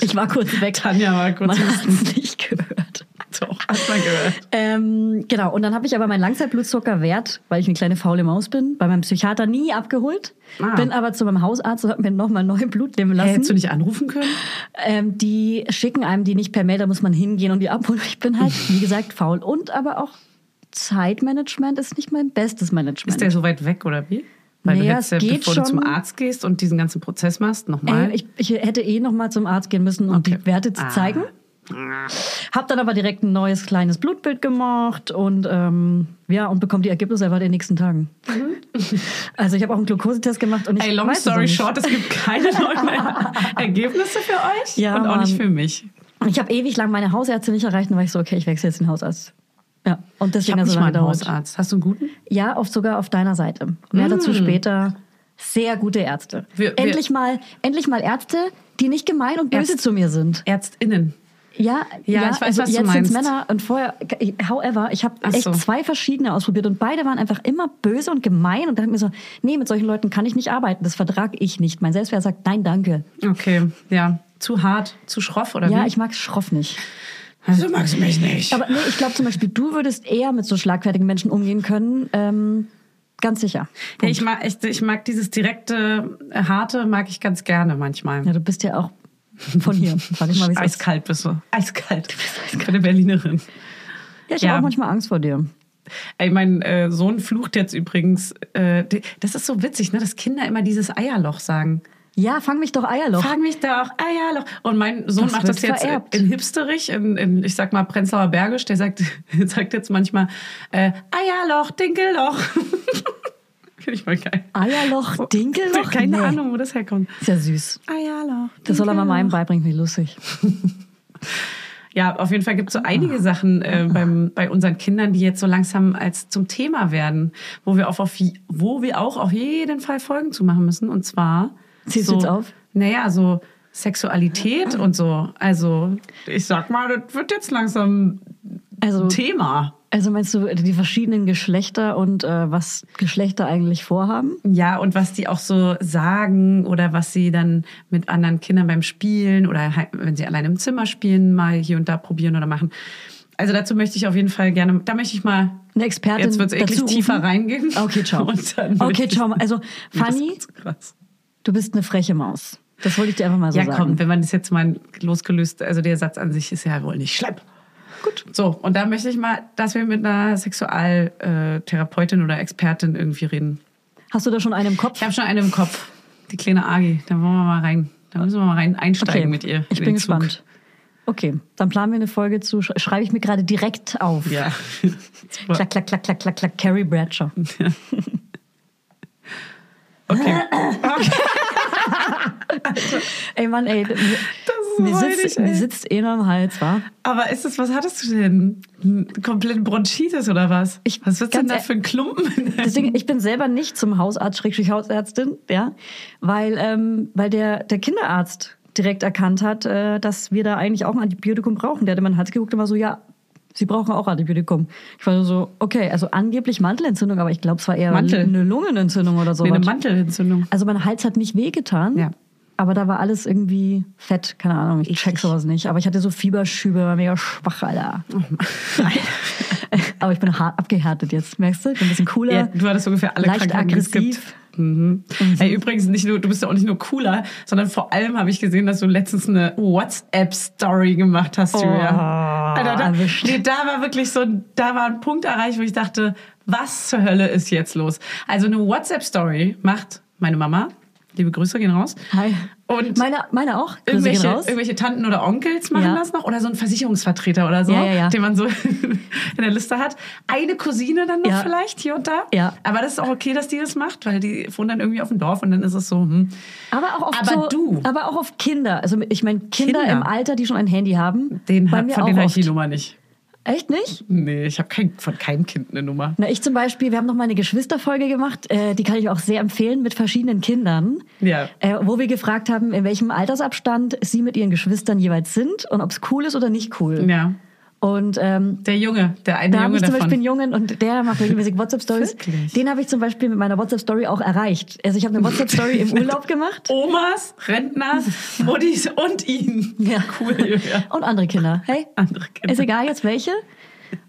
[SPEAKER 2] Ich war kurz weg.
[SPEAKER 1] Tanja
[SPEAKER 2] *laughs*
[SPEAKER 1] war kurz
[SPEAKER 2] Man
[SPEAKER 1] weg.
[SPEAKER 2] hat es nicht gehört.
[SPEAKER 1] Doch, hat man gehört.
[SPEAKER 2] Ähm, genau, und dann habe ich aber meinen Langzeitblutzuckerwert, weil ich eine kleine faule Maus bin, bei meinem Psychiater nie abgeholt.
[SPEAKER 1] Ah.
[SPEAKER 2] Bin aber zu meinem Hausarzt und habe mir nochmal neu Blut nehmen lassen.
[SPEAKER 1] Hättest du nicht anrufen können?
[SPEAKER 2] ähm, die schicken einem die nicht per Mail, da muss man hingehen und die abholen. Ich bin halt, wie gesagt, faul. Und aber auch Zeitmanagement ist nicht mein bestes Management.
[SPEAKER 1] Ist der so weit weg oder wie? Weil
[SPEAKER 2] Naja,
[SPEAKER 1] du hättest
[SPEAKER 2] es
[SPEAKER 1] ja,
[SPEAKER 2] geht
[SPEAKER 1] bevor du
[SPEAKER 2] schon.
[SPEAKER 1] zum Arzt gehst und diesen ganzen Prozess machst, nochmal.
[SPEAKER 2] Ey, ich, ich hätte eh nochmal zum Arzt gehen müssen, um
[SPEAKER 1] Okay.
[SPEAKER 2] die Werte zu
[SPEAKER 1] Ah.
[SPEAKER 2] zeigen. Hab dann aber direkt ein neues kleines Blutbild gemacht und ähm, ja, und bekomme die Ergebnisse einfach in den nächsten Tagen. *laughs* Also ich habe auch einen Glukosetest gemacht und ich
[SPEAKER 1] Mhm. Ey, long
[SPEAKER 2] weiß es noch
[SPEAKER 1] story
[SPEAKER 2] nicht.
[SPEAKER 1] short, es gibt keine neuen
[SPEAKER 2] *laughs*
[SPEAKER 1] Ergebnisse für euch
[SPEAKER 2] Ja,
[SPEAKER 1] und auch nicht
[SPEAKER 2] Mann.
[SPEAKER 1] für mich.
[SPEAKER 2] Ich habe ewig lang meine Hausärzte nicht erreicht und war ich so, okay, ich wechsle jetzt den Hausarzt. Ja, und
[SPEAKER 1] Ich
[SPEAKER 2] deswegen
[SPEAKER 1] habe
[SPEAKER 2] hat
[SPEAKER 1] nicht
[SPEAKER 2] es so
[SPEAKER 1] mal
[SPEAKER 2] lange
[SPEAKER 1] einen
[SPEAKER 2] gedauert.
[SPEAKER 1] Hausarzt. Hast du einen guten?
[SPEAKER 2] Ja, oft sogar auf deiner Seite. Mehr dazu später. Sehr gute Ärzte.
[SPEAKER 1] Wir- wir-
[SPEAKER 2] endlich mal, endlich mal Ärzte, die nicht gemein und böse
[SPEAKER 1] Ärzte.
[SPEAKER 2] zu mir sind.
[SPEAKER 1] Ärztinnen.
[SPEAKER 2] Ja,
[SPEAKER 1] Ja, ich weiß,
[SPEAKER 2] also
[SPEAKER 1] was du
[SPEAKER 2] jetzt
[SPEAKER 1] meinst.
[SPEAKER 2] sind's Männer und vorher, however, ich habe
[SPEAKER 1] Ach
[SPEAKER 2] echt
[SPEAKER 1] so.
[SPEAKER 2] zwei verschiedene ausprobiert und beide waren einfach immer böse und gemein und dachte mir so, nee, mit solchen Leuten kann ich nicht arbeiten, das vertrag ich nicht. Mein Selbstwert sagt, nein, danke.
[SPEAKER 1] Okay, ja. Zu hart, zu schroff oder
[SPEAKER 2] Ja,
[SPEAKER 1] wie?
[SPEAKER 2] ich mag schroff nicht.
[SPEAKER 1] also magst mich nicht.
[SPEAKER 2] Aber nee, ich glaube zum Beispiel, du würdest eher mit so schlagfertigen Menschen umgehen können, ähm, ganz sicher.
[SPEAKER 1] Ja, ich, mag, ich, ich mag dieses direkte, äh, harte, mag ich ganz gerne manchmal.
[SPEAKER 2] Ja, du bist ja auch von hier. *laughs* Sag ich mal, wie es ist.
[SPEAKER 1] eiskalt bist du. Eiskalt. Du bist eiskalt. Eine Berlinerin.
[SPEAKER 2] Ja, ich
[SPEAKER 1] Ja.
[SPEAKER 2] habe auch manchmal Angst vor dir.
[SPEAKER 1] Ey, mein äh, Sohn flucht jetzt übrigens. Äh, die- das ist so witzig, ne, dass Kinder immer dieses Eierloch sagen.
[SPEAKER 2] Ja, fang mich doch Eierloch.
[SPEAKER 1] Frag mich da auch, Eierloch. Und mein Sohn
[SPEAKER 2] Oh. Das
[SPEAKER 1] macht das
[SPEAKER 2] wird
[SPEAKER 1] jetzt
[SPEAKER 2] vererbt.
[SPEAKER 1] in Hipsterich, in, in, ich sag mal, Prenzlauer Bergisch. Der sagt, *laughs* sagt jetzt manchmal äh, Eierloch, Dinkelloch. *laughs* Finde ich voll geil. Oh,
[SPEAKER 2] Eierloch, Ah, *laughs* Dinkelloch?
[SPEAKER 1] Keine
[SPEAKER 2] Nee.
[SPEAKER 1] Ahnung, wo das herkommt.
[SPEAKER 2] Ist ja süß.
[SPEAKER 1] Eierloch.
[SPEAKER 2] Das soll er mal
[SPEAKER 1] Dinkelloch.
[SPEAKER 2] meinem beibringen, wie lustig.
[SPEAKER 1] Ja, auf jeden Fall gibt es so einige Sachen äh, beim, bei unseren Kindern, die jetzt so langsam als zum Thema werden, wo wir, auf, auf, wo wir auch auf jeden Fall Folgen zu machen müssen. Und zwar.
[SPEAKER 2] Ziehst du jetzt auf?
[SPEAKER 1] Naja, so Sexualität und so. Also, ich sag mal, das wird jetzt langsam
[SPEAKER 2] Also,
[SPEAKER 1] ein Thema.
[SPEAKER 2] also meinst du die verschiedenen Geschlechter und äh, was Geschlechter eigentlich vorhaben?
[SPEAKER 1] Ja, und was die auch so sagen oder was sie dann mit halt, anderen Kindern beim Spielen oder hei- wenn sie allein im Zimmer spielen, mal hier und da probieren oder machen. Also dazu möchte ich auf jeden Fall gerne, da möchte ich mal,
[SPEAKER 2] Eine Expertin
[SPEAKER 1] jetzt wird es eklig
[SPEAKER 2] dazu rufen?
[SPEAKER 1] tiefer reingehen.
[SPEAKER 2] Okay,
[SPEAKER 1] *laughs*
[SPEAKER 2] ciao.
[SPEAKER 1] Und dann möchte
[SPEAKER 2] Okay,
[SPEAKER 1] ich-
[SPEAKER 2] ciao. Also,
[SPEAKER 1] Das ist
[SPEAKER 2] Fanny,
[SPEAKER 1] zu krass.
[SPEAKER 2] du bist eine freche Maus. Das wollte ich dir einfach mal so
[SPEAKER 1] Ja,
[SPEAKER 2] sagen.
[SPEAKER 1] komm, wenn man das jetzt mal losgelöst, also der Satz an sich ist ja wohl nicht schlimm. Gut. So, und da möchte ich mal, dass wir mit einer Sexualtherapeutin oder Expertin irgendwie reden.
[SPEAKER 2] Hast du da schon einen im Kopf?
[SPEAKER 1] Ich habe schon eine im Kopf, die kleine Agi. Da wollen wir mal rein. Da müssen wir mal rein einsteigen mit ihr.
[SPEAKER 2] Ich
[SPEAKER 1] in
[SPEAKER 2] bin
[SPEAKER 1] den Zug.
[SPEAKER 2] gespannt. Okay, dann planen wir eine Folge zu. Sch- Schreibe ich mir gerade direkt auf. *laughs*
[SPEAKER 1] Ja.
[SPEAKER 2] Klack, klack, klack, klack, klack, klack. Carrie Bradshaw. *laughs*
[SPEAKER 1] Okay.
[SPEAKER 2] Ey,
[SPEAKER 1] *laughs*
[SPEAKER 2] Mann, ey. Das
[SPEAKER 1] ist
[SPEAKER 2] mir,
[SPEAKER 1] räudig,
[SPEAKER 2] sitzt,
[SPEAKER 1] ey.
[SPEAKER 2] mir sitzt eh noch im Hals, wa?
[SPEAKER 1] Aber ist das, was hattest du denn? N- Komplett Bronchitis oder was?
[SPEAKER 2] Ich-
[SPEAKER 1] was wird denn
[SPEAKER 2] ganz e-
[SPEAKER 1] da
[SPEAKER 2] Oh ehr-
[SPEAKER 1] für ein Klumpen?
[SPEAKER 2] Deswegen, ich bin selber nicht zum Hausarzt, Schrägstrich Hausärztin, ja, weil, ähm, weil der, der Kinderarzt direkt erkannt hat, äh, dass wir da eigentlich auch ein Antibiotikum brauchen. Der hat in meinen Hals geguckt und war so, ja, Sie brauchen auch Antibiotikum. Ich war so, okay, also angeblich Mandelentzündung, aber ich glaube, es war eher
[SPEAKER 1] Mantel.
[SPEAKER 2] eine Lungenentzündung oder so.
[SPEAKER 1] Nee, eine Mantelentzündung.
[SPEAKER 2] Also mein Hals hat nicht wehgetan.
[SPEAKER 1] Ja.
[SPEAKER 2] Aber da war alles irgendwie fett, keine Ahnung, ich check sowas nicht. Aber ich hatte so Fieberschübe, war mega schwach, Alter.
[SPEAKER 1] Oh
[SPEAKER 2] *laughs* aber ich bin hart abgehärtet jetzt, merkst du? Ich bin ein bisschen cooler.
[SPEAKER 1] Ja, du hattest ungefähr alle
[SPEAKER 2] leicht
[SPEAKER 1] Krankheiten, die es
[SPEAKER 2] aggressiv.
[SPEAKER 1] Mhm. Ey, übrigens, nicht nur, du bist ja auch nicht nur cooler, sondern vor allem habe ich gesehen, dass du letztens eine WhatsApp-Story gemacht hast, Julia.
[SPEAKER 2] Oh,
[SPEAKER 1] Alter, Also, da,
[SPEAKER 2] erwischt.
[SPEAKER 1] nee, da war wirklich so, ein- da war ein Punkt erreicht, wo ich dachte, was zur Hölle ist jetzt los? Also eine WhatsApp-Story macht meine Mama, liebe Grüße gehen raus.
[SPEAKER 2] Hi.
[SPEAKER 1] Und
[SPEAKER 2] meine, meine auch. Grüße gehen
[SPEAKER 1] irgendwelche,
[SPEAKER 2] raus.
[SPEAKER 1] irgendwelche Tanten oder Onkels machen
[SPEAKER 2] Ja.
[SPEAKER 1] das noch oder so ein Versicherungsvertreter oder so,
[SPEAKER 2] Ja, ja, ja.
[SPEAKER 1] den man so *laughs* in der Liste hat. Eine Cousine dann noch
[SPEAKER 2] Ja.
[SPEAKER 1] vielleicht hier und da.
[SPEAKER 2] Ja.
[SPEAKER 1] Aber das ist auch okay, dass die das macht, weil die wohnen dann irgendwie auf dem Dorf und dann ist es so, hm.
[SPEAKER 2] aber auch auf
[SPEAKER 1] Aber
[SPEAKER 2] so,
[SPEAKER 1] du.
[SPEAKER 2] aber auch auf Kinder. Also ich meine Kinder,
[SPEAKER 1] Kinder.
[SPEAKER 2] im Alter, die schon ein Handy haben.
[SPEAKER 1] Den
[SPEAKER 2] bei
[SPEAKER 1] hab,
[SPEAKER 2] mir
[SPEAKER 1] von
[SPEAKER 2] auch
[SPEAKER 1] denen habe ich
[SPEAKER 2] oft.
[SPEAKER 1] die Nummer nicht.
[SPEAKER 2] Echt nicht?
[SPEAKER 1] Nee, ich habe kein, von keinem Kind eine Nummer.
[SPEAKER 2] Na, ich zum Beispiel, wir haben noch mal eine Geschwisterfolge gemacht, äh, die kann ich auch sehr empfehlen, mit verschiedenen Kindern.
[SPEAKER 1] Ja.
[SPEAKER 2] Äh, wo wir gefragt haben, in welchem Altersabstand sie mit ihren Geschwistern jeweils sind und ob es cool ist oder nicht cool.
[SPEAKER 1] Ja.
[SPEAKER 2] Und ähm,
[SPEAKER 1] Der Junge, der eine
[SPEAKER 2] da habe
[SPEAKER 1] Junge
[SPEAKER 2] ich zum
[SPEAKER 1] davon.
[SPEAKER 2] Beispiel einen Jungen und
[SPEAKER 1] *laughs*
[SPEAKER 2] der macht regelmäßig WhatsApp-Stories.
[SPEAKER 1] Wirklich?
[SPEAKER 2] Den habe ich zum Beispiel mit meiner WhatsApp-Story auch erreicht. Also ich habe eine
[SPEAKER 1] *laughs*
[SPEAKER 2] WhatsApp-Story im Urlaub gemacht.
[SPEAKER 1] Omas, Rentner,
[SPEAKER 2] *laughs*
[SPEAKER 1] Muttis und ihn. Cool, Julia.
[SPEAKER 2] Und andere Kinder. Hey,
[SPEAKER 1] Andere Kinder.
[SPEAKER 2] ist egal jetzt welche.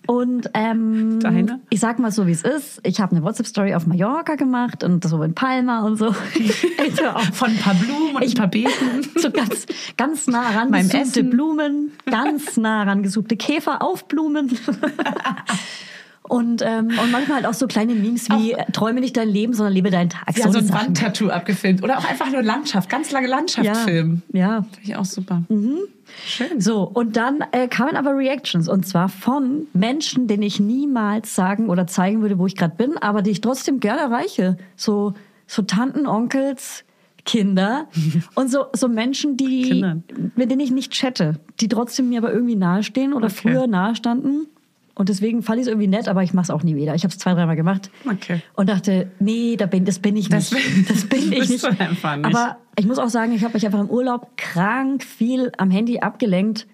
[SPEAKER 2] Und ähm,
[SPEAKER 1] Deine?
[SPEAKER 2] ich sag mal so, wie es ist. Ich habe eine WhatsApp-Story auf Mallorca gemacht und das so in Palma und
[SPEAKER 1] *laughs*
[SPEAKER 2] so. Ey, hör auf.
[SPEAKER 1] Von ein paar Blumen und ein paar Besen.
[SPEAKER 2] So ganz, ganz nah ran
[SPEAKER 1] Beim
[SPEAKER 2] gesupte
[SPEAKER 1] Essen.
[SPEAKER 2] Blumen, ganz nah ran gesupte Käfer
[SPEAKER 1] *laughs*
[SPEAKER 2] auf Blumen. Und, ähm, und manchmal halt auch so kleine Memes wie äh, träume nicht dein Leben, sondern lebe deinen Tag.
[SPEAKER 1] Sie haben so
[SPEAKER 2] eine
[SPEAKER 1] ein
[SPEAKER 2] Sachen.
[SPEAKER 1] Wandtattoo abgefilmt. Oder auch einfach nur Landschaft, ganz lange Landschaft
[SPEAKER 2] ja, Mhm.
[SPEAKER 1] filmen.
[SPEAKER 2] ja.
[SPEAKER 1] Finde ich auch super. Schön.
[SPEAKER 2] So, und dann äh, kamen aber Reactions und zwar von Menschen, denen ich niemals sagen oder zeigen würde, wo ich gerade bin, aber die ich trotzdem gerne erreiche. So, so Tanten, Onkels,
[SPEAKER 1] *laughs*
[SPEAKER 2] Kinder und so, so Menschen, die,
[SPEAKER 1] Kinder.
[SPEAKER 2] mit denen ich nicht chatte, die trotzdem mir aber irgendwie nahestehen oder
[SPEAKER 1] Okay.
[SPEAKER 2] früher nahestanden. Und deswegen fand ich es irgendwie nett, aber ich mache es auch nie wieder. Ich habe es zwei, dreimal gemacht
[SPEAKER 1] Okay.
[SPEAKER 2] und dachte, nee, da bin, das bin ich
[SPEAKER 1] Das
[SPEAKER 2] nicht.
[SPEAKER 1] bin-
[SPEAKER 2] das bin ich
[SPEAKER 1] bist
[SPEAKER 2] nicht.
[SPEAKER 1] *laughs* du einfach nicht.
[SPEAKER 2] Aber ich muss auch sagen, ich habe mich einfach im Urlaub krank viel am Handy abgelenkt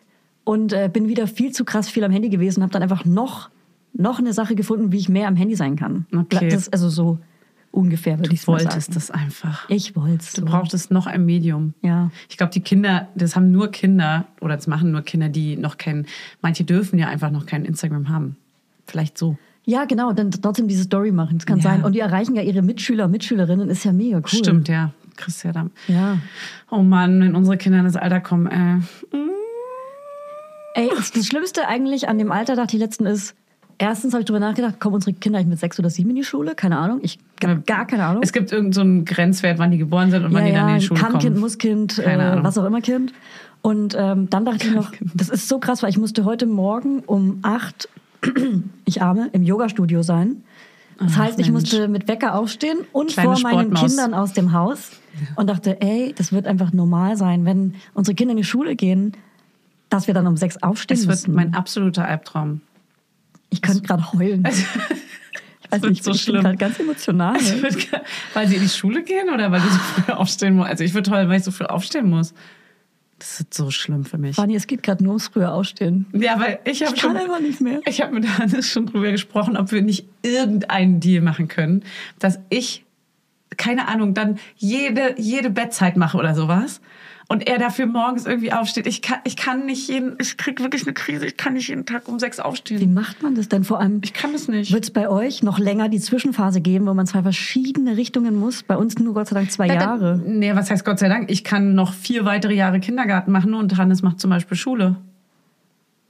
[SPEAKER 2] und äh, bin wieder viel zu krass viel am Handy gewesen und habe dann einfach noch, noch eine Sache gefunden, wie ich mehr am Handy sein kann.
[SPEAKER 1] Okay.
[SPEAKER 2] Das, also so ungefähr würde
[SPEAKER 1] Du
[SPEAKER 2] ich es mal sagen.
[SPEAKER 1] wolltest das einfach.
[SPEAKER 2] Ich wollte es.
[SPEAKER 1] Du brauchtest noch ein Medium.
[SPEAKER 2] Ja.
[SPEAKER 1] Ich glaube, die Kinder, das haben nur Kinder oder das machen nur Kinder, die noch kein, manche dürfen ja einfach noch kein Instagram haben. Vielleicht so.
[SPEAKER 2] Ja, genau, dann trotzdem diese Story machen, das kann
[SPEAKER 1] Ja.
[SPEAKER 2] sein. Und die erreichen ja ihre Mitschüler und Mitschülerinnen, ist ja mega cool.
[SPEAKER 1] Stimmt, ja. Kriegst ja dann.
[SPEAKER 2] Ja.
[SPEAKER 1] Oh Mann, wenn unsere Kinder in das Alter kommen, äh.
[SPEAKER 2] Ey, das das Schlimmste eigentlich an dem Alter, dachte ich letzten, ist, erstens habe ich darüber nachgedacht, kommen unsere Kinder eigentlich mit sechs oder sieben in die Schule? Keine Ahnung. Ich habe gar keine Ahnung.
[SPEAKER 1] Es gibt irgendeinen so einen Grenzwert, wann die geboren sind und wann die dann in die Schule kommen.
[SPEAKER 2] Kammkind, Musskind,
[SPEAKER 1] Keine
[SPEAKER 2] äh,
[SPEAKER 1] Ahnung.
[SPEAKER 2] was auch immer Kind. Und ähm, dann dachte ich noch, das ist so krass, weil ich musste heute Morgen um acht, *clears throat* ich arme, im Yogastudio sein. Das
[SPEAKER 1] Ach,
[SPEAKER 2] heißt, ich
[SPEAKER 1] Mensch.
[SPEAKER 2] musste mit Wecker aufstehen und
[SPEAKER 1] Kleine
[SPEAKER 2] vor meinen
[SPEAKER 1] Sportmaus.
[SPEAKER 2] Kindern aus dem Haus und dachte, ey, das wird einfach normal sein, wenn unsere Kinder in die Schule gehen, dass wir dann um sechs aufstehen
[SPEAKER 1] Das wird
[SPEAKER 2] müssen.
[SPEAKER 1] mein absoluter Albtraum.
[SPEAKER 2] Ich könnte
[SPEAKER 1] *laughs*
[SPEAKER 2] gerade heulen. Ich weiß
[SPEAKER 1] wird
[SPEAKER 2] nicht,
[SPEAKER 1] so
[SPEAKER 2] ich
[SPEAKER 1] schlimm.
[SPEAKER 2] bin gerade ganz emotional.
[SPEAKER 1] Also Ich würd ge- weil sie in die Schule gehen oder weil sie so früh aufstehen muss? Also ich würde toll, weil ich so früh aufstehen muss. Das ist so schlimm für mich.
[SPEAKER 2] Fanny, es geht gerade nur ums früher Ausstehen.
[SPEAKER 1] Ja, weil ich habe
[SPEAKER 2] Ich kann
[SPEAKER 1] schon.
[SPEAKER 2] einfach nicht mehr.
[SPEAKER 1] Ich habe mit Hannes schon drüber gesprochen, ob wir nicht irgendeinen Deal machen können, dass ich keine Ahnung, dann jede, jede Bettzeit mache oder sowas und er dafür morgens irgendwie aufsteht. Ich kann, ich kann nicht jeden, ich krieg wirklich eine Krise, ich kann nicht jeden Tag um sechs
[SPEAKER 2] Wie
[SPEAKER 1] aufstehen.
[SPEAKER 2] macht man das denn? Vor allem
[SPEAKER 1] Ich kann es nicht.
[SPEAKER 2] wird es bei euch noch länger die Zwischenphase geben, wo man zwei verschiedene Richtungen muss. Bei uns nur Gott sei Dank zwei
[SPEAKER 1] Na,
[SPEAKER 2] Jahre.
[SPEAKER 1] Dann, nee, was heißt Gott sei Dank? Ich kann noch vier weitere Jahre Kindergarten machen und Hannes macht zum Beispiel Schule.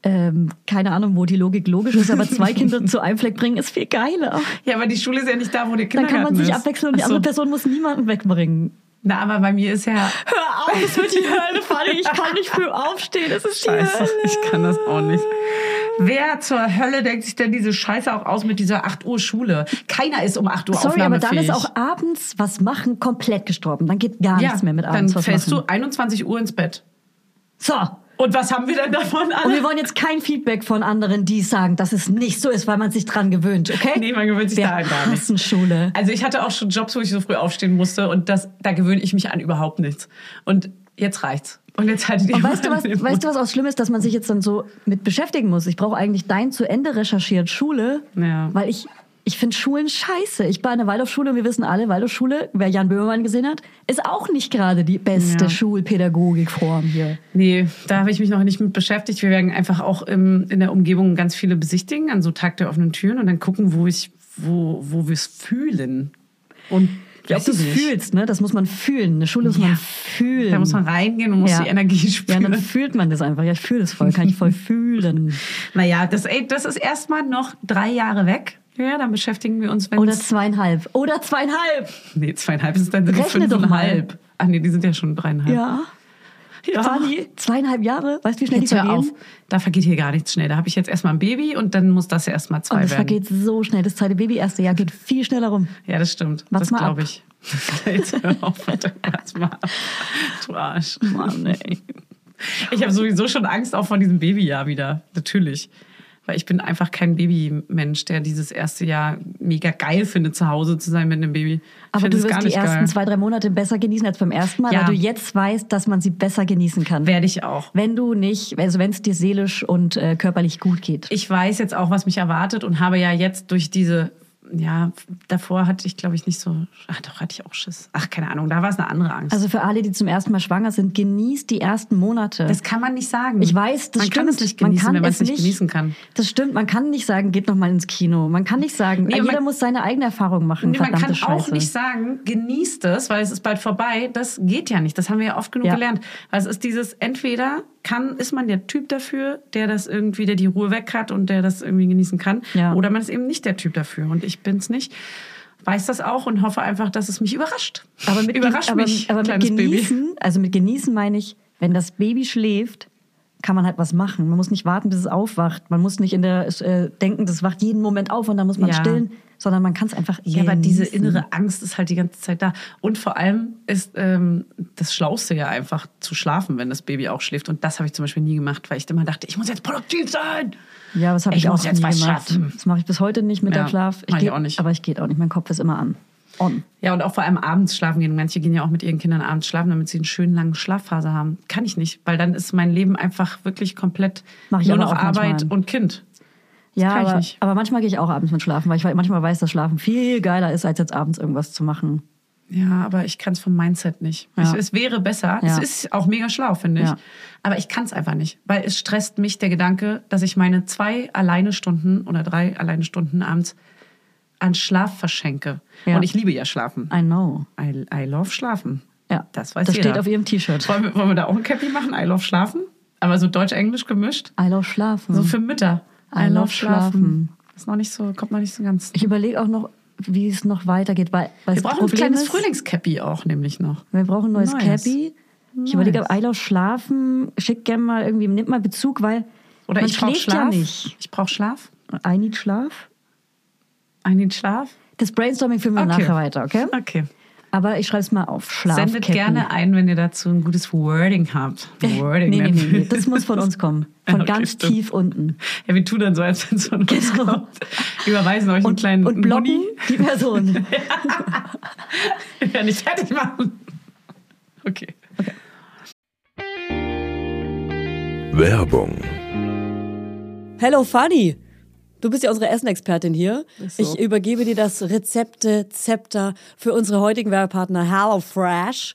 [SPEAKER 2] Ähm, keine Ahnung, wo die Logik logisch ist, aber *laughs* zwei Kinder zu einem Fleck bringen ist viel geiler.
[SPEAKER 1] Ja, aber die Schule ist ja nicht da, wo der
[SPEAKER 2] Dann
[SPEAKER 1] Kindergarten
[SPEAKER 2] kann man sich
[SPEAKER 1] ist.
[SPEAKER 2] abwechseln und die
[SPEAKER 1] Ach so.
[SPEAKER 2] andere Person muss niemanden wegbringen.
[SPEAKER 1] Na, aber bei mir ist ja
[SPEAKER 2] Hör auf, es wird die Hölle, Fanny. Ich kann nicht früh aufstehen. Es ist
[SPEAKER 1] Scheiße. Ich kann das auch nicht. Wer zur Hölle denkt sich denn diese Scheiße auch aus mit dieser 8 Uhr Schule? Keiner ist um 8 Uhr
[SPEAKER 2] Sorry, aber dann ist
[SPEAKER 1] aufnahmefähig.
[SPEAKER 2] auch abends was machen komplett gestorben. Dann geht gar
[SPEAKER 1] ja,
[SPEAKER 2] nichts mehr mit abends
[SPEAKER 1] Dann
[SPEAKER 2] was
[SPEAKER 1] fällst
[SPEAKER 2] machen.
[SPEAKER 1] du 21 Uhr ins Bett.
[SPEAKER 2] So.
[SPEAKER 1] Und was haben wir denn davon
[SPEAKER 2] Und
[SPEAKER 1] alle?
[SPEAKER 2] wir wollen jetzt kein Feedback von anderen, die sagen, dass es nicht so ist, weil man sich dran gewöhnt, okay?
[SPEAKER 1] Nee, man gewöhnt sich
[SPEAKER 2] wir
[SPEAKER 1] da halt gar nicht.
[SPEAKER 2] hassen Schule.
[SPEAKER 1] Also ich hatte auch schon Jobs, wo ich so früh aufstehen musste und das, da gewöhne ich mich an überhaupt nichts. Und jetzt reicht's. Und jetzt haltet ihr
[SPEAKER 2] Und
[SPEAKER 1] mal
[SPEAKER 2] weißt du, was,
[SPEAKER 1] den
[SPEAKER 2] weißt du,
[SPEAKER 1] Mund.
[SPEAKER 2] was auch schlimm ist, dass man sich jetzt dann so mit beschäftigen muss? Ich brauche eigentlich dein zu Ende recherchiert Schule,
[SPEAKER 1] Ja.
[SPEAKER 2] weil ich, ich finde Schulen scheiße. Ich war in der Waldorfschule und wir wissen alle, Waldorfschule, wer Jan Böhmermann gesehen hat, ist auch nicht gerade die beste
[SPEAKER 1] Ja.
[SPEAKER 2] Schulpädagogikform hier.
[SPEAKER 1] Nee, da habe ich mich noch nicht mit beschäftigt. Wir werden einfach auch im, in der Umgebung ganz viele besichtigen, an so Tag der offenen Türen und dann gucken, wo ich, wo, wo wir es fühlen. Und
[SPEAKER 2] Ja, ob du es fühlst, ne? das muss man fühlen. Eine Schule muss
[SPEAKER 1] Ja.
[SPEAKER 2] man fühlen.
[SPEAKER 1] Da muss man reingehen und muss die Energie spüren.
[SPEAKER 2] Ja, dann fühlt man das einfach. Ja, ich fühle das voll, kann ich
[SPEAKER 1] *laughs*
[SPEAKER 2] voll fühlen.
[SPEAKER 1] naja, das, ey, das ist erstmal noch drei Jahre weg. Ja, dann beschäftigen wir uns, wenn
[SPEAKER 2] Oder
[SPEAKER 1] es-
[SPEAKER 2] zweieinhalb. Oder zweieinhalb.
[SPEAKER 1] Nee, zweieinhalb ist dann sind es
[SPEAKER 2] Rechne doch mal.
[SPEAKER 1] fünfeinhalb. Ah nee, die sind ja schon dreieinhalb.
[SPEAKER 2] Ja. Fanny, zweieinhalb Jahre. Weißt du, wie schnell
[SPEAKER 1] Jetzt
[SPEAKER 2] die
[SPEAKER 1] hör
[SPEAKER 2] vergehen?
[SPEAKER 1] auf. Da vergeht hier gar nichts schnell. Da habe ich jetzt erstmal ein Baby und dann muss das erstmal zwei
[SPEAKER 2] Und das
[SPEAKER 1] werden.
[SPEAKER 2] vergeht so schnell. Das zweite Baby, erste Jahr geht viel schneller rum.
[SPEAKER 1] Ja, das stimmt. das
[SPEAKER 2] Wart's mal
[SPEAKER 1] glaube
[SPEAKER 2] ab.
[SPEAKER 1] ich. *laughs* Jetzt hör auf, warte, warte mal ab. Du Arsch.
[SPEAKER 2] Mann, ey.
[SPEAKER 1] Ich habe sowieso schon Angst auch vor diesem Babyjahr wieder. Natürlich. Weil ich bin einfach kein Babymensch, der dieses erste Jahr mega geil findet, zu Hause zu sein mit einem Baby. Ich
[SPEAKER 2] Aber
[SPEAKER 1] find
[SPEAKER 2] du
[SPEAKER 1] es gar
[SPEAKER 2] wirst die
[SPEAKER 1] nicht
[SPEAKER 2] ersten
[SPEAKER 1] geil.
[SPEAKER 2] zwei, drei Monate besser genießen als beim ersten Mal,
[SPEAKER 1] Ja.
[SPEAKER 2] weil du jetzt weißt, dass man sie besser genießen kann.
[SPEAKER 1] Werde ich auch.
[SPEAKER 2] Wenn du nicht, also wenn es dir seelisch und äh, körperlich gut geht.
[SPEAKER 1] ich weiß jetzt auch, was mich erwartet und habe ja jetzt durch diese, ja, davor hatte ich, glaube ich, nicht so, ach doch, hatte ich auch Schiss. Ach, keine Ahnung, da war es eine andere Angst.
[SPEAKER 2] Also für alle, die zum ersten Mal schwanger sind, genießt die ersten Monate.
[SPEAKER 1] das kann man nicht sagen.
[SPEAKER 2] ich weiß, das
[SPEAKER 1] man
[SPEAKER 2] stimmt.
[SPEAKER 1] kann es nicht genießen, wenn man es nicht, genießen kann.
[SPEAKER 2] Das stimmt, man kann nicht sagen, geht noch mal ins Kino. Man kann nicht sagen, "Äh,
[SPEAKER 1] Nee,
[SPEAKER 2] jeder
[SPEAKER 1] man-
[SPEAKER 2] muss seine eigene Erfahrung machen.
[SPEAKER 1] Nee, man
[SPEAKER 2] verdammte
[SPEAKER 1] kann auch
[SPEAKER 2] Scheiße.
[SPEAKER 1] nicht sagen, genießt es, weil es ist bald vorbei. Das geht ja nicht. Das haben wir ja oft genug
[SPEAKER 2] Ja.
[SPEAKER 1] gelernt. Also es ist dieses, entweder kann, ist man der Typ dafür, der das irgendwie, der die Ruhe weg hat und der das irgendwie genießen kann.
[SPEAKER 2] Ja.
[SPEAKER 1] Oder man ist eben nicht der Typ dafür. Und ich bin's nicht. Weiß das auch und hoffe einfach, dass es mich überrascht.
[SPEAKER 2] Aber mit,
[SPEAKER 1] überrascht
[SPEAKER 2] aber,
[SPEAKER 1] mich,
[SPEAKER 2] aber mit
[SPEAKER 1] kleines Baby.
[SPEAKER 2] genießen, also mit genießen meine ich, wenn das Baby schläft, kann man halt was machen. Man muss nicht warten, bis es aufwacht. Man muss nicht in der äh, denken, das wacht jeden Moment auf und dann muss man
[SPEAKER 1] Ja.
[SPEAKER 2] stillen, sondern man kann es einfach
[SPEAKER 1] Ja, aber diese
[SPEAKER 2] genießen.
[SPEAKER 1] innere Angst ist halt die ganze Zeit da. Und vor allem ist ähm, das Schlauste ja einfach zu schlafen, wenn das Baby auch schläft. Und das habe ich zum Beispiel nie gemacht, weil ich immer dachte, ich muss jetzt produktiv sein.
[SPEAKER 2] Ja, das habe ich,
[SPEAKER 1] Ich
[SPEAKER 2] auch
[SPEAKER 1] muss jetzt
[SPEAKER 2] nie
[SPEAKER 1] was
[SPEAKER 2] gemacht.
[SPEAKER 1] schaffen.
[SPEAKER 2] Das mache ich bis heute nicht mit
[SPEAKER 1] Ja,
[SPEAKER 2] der Schlaf.
[SPEAKER 1] mach ich
[SPEAKER 2] geh-
[SPEAKER 1] auch nicht.
[SPEAKER 2] Aber ich geht auch nicht. Mein Kopf ist immer an. On.
[SPEAKER 1] Ja, und auch vor allem abends schlafen gehen. Manche gehen ja auch mit ihren Kindern abends schlafen, damit sie einen schönen langen Schlafphase haben. Kann ich nicht, weil dann ist mein Leben einfach wirklich komplett
[SPEAKER 2] Mach ich
[SPEAKER 1] nur
[SPEAKER 2] aber
[SPEAKER 1] noch
[SPEAKER 2] auch manchmal.
[SPEAKER 1] Arbeit und Kind.
[SPEAKER 2] Ja,
[SPEAKER 1] kann ich
[SPEAKER 2] aber,
[SPEAKER 1] nicht.
[SPEAKER 2] aber manchmal gehe ich auch abends mit schlafen, weil ich we- manchmal weiß, dass Schlafen viel geiler ist, als jetzt abends irgendwas zu machen.
[SPEAKER 1] Ja, aber ich kann es vom Mindset nicht.
[SPEAKER 2] Ja.
[SPEAKER 1] Es, es wäre besser.
[SPEAKER 2] Ja.
[SPEAKER 1] Es ist auch mega schlau, finde ich.
[SPEAKER 2] Ja.
[SPEAKER 1] Aber ich kann es einfach nicht, weil es stresst mich der Gedanke, dass ich meine zwei alleine Stunden oder drei alleine Stunden abends an Schlaf verschenke.
[SPEAKER 2] Ja.
[SPEAKER 1] Und ich liebe ja Schlafen.
[SPEAKER 2] I know.
[SPEAKER 1] I, I love Schlafen.
[SPEAKER 2] Ja.
[SPEAKER 1] Das weiß
[SPEAKER 2] Das
[SPEAKER 1] jeder.
[SPEAKER 2] steht auf ihrem T-Shirt.
[SPEAKER 1] Wollen wir, wollen wir da auch ein Cappy machen? I love Schlafen? Aber so deutsch-englisch gemischt?
[SPEAKER 2] I love Schlafen.
[SPEAKER 1] So für Mütter.
[SPEAKER 2] I love Schlafen.
[SPEAKER 1] Ist noch nicht so, kommt noch nicht so ganz.
[SPEAKER 2] Ich überlege auch noch, wie es noch weitergeht, weil, weil
[SPEAKER 1] Wir
[SPEAKER 2] das
[SPEAKER 1] brauchen ein
[SPEAKER 2] Problem
[SPEAKER 1] kleines
[SPEAKER 2] ist,
[SPEAKER 1] Frühlingscappy auch nämlich noch.
[SPEAKER 2] Wir brauchen ein neues
[SPEAKER 1] Neues.
[SPEAKER 2] Cappy.
[SPEAKER 1] Neues.
[SPEAKER 2] Ich überlege, ob Eilauf schlafen, schick gerne mal irgendwie, nimmt mal Bezug, weil
[SPEAKER 1] Oder
[SPEAKER 2] man
[SPEAKER 1] ich brauche
[SPEAKER 2] schläft
[SPEAKER 1] Schlaf.
[SPEAKER 2] ja nicht.
[SPEAKER 1] Ich brauche Schlaf.
[SPEAKER 2] I need Schlaf.
[SPEAKER 1] I need Schlaf.
[SPEAKER 2] Das Brainstorming führen wir
[SPEAKER 1] Okay.
[SPEAKER 2] nachher weiter, okay?
[SPEAKER 1] Okay.
[SPEAKER 2] Aber ich schreibe es mal auf. Schlaf.
[SPEAKER 1] Sendet gerne ein, wenn ihr dazu ein gutes Wording habt.
[SPEAKER 2] *laughs* Nee,
[SPEAKER 1] Wording. ne?
[SPEAKER 2] nee, nee,
[SPEAKER 4] ne?
[SPEAKER 2] nee, das muss von
[SPEAKER 1] ist-
[SPEAKER 2] uns kommen. Von
[SPEAKER 1] Okay,
[SPEAKER 2] ganz
[SPEAKER 1] stimmt.
[SPEAKER 2] tief unten.
[SPEAKER 1] *laughs* Ja, wir tun dann so, als wenn es von uns
[SPEAKER 2] Genau.
[SPEAKER 1] kommt. Überweisen euch einen
[SPEAKER 2] Und,
[SPEAKER 1] kleinen
[SPEAKER 2] und blocken
[SPEAKER 1] Muni.
[SPEAKER 2] die Person.
[SPEAKER 1] *laughs* Ja, nicht fertig machen. Okay.
[SPEAKER 3] Werbung,
[SPEAKER 4] Hello Funny, Du bist ja unsere Essenexpertin hier. Ich übergebe dir das Rezepte-Zepter für unsere heutigen Werbepartner HelloFresh.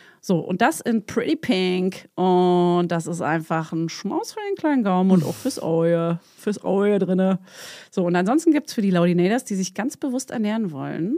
[SPEAKER 1] So, und das in Pretty Pink. Und das ist einfach ein Schmaus für den kleinen Gaumen und auch fürs Auge. Fürs Auge drinne. So, und ansonsten gibt es für die Laudinators, die sich ganz bewusst ernähren wollen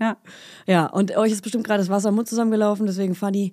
[SPEAKER 1] Ja.
[SPEAKER 4] Ja, und euch ist bestimmt gerade das Wasser im Mund zusammengelaufen. Deswegen, Fanny,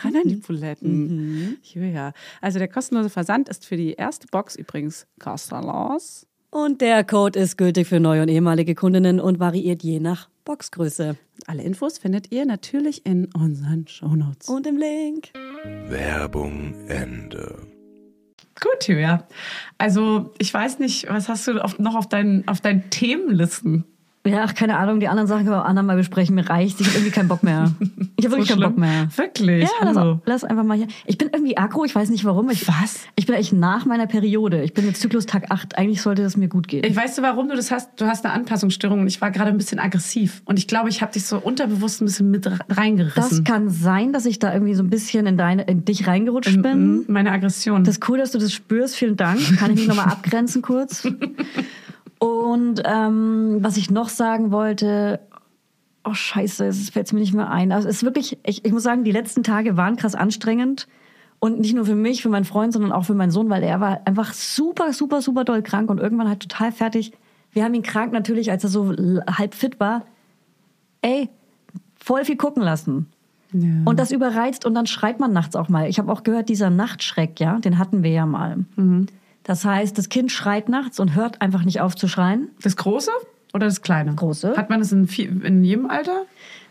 [SPEAKER 1] Ran an die Buletten. Ja. Also der kostenlose Versand ist für die erste Box übrigens kostenlos.
[SPEAKER 4] Und der Code ist gültig für neue und ehemalige Kundinnen und variiert je nach Boxgröße.
[SPEAKER 1] Alle Infos findet ihr natürlich in unseren Shownotes.
[SPEAKER 4] Und im Link.
[SPEAKER 3] Werbung Ende.
[SPEAKER 6] Gut, Julia. Also, ich weiß nicht, was hast du auf, noch auf deinen, auf deinen Themenlisten?
[SPEAKER 2] Ja, ach, keine Ahnung, die anderen Sachen können wir auch andermal besprechen. Mir reicht, ich habe irgendwie keinen Bock mehr. Ich
[SPEAKER 1] Also,
[SPEAKER 2] habe wirklich
[SPEAKER 6] So
[SPEAKER 2] keinen
[SPEAKER 6] schlimm?
[SPEAKER 2] Bock mehr.
[SPEAKER 6] Wirklich?
[SPEAKER 2] Ja, lass,
[SPEAKER 6] Hallo.
[SPEAKER 2] lass einfach mal hier. Ich bin irgendwie aggro, ich weiß nicht warum. Ich,
[SPEAKER 6] Was?
[SPEAKER 2] Ich bin eigentlich nach meiner Periode. Ich bin jetzt Zyklus Tag 8. Eigentlich sollte es mir gut gehen.
[SPEAKER 6] Ich weiß du, warum du das hast. Du hast eine Anpassungsstörung und ich war gerade ein bisschen aggressiv. Und ich glaube, ich habe dich so unterbewusst ein bisschen mit re-
[SPEAKER 2] das
[SPEAKER 6] reingerissen.
[SPEAKER 2] kann sein, dass ich da irgendwie so ein bisschen in, deine, in dich reingerutscht bin.
[SPEAKER 6] Mhm, Meine Aggression.
[SPEAKER 2] Das ist cool, dass du das spürst. Vielen Dank. Kann ich mich nochmal abgrenzen kurz? Und ähm, was ich noch sagen wollte, oh scheiße, es fällt mir nicht mehr ein. Also es ist wirklich, ich, ich muss sagen, die letzten Tage waren krass anstrengend. Und nicht nur für mich, für meinen Freund, sondern auch für meinen Sohn, weil er war einfach super, super, super doll krank und irgendwann halt total fertig. Wir haben ihn krank natürlich, als er so l- halb fit war. Ey, voll viel gucken lassen. Und das überreizt und dann schreit man nachts auch mal. Ich habe auch gehört, dieser Nachtschreck, ja, den hatten wir ja mal. Das heißt, das Kind schreit nachts und hört einfach nicht auf zu schreien.
[SPEAKER 6] Das Große oder das Kleine?
[SPEAKER 2] Große.
[SPEAKER 6] Hat man das in, viel, in jedem Alter?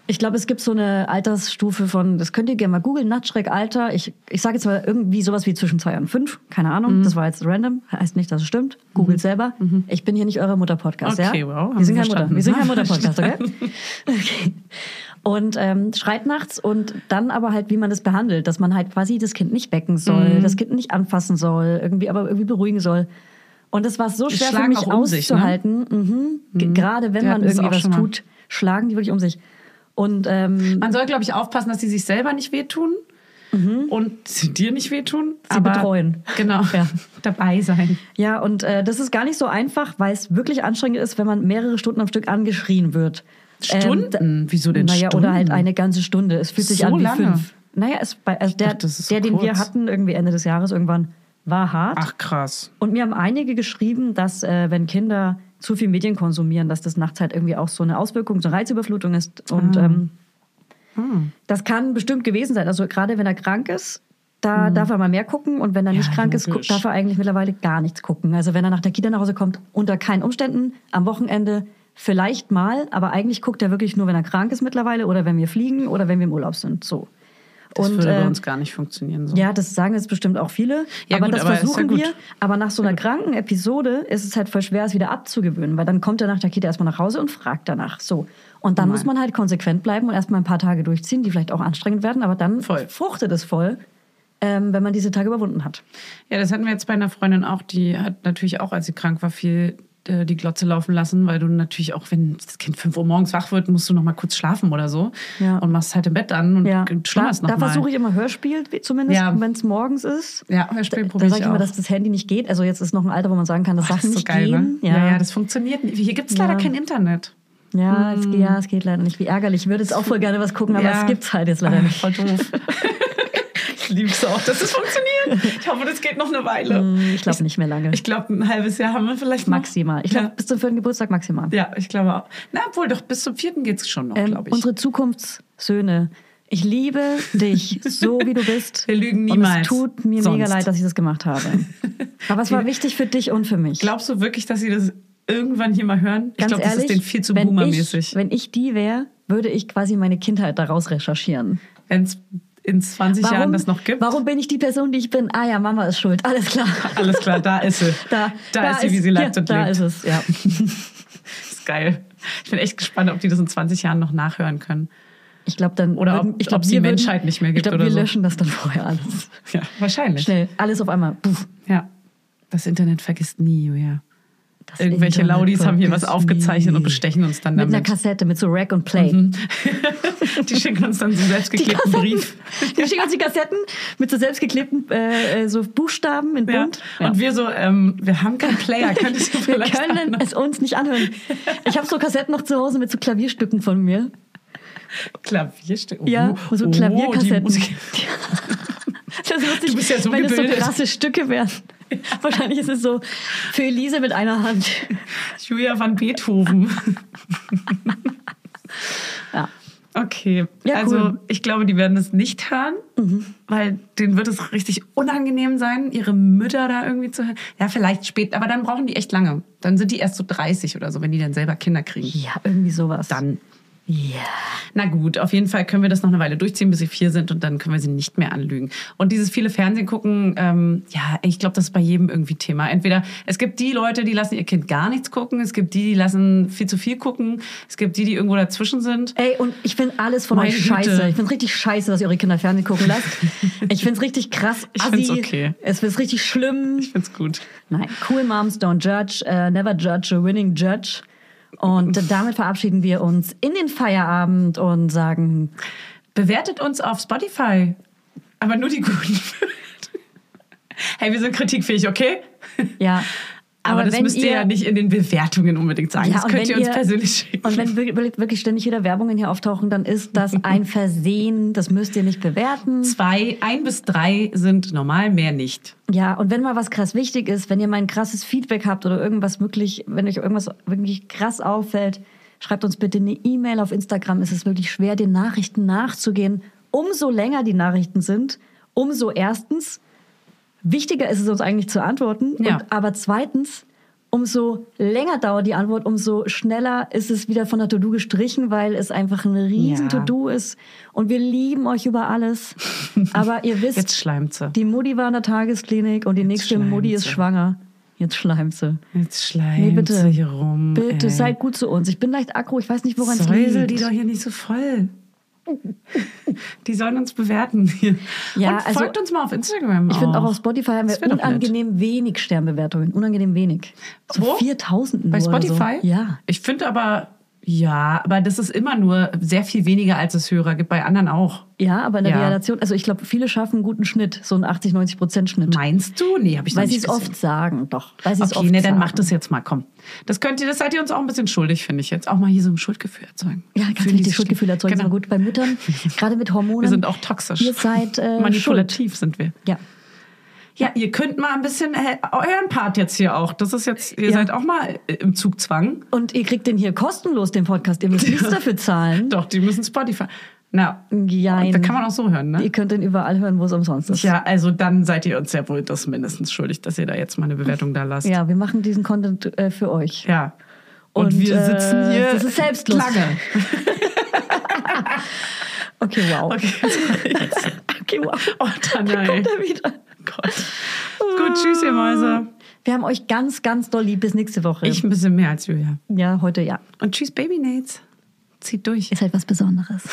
[SPEAKER 2] Ich glaube, es gibt so eine Altersstufe von, das könnt ihr gerne mal googeln, Nachtschreckalter. Ich, ich sage jetzt mal irgendwie sowas wie zwischen zwei und fünf, keine
[SPEAKER 6] Mhm.
[SPEAKER 2] Ahnung, das war jetzt random, heißt nicht, dass es stimmt. Googelt selber. Ich bin hier nicht eure Mutter-Podcast,
[SPEAKER 6] Okay,
[SPEAKER 2] ja?
[SPEAKER 6] wow, haben
[SPEAKER 2] wir sind
[SPEAKER 6] wir
[SPEAKER 2] kein Mutter,
[SPEAKER 6] verstanden.
[SPEAKER 2] wir sind kein Mutter-Podcast, okay?
[SPEAKER 6] *laughs*
[SPEAKER 2] okay. Und ähm, schreit nachts und dann aber halt, wie man das behandelt, dass man halt quasi das Kind nicht wecken
[SPEAKER 6] Mhm.
[SPEAKER 2] soll, das Kind nicht anfassen soll, irgendwie, aber irgendwie beruhigen soll. Und das war so
[SPEAKER 6] Die
[SPEAKER 2] schwer für
[SPEAKER 6] schlagen
[SPEAKER 2] mich
[SPEAKER 6] auch um sich, ne?
[SPEAKER 2] auszuhalten, mhm. Ge- gerade
[SPEAKER 6] Wir
[SPEAKER 2] wenn man
[SPEAKER 6] hatten das
[SPEAKER 2] irgendwie
[SPEAKER 6] auch
[SPEAKER 2] was
[SPEAKER 6] schon mal.
[SPEAKER 2] tut, schlagen die wirklich um sich. Und ähm,
[SPEAKER 6] Man soll, glaube ich, aufpassen, dass sie sich selber nicht wehtun und sie dir nicht wehtun.
[SPEAKER 2] Mhm. Sie betreuen.
[SPEAKER 6] Genau.
[SPEAKER 1] *laughs*
[SPEAKER 2] Ja.
[SPEAKER 6] Dabei sein.
[SPEAKER 2] Ja, und äh, das ist gar nicht so einfach, weil es wirklich anstrengend ist, wenn man mehrere Stunden am Stück angeschrien wird. Ähm,
[SPEAKER 6] Stunden? Wieso denn
[SPEAKER 2] naja, Oder halt
[SPEAKER 6] Stunden?
[SPEAKER 2] eine ganze Stunde. Es fühlt sich
[SPEAKER 6] So
[SPEAKER 2] an wie
[SPEAKER 6] lange?
[SPEAKER 2] fünf. Naja, es, bei, also der,
[SPEAKER 6] dachte, das ist
[SPEAKER 2] der den wir
[SPEAKER 6] kurz.
[SPEAKER 2] hatten, irgendwie Ende des Jahres irgendwann, war hart.
[SPEAKER 6] Ach krass.
[SPEAKER 2] Und mir haben einige geschrieben, dass äh, wenn Kinder
[SPEAKER 1] Ah.
[SPEAKER 2] zu viel Medien konsumieren, dass das nachts halt irgendwie auch so eine Auswirkung, so eine Reizüberflutung ist. Und ähm, Das kann bestimmt gewesen sein. Also gerade wenn er krank ist,
[SPEAKER 1] Mhm.
[SPEAKER 2] da darf er mal mehr gucken. Und wenn er nicht krank ist, gu-
[SPEAKER 1] logisch.
[SPEAKER 2] darf er eigentlich mittlerweile gar nichts gucken. Also wenn er nach der Kita nach Hause kommt, unter keinen Umständen, am Wochenende vielleicht mal, aber eigentlich guckt er wirklich nur, wenn er krank ist mittlerweile oder wenn wir fliegen oder wenn wir im Urlaub sind. So.
[SPEAKER 1] Das würde bei
[SPEAKER 2] ähm,
[SPEAKER 1] uns gar nicht funktionieren. So.
[SPEAKER 2] ja, das sagen jetzt bestimmt auch viele.
[SPEAKER 1] Ja,
[SPEAKER 2] aber
[SPEAKER 1] gut,
[SPEAKER 2] das
[SPEAKER 1] aber ist ja
[SPEAKER 2] versuchen
[SPEAKER 1] gut.
[SPEAKER 2] wir. Aber nach so einer kranken Episode ist es halt voll schwer, es wieder abzugewöhnen, weil dann kommt er nach der Kita erstmal nach Hause und fragt danach. So. Und dann muss man halt konsequent bleiben und erstmal ein paar Tage durchziehen, die vielleicht auch anstrengend werden, aber dann
[SPEAKER 1] Voll.
[SPEAKER 2] fruchtet es voll, ähm, wenn man diese Tage überwunden hat.
[SPEAKER 1] Ja, das hatten wir jetzt bei einer Freundin auch. Die hat natürlich auch, als sie krank war, viel äh, die Glotze laufen lassen, weil du natürlich auch, wenn das Kind 5 Uhr morgens wach wird, musst du noch mal kurz schlafen oder so.
[SPEAKER 2] Ja.
[SPEAKER 1] Und machst halt im Bett an und
[SPEAKER 2] Ja. Da,
[SPEAKER 1] schlummerst noch
[SPEAKER 2] da
[SPEAKER 1] mal.
[SPEAKER 2] versuche ich immer Hörspiel, zumindest
[SPEAKER 1] Ja.
[SPEAKER 2] wenn es morgens ist.
[SPEAKER 1] Ja, Hörspiel
[SPEAKER 2] Da-
[SPEAKER 1] probier
[SPEAKER 2] Dann
[SPEAKER 1] ich
[SPEAKER 2] sage ich immer,
[SPEAKER 1] auch.
[SPEAKER 2] dass das Handy nicht geht. Also jetzt ist noch ein Alter, wo man sagen kann, das
[SPEAKER 1] Boah,
[SPEAKER 2] darf
[SPEAKER 1] das ist so
[SPEAKER 2] nicht
[SPEAKER 1] geil,
[SPEAKER 2] gehen.
[SPEAKER 1] ne? Ja. ja, das funktioniert nicht. Hier gibt es leider
[SPEAKER 2] Ja.
[SPEAKER 1] kein Internet.
[SPEAKER 2] Ja, es, geht- ja, es geht leider nicht. Wie ärgerlich. Ich würde jetzt auch voll gerne was gucken, aber
[SPEAKER 1] Mm. Ja.
[SPEAKER 2] es gibt's halt jetzt
[SPEAKER 1] *laughs*
[SPEAKER 2] leider
[SPEAKER 1] Ah,
[SPEAKER 2] nicht.
[SPEAKER 1] Voll doof. ich *laughs* liebe es auch, dass es funktioniert. Ich hoffe, das geht noch eine Weile.
[SPEAKER 2] Hm, Ich glaube nicht mehr lange.
[SPEAKER 1] Ich glaube, ein halbes Jahr haben wir vielleicht noch.
[SPEAKER 2] maximal. Ich glaube,
[SPEAKER 1] Ja.
[SPEAKER 2] bis zum vierten Geburtstag maximal.
[SPEAKER 1] Ja, ich glaube auch. Na, obwohl, doch, bis zum vierten geht es schon noch,
[SPEAKER 2] ähm,
[SPEAKER 1] glaube ich.
[SPEAKER 2] unsere Zukunftssöhne, ich liebe
[SPEAKER 1] *laughs*
[SPEAKER 2] dich so, wie du bist.
[SPEAKER 1] Wir lügen
[SPEAKER 2] Und
[SPEAKER 1] niemals.
[SPEAKER 2] es tut mir mega
[SPEAKER 1] Sonst.
[SPEAKER 2] leid, dass ich das gemacht habe.
[SPEAKER 1] *laughs*
[SPEAKER 2] Aber es war wichtig für dich und für mich.
[SPEAKER 1] Glaubst du wirklich, dass sie das irgendwann hier mal hören? ich
[SPEAKER 2] Ganz
[SPEAKER 1] glaube, das
[SPEAKER 2] ehrlich,
[SPEAKER 1] ist denen viel zu
[SPEAKER 2] wenn
[SPEAKER 1] boomermäßig.
[SPEAKER 2] Ich, wenn ich die wäre, würde ich quasi meine Kindheit daraus recherchieren.
[SPEAKER 1] Wenn es in 20 Jahren das noch gibt.
[SPEAKER 2] warum bin ich die Person, die ich bin? Ah ja, Mama ist schuld. Alles klar.
[SPEAKER 1] Alles klar, da ist sie.
[SPEAKER 2] *laughs* Da,
[SPEAKER 1] *laughs* da, ist sie, wie sie lebt
[SPEAKER 2] ja,
[SPEAKER 1] und
[SPEAKER 2] Da
[SPEAKER 1] lebt.
[SPEAKER 2] ist es, ja.
[SPEAKER 1] Das ist geil. Ich bin echt gespannt, ob die das in 20 Jahren noch nachhören können.
[SPEAKER 2] Ich glaube dann.
[SPEAKER 1] Oder ob-
[SPEAKER 2] ich glaub,
[SPEAKER 1] ob's die
[SPEAKER 2] wir
[SPEAKER 1] Menschheit nicht mehr gibt
[SPEAKER 2] Ich glaube,
[SPEAKER 1] oder
[SPEAKER 2] wir
[SPEAKER 1] so.
[SPEAKER 2] löschen das dann vorher alles.
[SPEAKER 1] Ja, wahrscheinlich.
[SPEAKER 2] Schnell, alles auf einmal. Puff.
[SPEAKER 1] Ja. Das Internet vergisst nie, Julia.
[SPEAKER 2] Das
[SPEAKER 1] Irgendwelche
[SPEAKER 2] Internet
[SPEAKER 1] Laudis haben hier was
[SPEAKER 2] vergisst
[SPEAKER 1] aufgezeichnet
[SPEAKER 2] nie.
[SPEAKER 1] und bestechen uns dann
[SPEAKER 2] Mit einer
[SPEAKER 1] damit. Mhm.
[SPEAKER 2] Kassette, mit so Rack und Play. *laughs*
[SPEAKER 1] die schicken uns dann so einen selbstgeklebten Brief.
[SPEAKER 2] Die schicken uns die Kassetten mit so selbstgeklebten äh, äh, so Buchstaben in
[SPEAKER 1] Ja.
[SPEAKER 2] Bunt.
[SPEAKER 1] *laughs*
[SPEAKER 2] Ja.
[SPEAKER 1] Und wir so, ähm, wir haben keinen Player, könntest du
[SPEAKER 2] *laughs* wir
[SPEAKER 1] vielleicht
[SPEAKER 2] können
[SPEAKER 1] anhören?
[SPEAKER 2] es uns nicht anhören. Ich habe so Kassetten noch zu Hause mit so Klavierstücken von mir.
[SPEAKER 1] Klavierstück. Oh,
[SPEAKER 2] Ja, und so
[SPEAKER 1] oh, die
[SPEAKER 2] Klavierkassetten.
[SPEAKER 1] Musik-
[SPEAKER 2] *laughs* das ist lustig,
[SPEAKER 1] Du bist ja so
[SPEAKER 2] wenn es so
[SPEAKER 1] gebildet.
[SPEAKER 2] krasse Stücke wären. Wahrscheinlich ist es so für Elise mit einer Hand.
[SPEAKER 1] Julia van Beethoven. *laughs*
[SPEAKER 2] Ja.
[SPEAKER 1] Okay,
[SPEAKER 2] Ja,
[SPEAKER 1] also
[SPEAKER 2] cool. Mhm.
[SPEAKER 1] ich glaube, die werden es nicht hören, weil denen wird es richtig unangenehm sein, ihre Mütter da irgendwie zu hören. Ja, vielleicht spät, aber dann brauchen die echt lange. Dann sind die erst so 30 oder so, wenn die dann selber Kinder kriegen.
[SPEAKER 2] Ja, irgendwie sowas.
[SPEAKER 1] Dann.
[SPEAKER 2] Ja.
[SPEAKER 1] Na gut, auf jeden Fall können wir das noch eine Weile durchziehen, bis sie vier sind und dann können wir sie nicht mehr anlügen. Und dieses viele Fernsehen gucken, ähm, ja, ich glaube, das ist bei jedem irgendwie Thema. Entweder es gibt die Leute, die lassen ihr Kind gar nichts gucken, es gibt die, die lassen viel zu viel gucken, es gibt die, die irgendwo dazwischen sind.
[SPEAKER 2] Ey, und ich finde alles von
[SPEAKER 1] Meine
[SPEAKER 2] euch scheiße.
[SPEAKER 1] Güte.
[SPEAKER 2] Ich finde richtig scheiße, dass ihr eure Kinder Fernsehen
[SPEAKER 1] *laughs*
[SPEAKER 2] gucken lasst. ich finde es richtig krass.
[SPEAKER 1] Ich
[SPEAKER 2] assi.
[SPEAKER 1] find's okay.
[SPEAKER 2] Es ist richtig schlimm.
[SPEAKER 1] Ich find's gut.
[SPEAKER 2] Nein, cool Moms don't judge, äh, never judge a winning judge. Und damit verabschieden wir uns in den Feierabend und sagen,
[SPEAKER 1] Bewertet uns auf Spotify, aber nur die guten. *laughs* hey, wir sind kritikfähig, okay?
[SPEAKER 2] ja.
[SPEAKER 1] Aber, das
[SPEAKER 2] wenn
[SPEAKER 1] müsst ihr, ja nicht in den Bewertungen unbedingt sagen. das könnt ihr uns persönlich schicken.
[SPEAKER 2] Und wenn wir- wir- wirklich ständig wieder Werbungen hier auftauchen, dann ist
[SPEAKER 1] *laughs*
[SPEAKER 2] das ein Versehen. Das müsst ihr nicht bewerten.
[SPEAKER 1] Zwei, ein bis drei sind normal, mehr nicht.
[SPEAKER 2] Ja, und wenn mal was krass wichtig ist, wenn ihr mal ein krasses Feedback habt oder irgendwas wirklich, wenn euch irgendwas wirklich krass auffällt, schreibt uns bitte eine E-Mail auf Instagram. Es ist wirklich schwer, den Nachrichten nachzugehen. Umso länger die Nachrichten sind, umso erstens wichtiger ist es uns eigentlich zu antworten.
[SPEAKER 1] Ja.
[SPEAKER 2] Und, aber zweitens, umso länger dauert die Antwort, umso schneller ist es wieder von der To-Do gestrichen, weil es einfach ein riesen
[SPEAKER 1] Ja.
[SPEAKER 2] To-Do ist. Und wir lieben euch
[SPEAKER 1] *laughs*
[SPEAKER 2] über alles. Aber ihr wisst,
[SPEAKER 1] Jetzt schleimt sie.
[SPEAKER 2] die Mutti war in der Tagesklinik und die nächste
[SPEAKER 1] schleimt
[SPEAKER 2] Mutti ist
[SPEAKER 1] sie.
[SPEAKER 2] schwanger. Jetzt schleimt sie.
[SPEAKER 1] Jetzt schleimt
[SPEAKER 2] Nee, bitte.
[SPEAKER 1] sie hier rum.
[SPEAKER 2] Bitte,
[SPEAKER 1] Mm, ey.
[SPEAKER 2] seid gut zu uns. Ich bin leicht aggro, ich weiß nicht, woran es
[SPEAKER 1] Säusel
[SPEAKER 2] liegt.
[SPEAKER 1] die doch hier nicht so voll. Die sollen uns bewerten hier.
[SPEAKER 2] Ja,
[SPEAKER 1] Und
[SPEAKER 2] also-
[SPEAKER 1] folgt uns mal auf Instagram.
[SPEAKER 2] ich finde auch auf Spotify haben
[SPEAKER 1] Oh. Das
[SPEAKER 2] wir
[SPEAKER 1] wär doch nett.
[SPEAKER 2] unangenehm wenig Sternbewertungen. Unangenehm wenig. So
[SPEAKER 1] Wo?
[SPEAKER 2] 4000 nur
[SPEAKER 1] Bei
[SPEAKER 2] oder
[SPEAKER 1] Spotify?
[SPEAKER 2] So. Ja.
[SPEAKER 1] Ich finde aber, ja, aber das ist immer nur sehr viel weniger, als es Hörer gibt, bei anderen auch.
[SPEAKER 2] Ja, aber in der
[SPEAKER 1] Ja.
[SPEAKER 2] Relation, also ich glaube, viele schaffen einen guten Schnitt, so einen 80, 90 Prozent Schnitt.
[SPEAKER 1] Meinst du? Nee, habe ich noch
[SPEAKER 2] weil sie
[SPEAKER 1] nicht
[SPEAKER 2] es
[SPEAKER 1] gesehen.
[SPEAKER 2] oft sagen, doch. Weil sie es
[SPEAKER 1] Okay,
[SPEAKER 2] oft
[SPEAKER 1] nee, dann
[SPEAKER 2] sagen.
[SPEAKER 1] macht das jetzt mal, komm. Das könnt ihr, das seid ihr uns auch ein bisschen schuldig, finde ich jetzt. Auch mal hier so ein Schuldgefühl erzeugen.
[SPEAKER 2] Ja, ganz
[SPEAKER 1] Für diese
[SPEAKER 2] wichtig, Schuldgefühl erzeugen ist
[SPEAKER 1] Genau.
[SPEAKER 2] immer gut
[SPEAKER 1] *laughs*
[SPEAKER 2] bei Müttern, gerade mit Hormonen.
[SPEAKER 1] Wir sind auch toxisch.
[SPEAKER 2] Ihr seid äh,
[SPEAKER 1] Manipulativ sind wir.
[SPEAKER 2] Schuld. Ja.
[SPEAKER 1] Ja, ihr könnt mal ein bisschen äh, euren Part jetzt hier auch. Das ist jetzt, ihr
[SPEAKER 2] Ja.
[SPEAKER 1] seid auch mal äh, im Zugzwang. *laughs*
[SPEAKER 2] Und ihr kriegt den hier kostenlos, den Podcast. Ihr müsst nichts dafür zahlen.
[SPEAKER 1] Doch, die müssen Spotify. Na,
[SPEAKER 2] Jein.
[SPEAKER 1] da kann man auch so hören, ne?
[SPEAKER 2] Ihr könnt den überall hören, wo es umsonst ist.
[SPEAKER 1] Ja, also dann seid ihr uns ja wohl das mindestens schuldig, dass ihr da jetzt mal eine Bewertung da lasst.
[SPEAKER 2] Ja, wir machen diesen Content äh, für euch.
[SPEAKER 1] Ja. Und,
[SPEAKER 2] Und,
[SPEAKER 1] wir
[SPEAKER 2] äh,
[SPEAKER 1] sitzen hier
[SPEAKER 2] das ist selbstlos. *laughs*
[SPEAKER 1] lange.
[SPEAKER 2] Okay, wow.
[SPEAKER 1] Okay, sorry.
[SPEAKER 2] Okay, wow.
[SPEAKER 1] *laughs* Oh, dann
[SPEAKER 2] Da
[SPEAKER 1] nein.
[SPEAKER 2] kommt er wieder.
[SPEAKER 1] Gott. Gut, tschüss, ihr Mäuse.
[SPEAKER 2] Wir haben euch ganz, ganz doll lieb. Bis nächste Woche.
[SPEAKER 1] Ich ein bisschen mehr als Julia.
[SPEAKER 2] ja, heute ja.
[SPEAKER 1] Und tschüss, Baby Nates. Zieht durch.
[SPEAKER 2] Ist halt was Besonderes.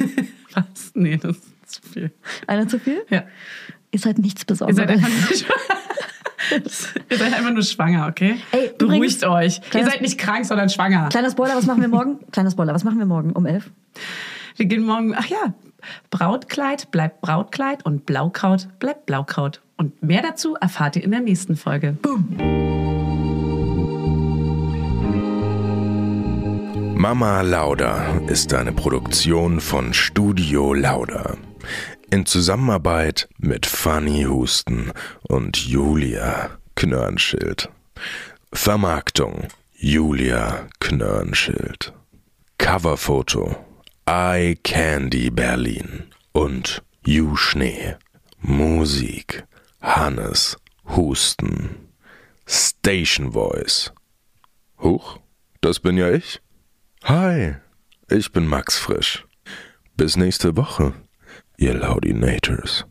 [SPEAKER 1] *laughs* Was? Nee, das ist zu viel.
[SPEAKER 2] Einer zu viel?
[SPEAKER 1] Ja.
[SPEAKER 2] Ist halt nichts
[SPEAKER 1] Ihr seid
[SPEAKER 2] Besonderes.
[SPEAKER 1] einfach nur schwanger. *laughs* Ihr seid einfach nur schwanger, okay?
[SPEAKER 2] Ey,
[SPEAKER 1] Beruhigt
[SPEAKER 2] übrigens-
[SPEAKER 1] euch. Ihr
[SPEAKER 2] Kleines-
[SPEAKER 1] seid nicht krank, sondern schwanger.
[SPEAKER 2] Kleiner Spoiler, was machen
[SPEAKER 1] *laughs*
[SPEAKER 2] wir morgen? Kleiner Spoiler, was machen wir morgen um elf?
[SPEAKER 1] Wir gehen morgen, ach ja, Brautkleid bleibt Brautkleid und Blaukraut bleibt Blaukraut. Und mehr dazu erfahrt ihr in der nächsten Folge.
[SPEAKER 3] Mama Lauda ist eine Produktion von Studio Lauda. In Zusammenarbeit mit Fanny Husten und Julia Knörnschild. Vermarktung Julia Knörnschild. Coverfoto Eye Candy Berlin und You Schnee. Musik Hannes Husten. Station Voice. Huch, das bin ja ich. Hi, ich bin Max Frisch. Bis nächste Woche, ihr Laudinators.